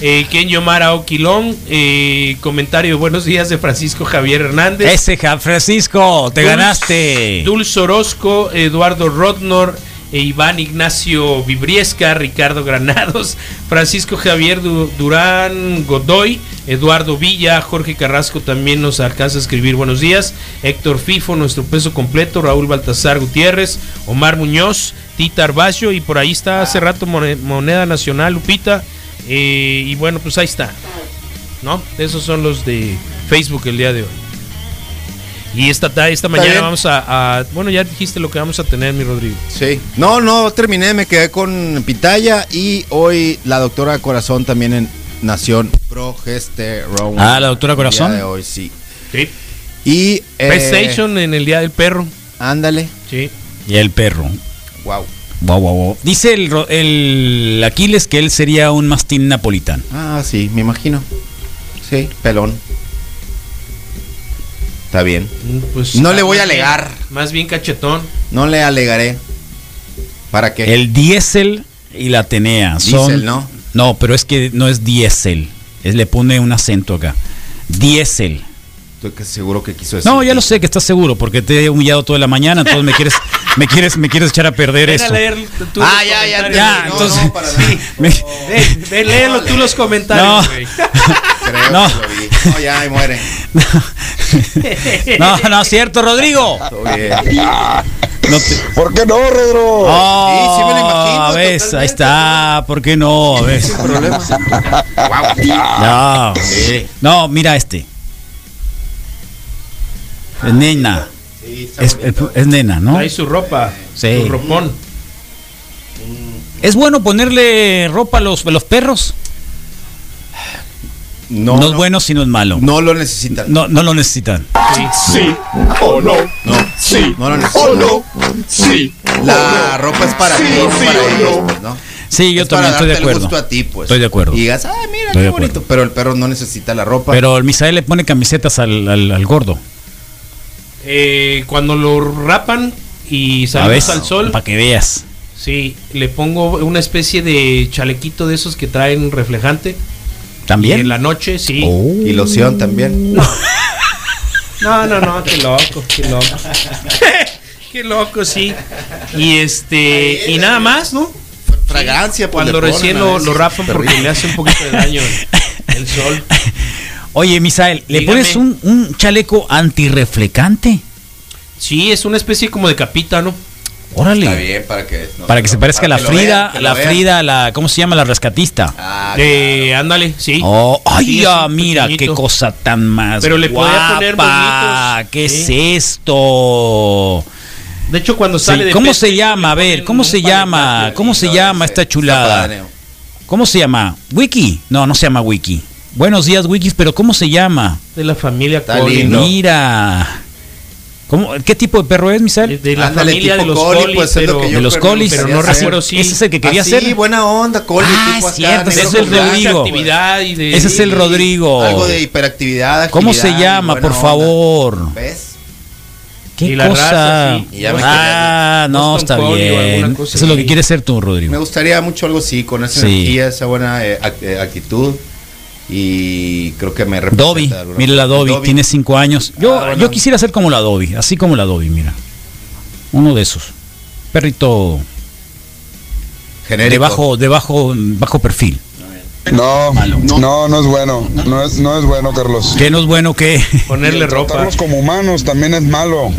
Speaker 2: eh, Ken Yomara Oquilón, eh, comentario buenos días de Francisco Javier Hernández.
Speaker 1: Ese, Ja- Francisco, te
Speaker 2: Dulce-
Speaker 1: ganaste.
Speaker 2: Dulce Orozco, Eduardo Rodnor, e Iván Ignacio Vibriesca, Ricardo Granados, Francisco Javier Du- Durán Godoy, Eduardo Villa, Jorge Carrasco también nos alcanza a escribir buenos días, Héctor Fifo, nuestro peso completo, Raúl Baltasar Gutiérrez, Omar Muñoz, Tita Arbacio y por ahí está hace rato Mone- Moneda Nacional, Lupita, eh, y bueno, pues ahí está. ¿No? Esos son los de Facebook el día de hoy. Y esta, ta- esta mañana
Speaker 3: bien.
Speaker 2: vamos a, a- Bueno, ya dijiste lo que vamos a tener, mi Rodrigo.
Speaker 3: Sí. No, no, terminé, me quedé con Pitaya y hoy la doctora Corazón también en Nación Progesterona.
Speaker 1: Ah, ¿la doctora
Speaker 3: El día
Speaker 1: Corazón?
Speaker 3: de hoy, sí.
Speaker 2: Sí.
Speaker 3: Y. eh,
Speaker 2: PlayStation en el Día del Perro.
Speaker 3: Ándale.
Speaker 2: Sí.
Speaker 1: Y el perro.
Speaker 3: Wow.
Speaker 1: Guau, guau, guau. Dice el, ro- el Aquiles que él sería un mastín napolitano.
Speaker 3: Ah, sí, me imagino. Sí, pelón. Está bien.
Speaker 2: Mm, pues,
Speaker 3: No le
Speaker 2: ah,
Speaker 3: voy a
Speaker 2: más bien-
Speaker 3: alegar.
Speaker 2: Más bien cachetón.
Speaker 3: No le alegaré. ¿Para qué?
Speaker 1: El diésel y la Atenea son.
Speaker 3: Diésel, ¿no?
Speaker 1: No, pero es que no es diésel. Es, le pone un acento acá. Diésel.
Speaker 3: Estoy que seguro que quiso decir.
Speaker 1: No, ya lo sé que estás seguro, porque te he humillado toda la mañana, entonces me quieres, me quieres, me quieres echar a perder
Speaker 2: Ven a
Speaker 1: eso.
Speaker 2: leer tú
Speaker 3: Ah,
Speaker 2: los
Speaker 3: ya, ya,
Speaker 2: comentarios.
Speaker 1: Ya,
Speaker 3: No, no,
Speaker 1: entonces.
Speaker 3: para
Speaker 1: sí,
Speaker 3: nada.
Speaker 1: me-
Speaker 2: Ven, ven, léelo tú los comentarios,
Speaker 1: No.
Speaker 2: güey.
Speaker 3: Creo
Speaker 1: No.
Speaker 3: que lo vi. No, ya, ahí muere.
Speaker 1: no, no es cierto, Rodrigo.
Speaker 3: Todo bien.
Speaker 1: No te-
Speaker 7: ¿Por qué no, Rodro?
Speaker 1: Oh,
Speaker 3: sí me lo imagino,
Speaker 1: a ver, ahí
Speaker 3: totalmente.
Speaker 1: está, ¿por qué no? A ver. No, no, mira este. Es nena.
Speaker 3: Sí, está
Speaker 1: Es,
Speaker 3: bonito.
Speaker 1: es nena, ¿no?
Speaker 2: Trae su ropa.
Speaker 1: Sí.
Speaker 2: Su ropón.
Speaker 1: ¿Es bueno ponerle ropa a los, a los perros? No,
Speaker 3: No,
Speaker 1: es bueno, sino es malo.
Speaker 3: no lo necesitan.
Speaker 1: No, no lo necesitan.
Speaker 3: No, sí. No lo necesitan.
Speaker 1: Oh,
Speaker 3: La ropa es para ti, no para ellos, pues, ¿no?
Speaker 1: oh, Sí, yo
Speaker 3: Es
Speaker 1: también
Speaker 3: para
Speaker 1: estoy de
Speaker 3: darte el
Speaker 1: acuerdo.
Speaker 3: gusto a ti, pues.
Speaker 1: Estoy de acuerdo.
Speaker 3: Y digas, ah, mira,
Speaker 1: Estoy de
Speaker 3: qué
Speaker 1: acuerdo.
Speaker 3: bonito. Pero el perro no necesita la ropa.
Speaker 1: Pero el Misael le pone camisetas al, al- al gordo.
Speaker 2: Eh, cuando lo rapan y
Speaker 1: A
Speaker 2: salimos
Speaker 1: veces.
Speaker 2: al sol,
Speaker 1: Para que veas.
Speaker 2: sí, le pongo una especie de chalequito de esos que traen reflejante. Y en
Speaker 1: También.
Speaker 2: la noche, sí.
Speaker 1: Oh.
Speaker 3: Y loción también.
Speaker 2: No, no, no, qué loco, qué loco. qué loco, sí. Y este, y nada más, ¿no?
Speaker 3: Fragancia, pues,
Speaker 2: Cuando
Speaker 3: le ponen
Speaker 2: recién
Speaker 3: a
Speaker 2: lo,
Speaker 3: veces.
Speaker 2: lo rapan porque
Speaker 3: Terrible.
Speaker 2: le hace un poquito de daño el sol.
Speaker 1: Oye, Misael, ¿le
Speaker 2: Dígame.
Speaker 1: pones un, un chaleco antirreflectante?
Speaker 2: Sí, es una especie como de capita, ¿no?
Speaker 1: Órale.
Speaker 3: Está bien, para que. no
Speaker 1: Para que se parezca a la
Speaker 3: para que lo
Speaker 1: Frida,
Speaker 3: vean, que
Speaker 1: a la
Speaker 3: lo vean.
Speaker 1: Frida, a la ¿cómo se llama? La rescatista.
Speaker 3: Ah,
Speaker 2: Eh, ándale, sí.
Speaker 1: Oh,
Speaker 2: Sí,
Speaker 1: ay,
Speaker 2: es
Speaker 1: ah,
Speaker 2: un
Speaker 1: mira qué
Speaker 2: pequeñito.
Speaker 1: cosa tan más.
Speaker 2: Pero le podía poner
Speaker 1: guapa.
Speaker 2: moñitos.
Speaker 1: ¿Qué
Speaker 2: Sí.
Speaker 1: es esto?
Speaker 2: De hecho, cuando
Speaker 1: Sí,
Speaker 2: sale de
Speaker 1: ¿Cómo
Speaker 2: pesca,
Speaker 1: se llama? A ver,
Speaker 2: ponen
Speaker 1: ¿cómo
Speaker 2: un
Speaker 1: se
Speaker 2: paletazo
Speaker 1: llama?
Speaker 2: de eh?
Speaker 1: ¿Cómo se llama
Speaker 3: ese.
Speaker 1: esta chulada?
Speaker 3: Está padre.
Speaker 1: ¿Cómo se llama? ¿Wiki? No, no se llama Wiki. Buenos días, Wikis, pero ¿cómo se llama?
Speaker 2: De la familia
Speaker 3: Está
Speaker 2: Collie,
Speaker 3: lindo.
Speaker 2: ¿no?
Speaker 1: Mira. ¿Cómo- ¿Qué tipo de perro es,
Speaker 2: De,
Speaker 1: Misael?
Speaker 2: de la
Speaker 3: Ándale,
Speaker 2: familia de
Speaker 3: tipo
Speaker 2: los
Speaker 3: Collie,
Speaker 2: Collie,
Speaker 3: pues, es
Speaker 2: pero,
Speaker 3: lo que yo
Speaker 1: de los
Speaker 3: creo que
Speaker 1: colis.
Speaker 3: pero
Speaker 2: no
Speaker 3: hacer.
Speaker 2: recuerdo si-
Speaker 1: Ese es el que quería
Speaker 3: Ah,
Speaker 1: hacer.
Speaker 3: Sí, buena onda, Coli.
Speaker 1: Ah, es cierto, ese es el Rodrigo.
Speaker 2: actividad y de...
Speaker 1: Ese es el Rodrigo.
Speaker 3: pues. Algo de hiperactividad.
Speaker 1: ¿Cómo se
Speaker 3: agilidad y
Speaker 1: llama,
Speaker 3: buena
Speaker 1: por
Speaker 3: onda.
Speaker 1: favor?
Speaker 3: ¿Ves?
Speaker 1: ¿Qué
Speaker 2: Y la
Speaker 1: cosa?
Speaker 2: raza, sí.
Speaker 3: Y ya me
Speaker 1: ah,
Speaker 2: quedé.
Speaker 1: no,
Speaker 2: Boston
Speaker 1: está
Speaker 2: Collie o alguna
Speaker 1: bien.
Speaker 2: cosa
Speaker 1: Eso es lo que
Speaker 2: así.
Speaker 1: quieres ser tú, Rodrigo.
Speaker 3: Me gustaría mucho algo así, con esa
Speaker 1: Sí.
Speaker 3: energía, esa buena eh, act- eh, actitud. y creo que me representa
Speaker 1: Dobby,
Speaker 3: de alguna
Speaker 1: mira la
Speaker 3: forma.
Speaker 1: Dobby, tiene cinco años. Yo,
Speaker 3: Ah, bueno.
Speaker 1: yo quisiera ser como la Dobby, así como la Dobby, mira. Uno de esos. Perrito
Speaker 3: genérico.
Speaker 1: de bajo, de bajo, bajo perfil.
Speaker 9: No,
Speaker 1: Malo.
Speaker 9: no, no es bueno. No es, no es bueno, Carlos.
Speaker 1: Que no es bueno que.
Speaker 2: Ponerle ropa.
Speaker 9: Tratarlos como humanos también es malo.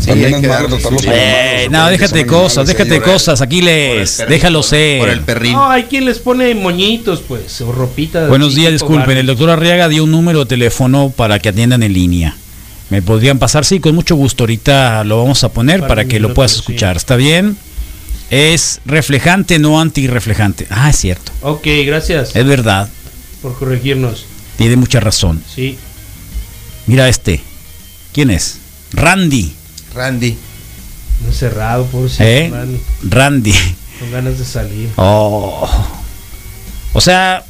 Speaker 3: Sí,
Speaker 9: También
Speaker 3: hay
Speaker 9: es
Speaker 3: que
Speaker 9: malo
Speaker 3: darle su-
Speaker 9: tratarlos como
Speaker 1: Eh,
Speaker 9: humanos.
Speaker 1: no,
Speaker 9: porque
Speaker 1: déjate
Speaker 9: son
Speaker 1: cosas,
Speaker 9: animales,
Speaker 1: déjate
Speaker 9: ellos.
Speaker 1: cosas,
Speaker 3: Por el
Speaker 1: Aquiles,
Speaker 3: perrito,
Speaker 1: déjalo
Speaker 3: ¿no? Por el
Speaker 1: ser.
Speaker 3: perrín.
Speaker 2: No, hay quien les pone moñitos, pues, o ropita.
Speaker 1: Buenos
Speaker 2: así
Speaker 1: días,
Speaker 2: tipo
Speaker 1: disculpen,
Speaker 2: Barbie.
Speaker 1: el doctor Arriaga dio un número de teléfono para que atiendan en línea. ¿Me podrían pasar? Sí, con mucho gusto, ahorita lo vamos a poner
Speaker 2: Par
Speaker 1: para
Speaker 2: de
Speaker 1: que lo puedas
Speaker 2: minutos, sí.
Speaker 1: escuchar, ¿está bien? Es reflejante, no antirreflejante. Ah, es cierto,
Speaker 2: Ok, gracias
Speaker 1: es verdad,
Speaker 2: por corregirnos.
Speaker 1: tiene mucha razón.
Speaker 2: Sí.
Speaker 1: Mira este, ¿quién es? Randy,
Speaker 3: Randy.
Speaker 2: Encerrado, por si
Speaker 1: ¿eh?
Speaker 2: man,
Speaker 1: Randy.
Speaker 2: con ganas de salir.
Speaker 1: Oh. O sea,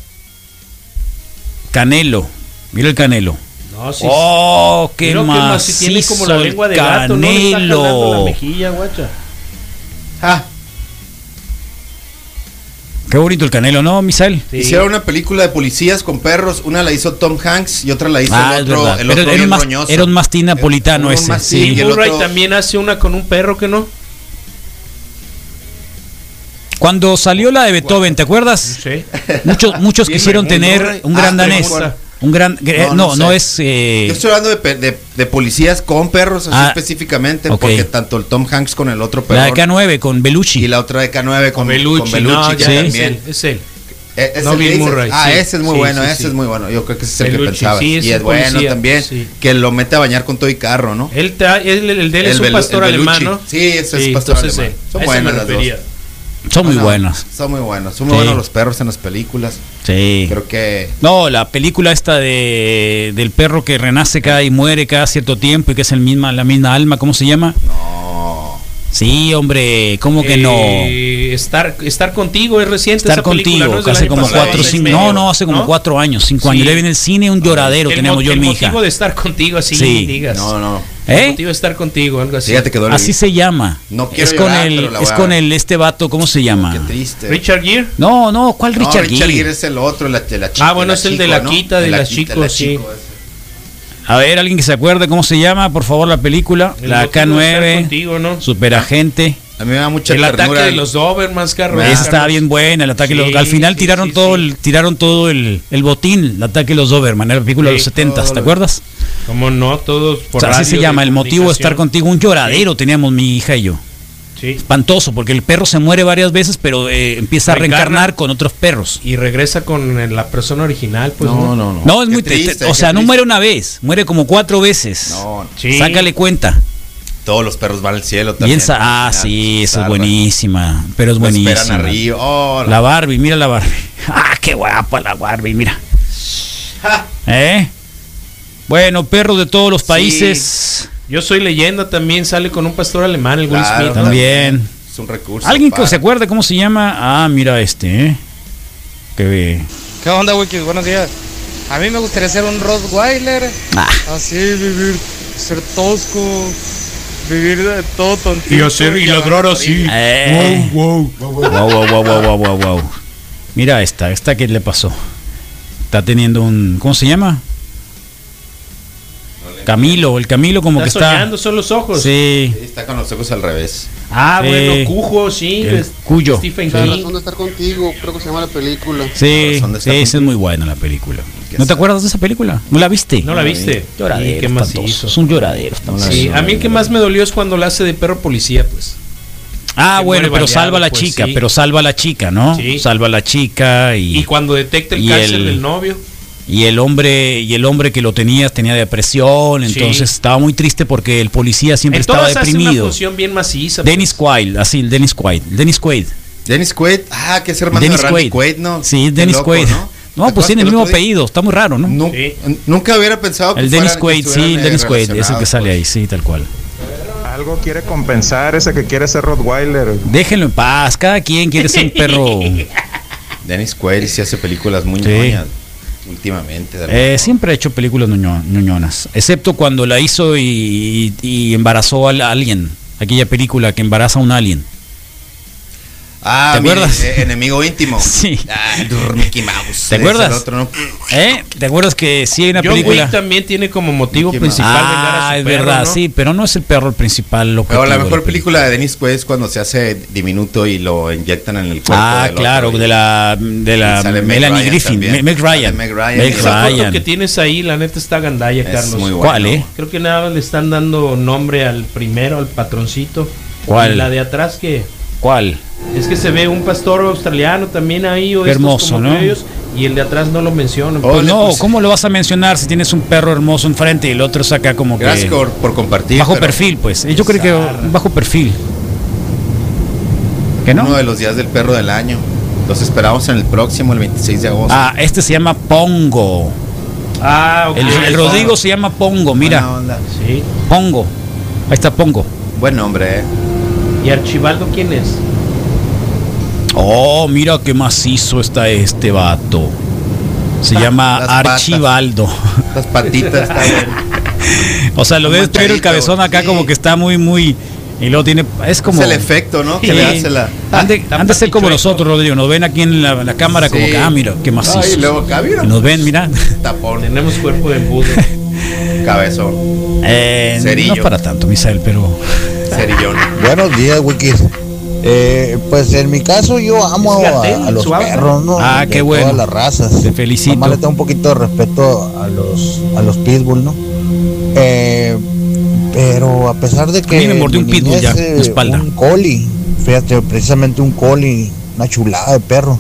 Speaker 1: Canelo, mira el Canelo.
Speaker 2: No, sí.
Speaker 1: Oh, qué
Speaker 2: Creo que es más,
Speaker 1: más.
Speaker 2: si tiene como la lengua de gato, ¿no? Le está
Speaker 1: Canelo.
Speaker 2: jalando la mejilla, guacha.
Speaker 3: Ah,
Speaker 1: qué bonito el Canelo, ¿no, Misael?
Speaker 2: Sí.
Speaker 3: Hicieron una película de policías con perros. Una la hizo Tom Hanks y otra la hizo
Speaker 1: Ah,
Speaker 3: el
Speaker 1: es
Speaker 3: otro,
Speaker 1: verdad.
Speaker 3: el
Speaker 1: Pero
Speaker 3: otro
Speaker 1: era,
Speaker 3: bien
Speaker 1: un mas-
Speaker 3: roñoso.
Speaker 1: era un mastín
Speaker 3: Era
Speaker 1: napolitano
Speaker 3: un
Speaker 1: ese.
Speaker 3: mastín,
Speaker 1: sí.
Speaker 3: y el
Speaker 2: Murray
Speaker 3: otro-
Speaker 2: también hace una con un perro que no.
Speaker 1: Cuando salió la de Beethoven, ¿te acuerdas?
Speaker 2: Sí.
Speaker 1: Muchos, muchos
Speaker 3: Sí,
Speaker 1: quisieron
Speaker 3: muy
Speaker 1: tener
Speaker 3: Murray.
Speaker 1: un
Speaker 3: Ah,
Speaker 1: gran
Speaker 3: pero
Speaker 1: danés.
Speaker 3: ¿cuál?
Speaker 1: Un gran. eh, No,
Speaker 3: No,
Speaker 1: no,
Speaker 3: no sé.
Speaker 1: es. eh,
Speaker 3: Yo estoy hablando de, pe- de- de policías con perros así
Speaker 1: Ah,
Speaker 3: específicamente,
Speaker 1: ok.
Speaker 3: porque tanto el Tom Hanks con el otro
Speaker 1: la de
Speaker 3: perro
Speaker 1: K9 con
Speaker 3: y
Speaker 1: Belushi.
Speaker 3: la otra de K9 con, con Belucci,
Speaker 2: Belucci, no,
Speaker 3: que
Speaker 2: ya, es
Speaker 3: también.
Speaker 2: él, es él.
Speaker 3: Eh, es
Speaker 2: No,
Speaker 3: el que
Speaker 2: Bill
Speaker 3: dices,
Speaker 2: Murray,
Speaker 3: ah,
Speaker 2: sí,
Speaker 3: ese es muy
Speaker 2: sí,
Speaker 3: bueno,
Speaker 2: sí,
Speaker 3: ese
Speaker 2: sí.
Speaker 3: es muy bueno. Yo creo que ese es el que
Speaker 2: Belucci,
Speaker 3: pensaba.
Speaker 2: sí, es
Speaker 3: y
Speaker 2: un
Speaker 3: es bueno
Speaker 2: policía,
Speaker 3: también.
Speaker 2: sí.
Speaker 3: Que lo mete a bañar con todo y carro, ¿no?
Speaker 2: Él ta- él- el, el de él es un
Speaker 3: Belu-
Speaker 2: pastor alemán,
Speaker 3: Belucci.
Speaker 2: ¿no?
Speaker 3: Sí, ese es pastor
Speaker 2: entonces
Speaker 3: alemán.
Speaker 2: él.
Speaker 3: Son
Speaker 2: A ese
Speaker 3: buenas
Speaker 2: me
Speaker 3: las dos.
Speaker 2: refería.
Speaker 1: Son muy
Speaker 3: No, no,
Speaker 1: buenas.
Speaker 3: Son muy buenas. Son muy
Speaker 1: Sí.
Speaker 3: buenos los perros en las películas.
Speaker 1: Sí.
Speaker 3: Creo que.
Speaker 1: No, la película esta de, del perro que renace cada y muere cada cierto tiempo y que es el misma, la misma alma, ¿cómo se llama?
Speaker 3: No.
Speaker 1: Sí, hombre, ¿cómo que no?
Speaker 2: Eh, estar, estar contigo es reciente.
Speaker 1: estar
Speaker 2: esa película,
Speaker 1: contigo,
Speaker 2: ¿no? Es
Speaker 1: que
Speaker 2: del
Speaker 1: hace
Speaker 2: año
Speaker 1: como
Speaker 2: pasado,
Speaker 1: cuatro,
Speaker 2: seis
Speaker 1: cinco,
Speaker 2: meses,
Speaker 1: no, no, hace como
Speaker 2: ¿no?
Speaker 1: cuatro años, cinco
Speaker 2: Sí.
Speaker 1: años. Le vi en el cine un lloradero,
Speaker 2: El
Speaker 1: tenemos
Speaker 2: mo-
Speaker 1: yo y
Speaker 2: el
Speaker 1: mi hija.
Speaker 2: motivo de estar contigo así,
Speaker 1: Sí.
Speaker 2: digas.
Speaker 3: No, no.
Speaker 2: El
Speaker 1: ¿Eh?
Speaker 2: motivo de estar contigo, algo así.
Speaker 3: Fíjate que duele.
Speaker 1: Así se llama.
Speaker 3: No quiero
Speaker 1: es con
Speaker 3: llorar,
Speaker 1: el,
Speaker 3: pero la
Speaker 1: es
Speaker 3: voy a
Speaker 1: con
Speaker 3: ver.
Speaker 1: el este vato, ¿cómo se
Speaker 3: Qué
Speaker 1: llama?
Speaker 3: triste.
Speaker 2: Richard Gere.
Speaker 1: No, no, ¿cuál
Speaker 3: No,
Speaker 1: Richard, Gere?
Speaker 3: es el otro, la, de la chica.
Speaker 2: Ah, bueno, es el de la quita, de la chico,
Speaker 3: chicos
Speaker 2: sí.
Speaker 1: A ver, alguien que se acuerde cómo se llama, por favor, la película.
Speaker 2: El
Speaker 1: la
Speaker 2: motivo de estar
Speaker 1: K9,
Speaker 2: Contigo, ¿no?
Speaker 1: Superagente.
Speaker 3: A mí me da mucha
Speaker 2: El
Speaker 3: ternura.
Speaker 2: ataque de los Dobermans, Ah, Carlos.
Speaker 1: Esa estaba bien buena, el ataque. de los-
Speaker 2: Sí,
Speaker 1: al final
Speaker 2: sí,
Speaker 1: tiraron
Speaker 2: sí,
Speaker 1: todo,
Speaker 2: sí.
Speaker 1: El, tiraron todo el, el botín, el ataque de los Doberman, era la película de los
Speaker 2: Sí,
Speaker 1: 70,
Speaker 3: todo
Speaker 1: ¿te
Speaker 3: lo-
Speaker 1: acuerdas?
Speaker 2: Como no, todos por
Speaker 1: O sea, así
Speaker 2: radio
Speaker 1: se
Speaker 2: de
Speaker 1: llama, el motivo de estar
Speaker 2: comunicación.
Speaker 1: contigo, un lloradero teníamos mi hija y yo.
Speaker 2: Sí.
Speaker 1: espantoso porque el perro se muere varias veces pero eh, empieza a
Speaker 2: Reencarna.
Speaker 1: reencarnar con otros perros
Speaker 2: Y regresa con eh, la persona original, pues.
Speaker 3: No, no, no.
Speaker 1: no es
Speaker 3: Qué
Speaker 1: muy triste,
Speaker 3: triste,
Speaker 1: o
Speaker 3: qué
Speaker 1: sea no
Speaker 3: triste.
Speaker 1: muere una vez muere como cuatro veces
Speaker 3: No, no.
Speaker 2: Sí.
Speaker 1: sácale cuenta
Speaker 3: Todos los perros van al cielo también. pues,
Speaker 1: piensa ah sí esa es
Speaker 3: Salva.
Speaker 1: buenísima pero es
Speaker 3: Lo Esperan
Speaker 1: buenísima
Speaker 3: arriba. Oh,
Speaker 1: la Barbie mira la Barbie ah qué guapa la Barbie mira ¿Eh? bueno perros de todos los países
Speaker 2: Yo soy leyenda también, sale con un pastor alemán, el Will
Speaker 3: Claro,
Speaker 2: Smith.
Speaker 3: claro.
Speaker 1: también
Speaker 3: Es un recurso.
Speaker 1: alguien que
Speaker 3: para-
Speaker 1: se acuerde cómo se llama ah mira este ¿eh? que
Speaker 10: ¿Qué onda, Wiki? Buenos días. A mí me gustaría ser un Rottweiler.
Speaker 1: Ah.
Speaker 10: Así, vivir, ser tosco, vivir de todo tontito.
Speaker 2: Y hacer- y ladrar
Speaker 10: agarrar
Speaker 2: así.
Speaker 10: cariño.
Speaker 1: Eh. Wow, wow, wow, wow, wow, wow, wow. Mira esta, esta que le pasó. Está teniendo un. ¿Cómo se llama? Camilo, el Camilo como
Speaker 2: Está
Speaker 1: que está.
Speaker 2: soñando, son los ojos.
Speaker 1: Sí.
Speaker 3: Sí, Está con los ojos al revés.
Speaker 2: Ah,
Speaker 1: Sí.
Speaker 2: bueno, Cujo, sí.
Speaker 1: El
Speaker 2: es-
Speaker 1: Cuyo.
Speaker 2: Stephen
Speaker 1: Sí.
Speaker 2: King.
Speaker 10: de estar contigo, creo que se llama la película.
Speaker 1: Sí,
Speaker 3: Razón de
Speaker 1: sí,
Speaker 3: estar
Speaker 1: esa es muy buena la película.
Speaker 3: Que
Speaker 1: ¿No te
Speaker 3: sea.
Speaker 1: acuerdas de esa película? ¿No la viste?
Speaker 2: No la viste.
Speaker 1: Lloradero.
Speaker 2: ¿Y qué más
Speaker 1: espantoso.
Speaker 2: hizo?
Speaker 1: Es un lloradero. espantoso.
Speaker 2: Sí, a mí el que más me dolió es cuando la hace de perro policía, pues.
Speaker 1: Ah, bueno,
Speaker 2: Que muere
Speaker 1: pero
Speaker 2: baleado,
Speaker 1: salva a la
Speaker 2: pues,
Speaker 1: chica,
Speaker 2: sí.
Speaker 1: pero salva a la chica, ¿no?
Speaker 2: Sí.
Speaker 1: Salva a la chica
Speaker 2: Y cuando detecta el
Speaker 1: y
Speaker 2: cáncer
Speaker 1: el-
Speaker 2: del novio.
Speaker 1: Y el hombre y el hombre que lo tenía tenía depresión,
Speaker 2: Sí.
Speaker 1: entonces estaba muy triste porque el policía siempre
Speaker 2: En
Speaker 1: estaba
Speaker 2: todas hace una
Speaker 1: deprimido.
Speaker 2: función bien maciza. pues.
Speaker 1: Dennis Quaid, así el Dennis Quaid, Dennis Quaid,
Speaker 3: Dennis Quaid. Ah, que es hermano
Speaker 1: Dennis
Speaker 3: de Randy Quaid, ¿no?
Speaker 1: Sí,
Speaker 3: Qué
Speaker 1: Dennis
Speaker 3: loco,
Speaker 1: Quaid.
Speaker 3: ¿no?
Speaker 1: No,
Speaker 3: ¿Te
Speaker 1: pues
Speaker 3: acuerdas
Speaker 1: tiene
Speaker 3: que
Speaker 1: el mismo
Speaker 3: otro día-
Speaker 1: apellido, está muy raro, ¿no?
Speaker 3: Nu-
Speaker 2: Sí.
Speaker 3: Nunca hubiera pensado que
Speaker 1: El Dennis
Speaker 3: fueran- que
Speaker 1: Quaid, sí,
Speaker 3: estuvieran,
Speaker 1: el
Speaker 3: eh,
Speaker 1: Dennis Quaid, es el que
Speaker 3: relacionados,
Speaker 1: sale ahí,
Speaker 3: pues.
Speaker 1: sí, tal cual.
Speaker 9: Algo quiere compensar ese que quiere ser Rottweiler.
Speaker 1: Déjenlo en paz, cada quien quiere ser un perro.
Speaker 3: Dennis Quaid sí hace películas muy
Speaker 1: Sí.
Speaker 3: ñoñas últimamente. de alguna
Speaker 1: Eh,
Speaker 3: forma.
Speaker 1: siempre ha hecho películas ñoño- ñoñonas, excepto cuando la hizo y, y- y embarazó al alien, aquella película que embaraza a un alien.
Speaker 3: Ah,
Speaker 1: ¿Te
Speaker 3: mire,
Speaker 1: acuerdas?
Speaker 3: eh, enemigo íntimo.
Speaker 1: Sí.
Speaker 3: Ah, Mickey
Speaker 1: ¿Te
Speaker 3: Mouse. Le dice el
Speaker 1: acuerdas?
Speaker 3: otro, ¿no?
Speaker 1: ¿Eh? ¿Te acuerdas que sí hay una
Speaker 2: John
Speaker 1: película?
Speaker 2: Wick también tiene como motivo
Speaker 3: Mickey
Speaker 2: principal vengar a su
Speaker 1: Ah, es
Speaker 2: perro,
Speaker 1: verdad,
Speaker 2: ¿no?
Speaker 1: sí, pero no es el perro el principal. Lo
Speaker 3: Pero la mejor película de Dennis Quaid es cuando se hace diminuto y lo inyectan en el cuerpo.
Speaker 1: Ah,
Speaker 3: del otro
Speaker 1: claro,
Speaker 3: y-
Speaker 1: de la, de
Speaker 3: y
Speaker 1: la
Speaker 3: sale Meg
Speaker 1: Melanie
Speaker 3: Ryan
Speaker 1: Griffin,
Speaker 3: también.
Speaker 1: Me- Meg Ryan.
Speaker 3: Meg Ryan.
Speaker 1: Meg
Speaker 2: Esa foto
Speaker 1: Ryan.
Speaker 2: que tienes ahí, la neta está gandalla,
Speaker 3: Es
Speaker 2: Carlos.
Speaker 3: muy
Speaker 1: ¿Cuál,
Speaker 3: bueno.
Speaker 1: eh?
Speaker 2: Creo que nada más le están dando nombre al primero, al patroncito.
Speaker 1: ¿Cuál?
Speaker 2: Y la de atrás que
Speaker 1: ¿Cuál?
Speaker 2: es que se ve un pastor australiano también ahí o
Speaker 1: Qué
Speaker 2: estos
Speaker 1: hermoso,
Speaker 2: como
Speaker 1: ¿no?
Speaker 2: criollos, y el de atrás no lo mencionan.
Speaker 1: Pues
Speaker 2: Pues,
Speaker 1: no, ¿cómo lo vas a mencionar si tienes un perro hermoso enfrente y el otro saca como que.
Speaker 3: Gracias por, por compartir.
Speaker 1: bajo
Speaker 3: pero
Speaker 1: perfil, pues. Yo creo que bajo perfil. ¿Que no?
Speaker 3: Uno de los días del perro del año. Los esperamos en el próximo, el 26 de agosto.
Speaker 1: Ah, este se llama Pongo.
Speaker 2: Ah, ok.
Speaker 1: El, el Rodrigo se llama Pongo,
Speaker 3: Buena
Speaker 1: Ah, mira.
Speaker 3: onda.
Speaker 2: Sí.
Speaker 1: Pongo. Ahí está Pongo.
Speaker 3: Buen nombre, ¿eh?
Speaker 2: ¿Y Archibaldo quién es?
Speaker 1: Oh, mira qué macizo está este vato. Se llama
Speaker 3: las patas.
Speaker 1: Archibaldo.
Speaker 3: Las patitas. está bueno.
Speaker 1: O sea, lo ves
Speaker 3: Manchadito,
Speaker 1: pero el cabezón acá
Speaker 3: sí.
Speaker 1: como que está muy, muy. Y luego tiene. Es como.
Speaker 3: Es el efecto, ¿no? Que
Speaker 1: Sí.
Speaker 3: le hace la. Ah,
Speaker 1: Han de, han de ser como nosotros, Rodrigo. Nos ven aquí en la, la cámara como
Speaker 3: Sí.
Speaker 1: que, ah, mira, qué macizo.
Speaker 3: Ay, y luego acá, mira.
Speaker 1: Nos ven, mira.
Speaker 3: Tapón,
Speaker 2: Tenemos cuerpo de embudo.
Speaker 3: cabezón,
Speaker 1: Eh, no es
Speaker 3: Cerillo.
Speaker 1: para tanto, Misael, pero.
Speaker 3: cerillón.
Speaker 11: Buenos días, Wikis. Eh, pues en mi caso yo amo
Speaker 2: Es
Speaker 11: a,
Speaker 2: gatell,
Speaker 11: a los
Speaker 2: su auto.
Speaker 11: perros, ¿no?
Speaker 1: Ah,
Speaker 11: De
Speaker 1: qué bueno.
Speaker 11: Todas las razas.
Speaker 1: Te felicito.
Speaker 11: Nomás le tengo un poquito de respeto a los a los pitbull, ¿no? Eh, pero a pesar de que
Speaker 1: A mí me mordió un
Speaker 11: mi
Speaker 1: pitbull
Speaker 11: niñez,
Speaker 1: ya,
Speaker 11: eh,
Speaker 1: la espalda.
Speaker 11: un collie, fíjate, precisamente un collie, una chulada de perro.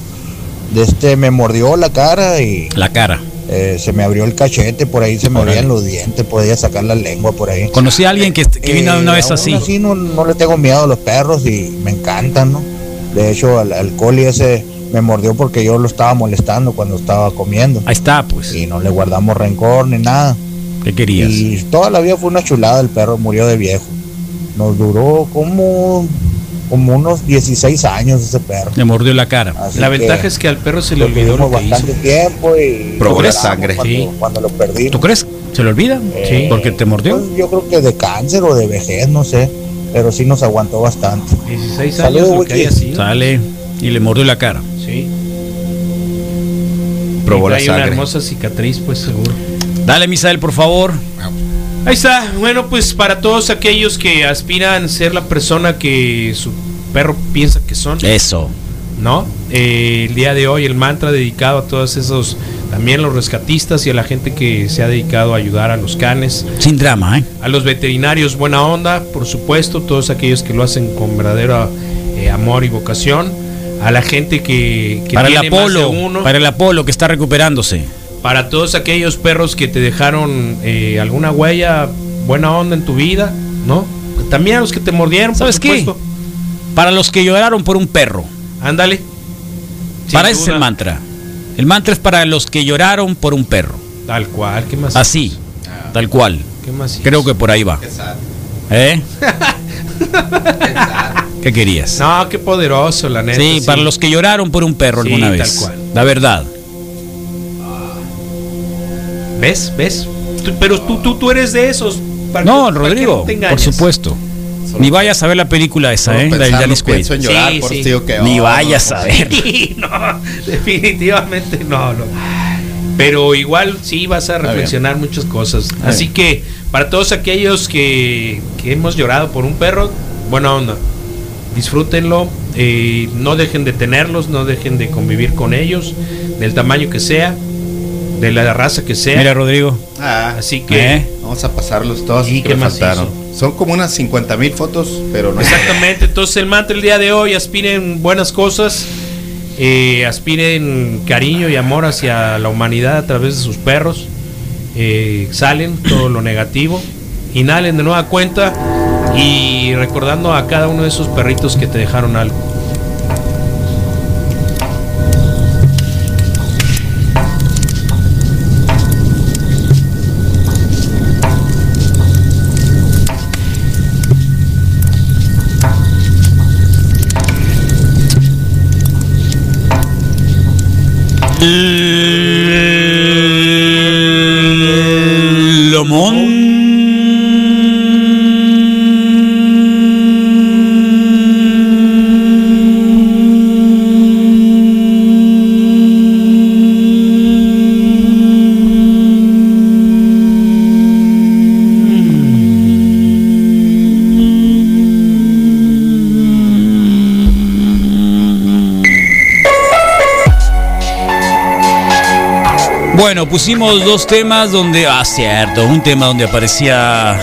Speaker 11: De este me mordió la cara y
Speaker 1: La cara.
Speaker 11: eh, se me abrió el cachete, por ahí se me
Speaker 1: Órale.
Speaker 11: abrían los dientes, podía sacar la lengua por ahí.
Speaker 1: Conocí a alguien que, que vino
Speaker 11: Eh,
Speaker 1: una vez
Speaker 11: aún
Speaker 1: así.
Speaker 11: no, no le tengo miedo a los perros y me encantan, ¿no? De hecho, al, al collie ese me mordió porque yo lo estaba molestando cuando estaba comiendo.
Speaker 1: Ahí está, pues.
Speaker 11: Y no le guardamos rencor ni nada.
Speaker 1: ¿Qué querías?
Speaker 11: Y toda la vida fue una chulada, el perro murió de viejo. Nos duró como, como unos 16 años ese perro.
Speaker 1: Le mordió la cara.
Speaker 11: Así
Speaker 2: La
Speaker 11: que
Speaker 2: ventaja es que al perro se le
Speaker 11: lo
Speaker 2: olvidó lo
Speaker 11: tuvimos
Speaker 2: que hizo.
Speaker 11: bastante tiempo y
Speaker 3: Probó la
Speaker 11: lloramos
Speaker 3: sangre,
Speaker 11: cuando,
Speaker 2: sí.
Speaker 11: cuando lo perdimos.
Speaker 1: ¿Tú crees? ¿Se le olvida?
Speaker 11: Eh,
Speaker 1: Porque te mordió.
Speaker 11: pues, yo creo que de cáncer o de vejez, no sé. Pero sí nos aguantó bastante.
Speaker 2: 16 años
Speaker 11: Saludos,
Speaker 2: lo que
Speaker 11: Wiki.
Speaker 2: haya sido.
Speaker 1: Sale y le mordió la cara.
Speaker 2: Sí.
Speaker 3: Probó la
Speaker 2: Hay una
Speaker 3: sangre.
Speaker 2: hermosa cicatriz, pues seguro.
Speaker 1: Dale, Misael, por favor.
Speaker 2: Ahí está. Bueno, pues para todos aquellos que aspiran a ser la persona que su perro piensa que son,
Speaker 1: Eso.
Speaker 2: ¿no? Eh, el día de hoy el mantra dedicado a todos esos, también los rescatistas y a la gente que se ha dedicado a ayudar a los canes,
Speaker 1: Sin drama, ¿eh?
Speaker 2: a los veterinarios buena onda, por supuesto, todos aquellos que lo hacen con verdadero eh, amor y vocación, a la gente que, que
Speaker 1: Para el
Speaker 2: tiene más de
Speaker 1: Apolo.
Speaker 2: uno.
Speaker 1: Para el Apolo que está recuperándose.
Speaker 2: Para todos aquellos perros que te dejaron eh, alguna huella buena onda en tu vida, ¿no? También a los que te mordieron, por
Speaker 1: ¿Sabes qué?
Speaker 2: supuesto.
Speaker 1: Para los que lloraron por un perro.
Speaker 2: Ándale. Sin
Speaker 1: para eso es
Speaker 2: duda.
Speaker 1: el mantra. El mantra es para los que lloraron por un perro.
Speaker 2: Tal cual, ¿qué más?
Speaker 1: Así. Tal cual.
Speaker 2: ¿Qué más?
Speaker 1: Creo que por ahí va. ¿Eh? ¿Qué querías?
Speaker 2: No, qué poderoso, la neta.
Speaker 1: Sí, para los que lloraron por un perro
Speaker 2: Sí,
Speaker 1: alguna
Speaker 2: tal
Speaker 1: vez.
Speaker 2: cual.
Speaker 1: La verdad.
Speaker 2: ¿Ves? ¿Ves? Tú- pero tú, tú, tú eres de esos. ¿Para
Speaker 1: No,
Speaker 2: qué- para
Speaker 1: Rodrigo,
Speaker 2: qué te
Speaker 1: por
Speaker 2: engañas?
Speaker 1: supuesto.
Speaker 3: Solo-
Speaker 1: Ni vayas a ver la película esa,
Speaker 3: solo
Speaker 1: ¿eh? La del
Speaker 3: pensarlo,
Speaker 1: Dennis Quaid.
Speaker 3: pienso en llorar,
Speaker 2: Sí,
Speaker 3: por
Speaker 2: sí.
Speaker 3: eso digo que,
Speaker 1: Ni
Speaker 3: oh,
Speaker 1: vayas
Speaker 3: no,
Speaker 1: a ver.
Speaker 2: Sí, no, definitivamente no, no. Pero igual sí vas a reflexionar muchas cosas. Así que para todos aquellos que, que hemos llorado por un perro, buena onda. Disfrútenlo, eh, no dejen de tenerlos, no dejen de convivir con ellos, del tamaño que sea, de la raza que sea.
Speaker 1: Mira, Rodrigo.
Speaker 3: Ah,
Speaker 2: Así que
Speaker 1: ¿eh?
Speaker 3: Vamos a pasarlos todos
Speaker 2: ¿Y
Speaker 3: que
Speaker 2: qué
Speaker 3: me
Speaker 2: más
Speaker 3: faltaron. Son como unas 50 mil fotos, pero no
Speaker 2: Exactamente, entonces el mantra el día de hoy, aspiren buenas cosas, eh, aspiren cariño y amor hacia la humanidad a través de sus perros, eh, salen todo lo negativo, inhalen de nueva cuenta y recordando a cada uno de esos perritos que te dejaron algo.
Speaker 1: Lomón. Bueno, pusimos dos temas donde. Ah, cierto. Un tema donde aparecía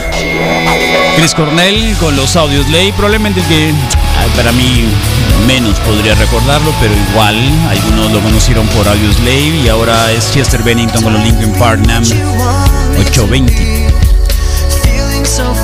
Speaker 1: Chris Cornell con los audios ley. Probablemente el que ah, para mí menos podría recordarlo, pero igual algunos lo conocieron por audios ley y ahora es Chester Bennington con los Linkin Park Nam 820.
Speaker 12: Feeling so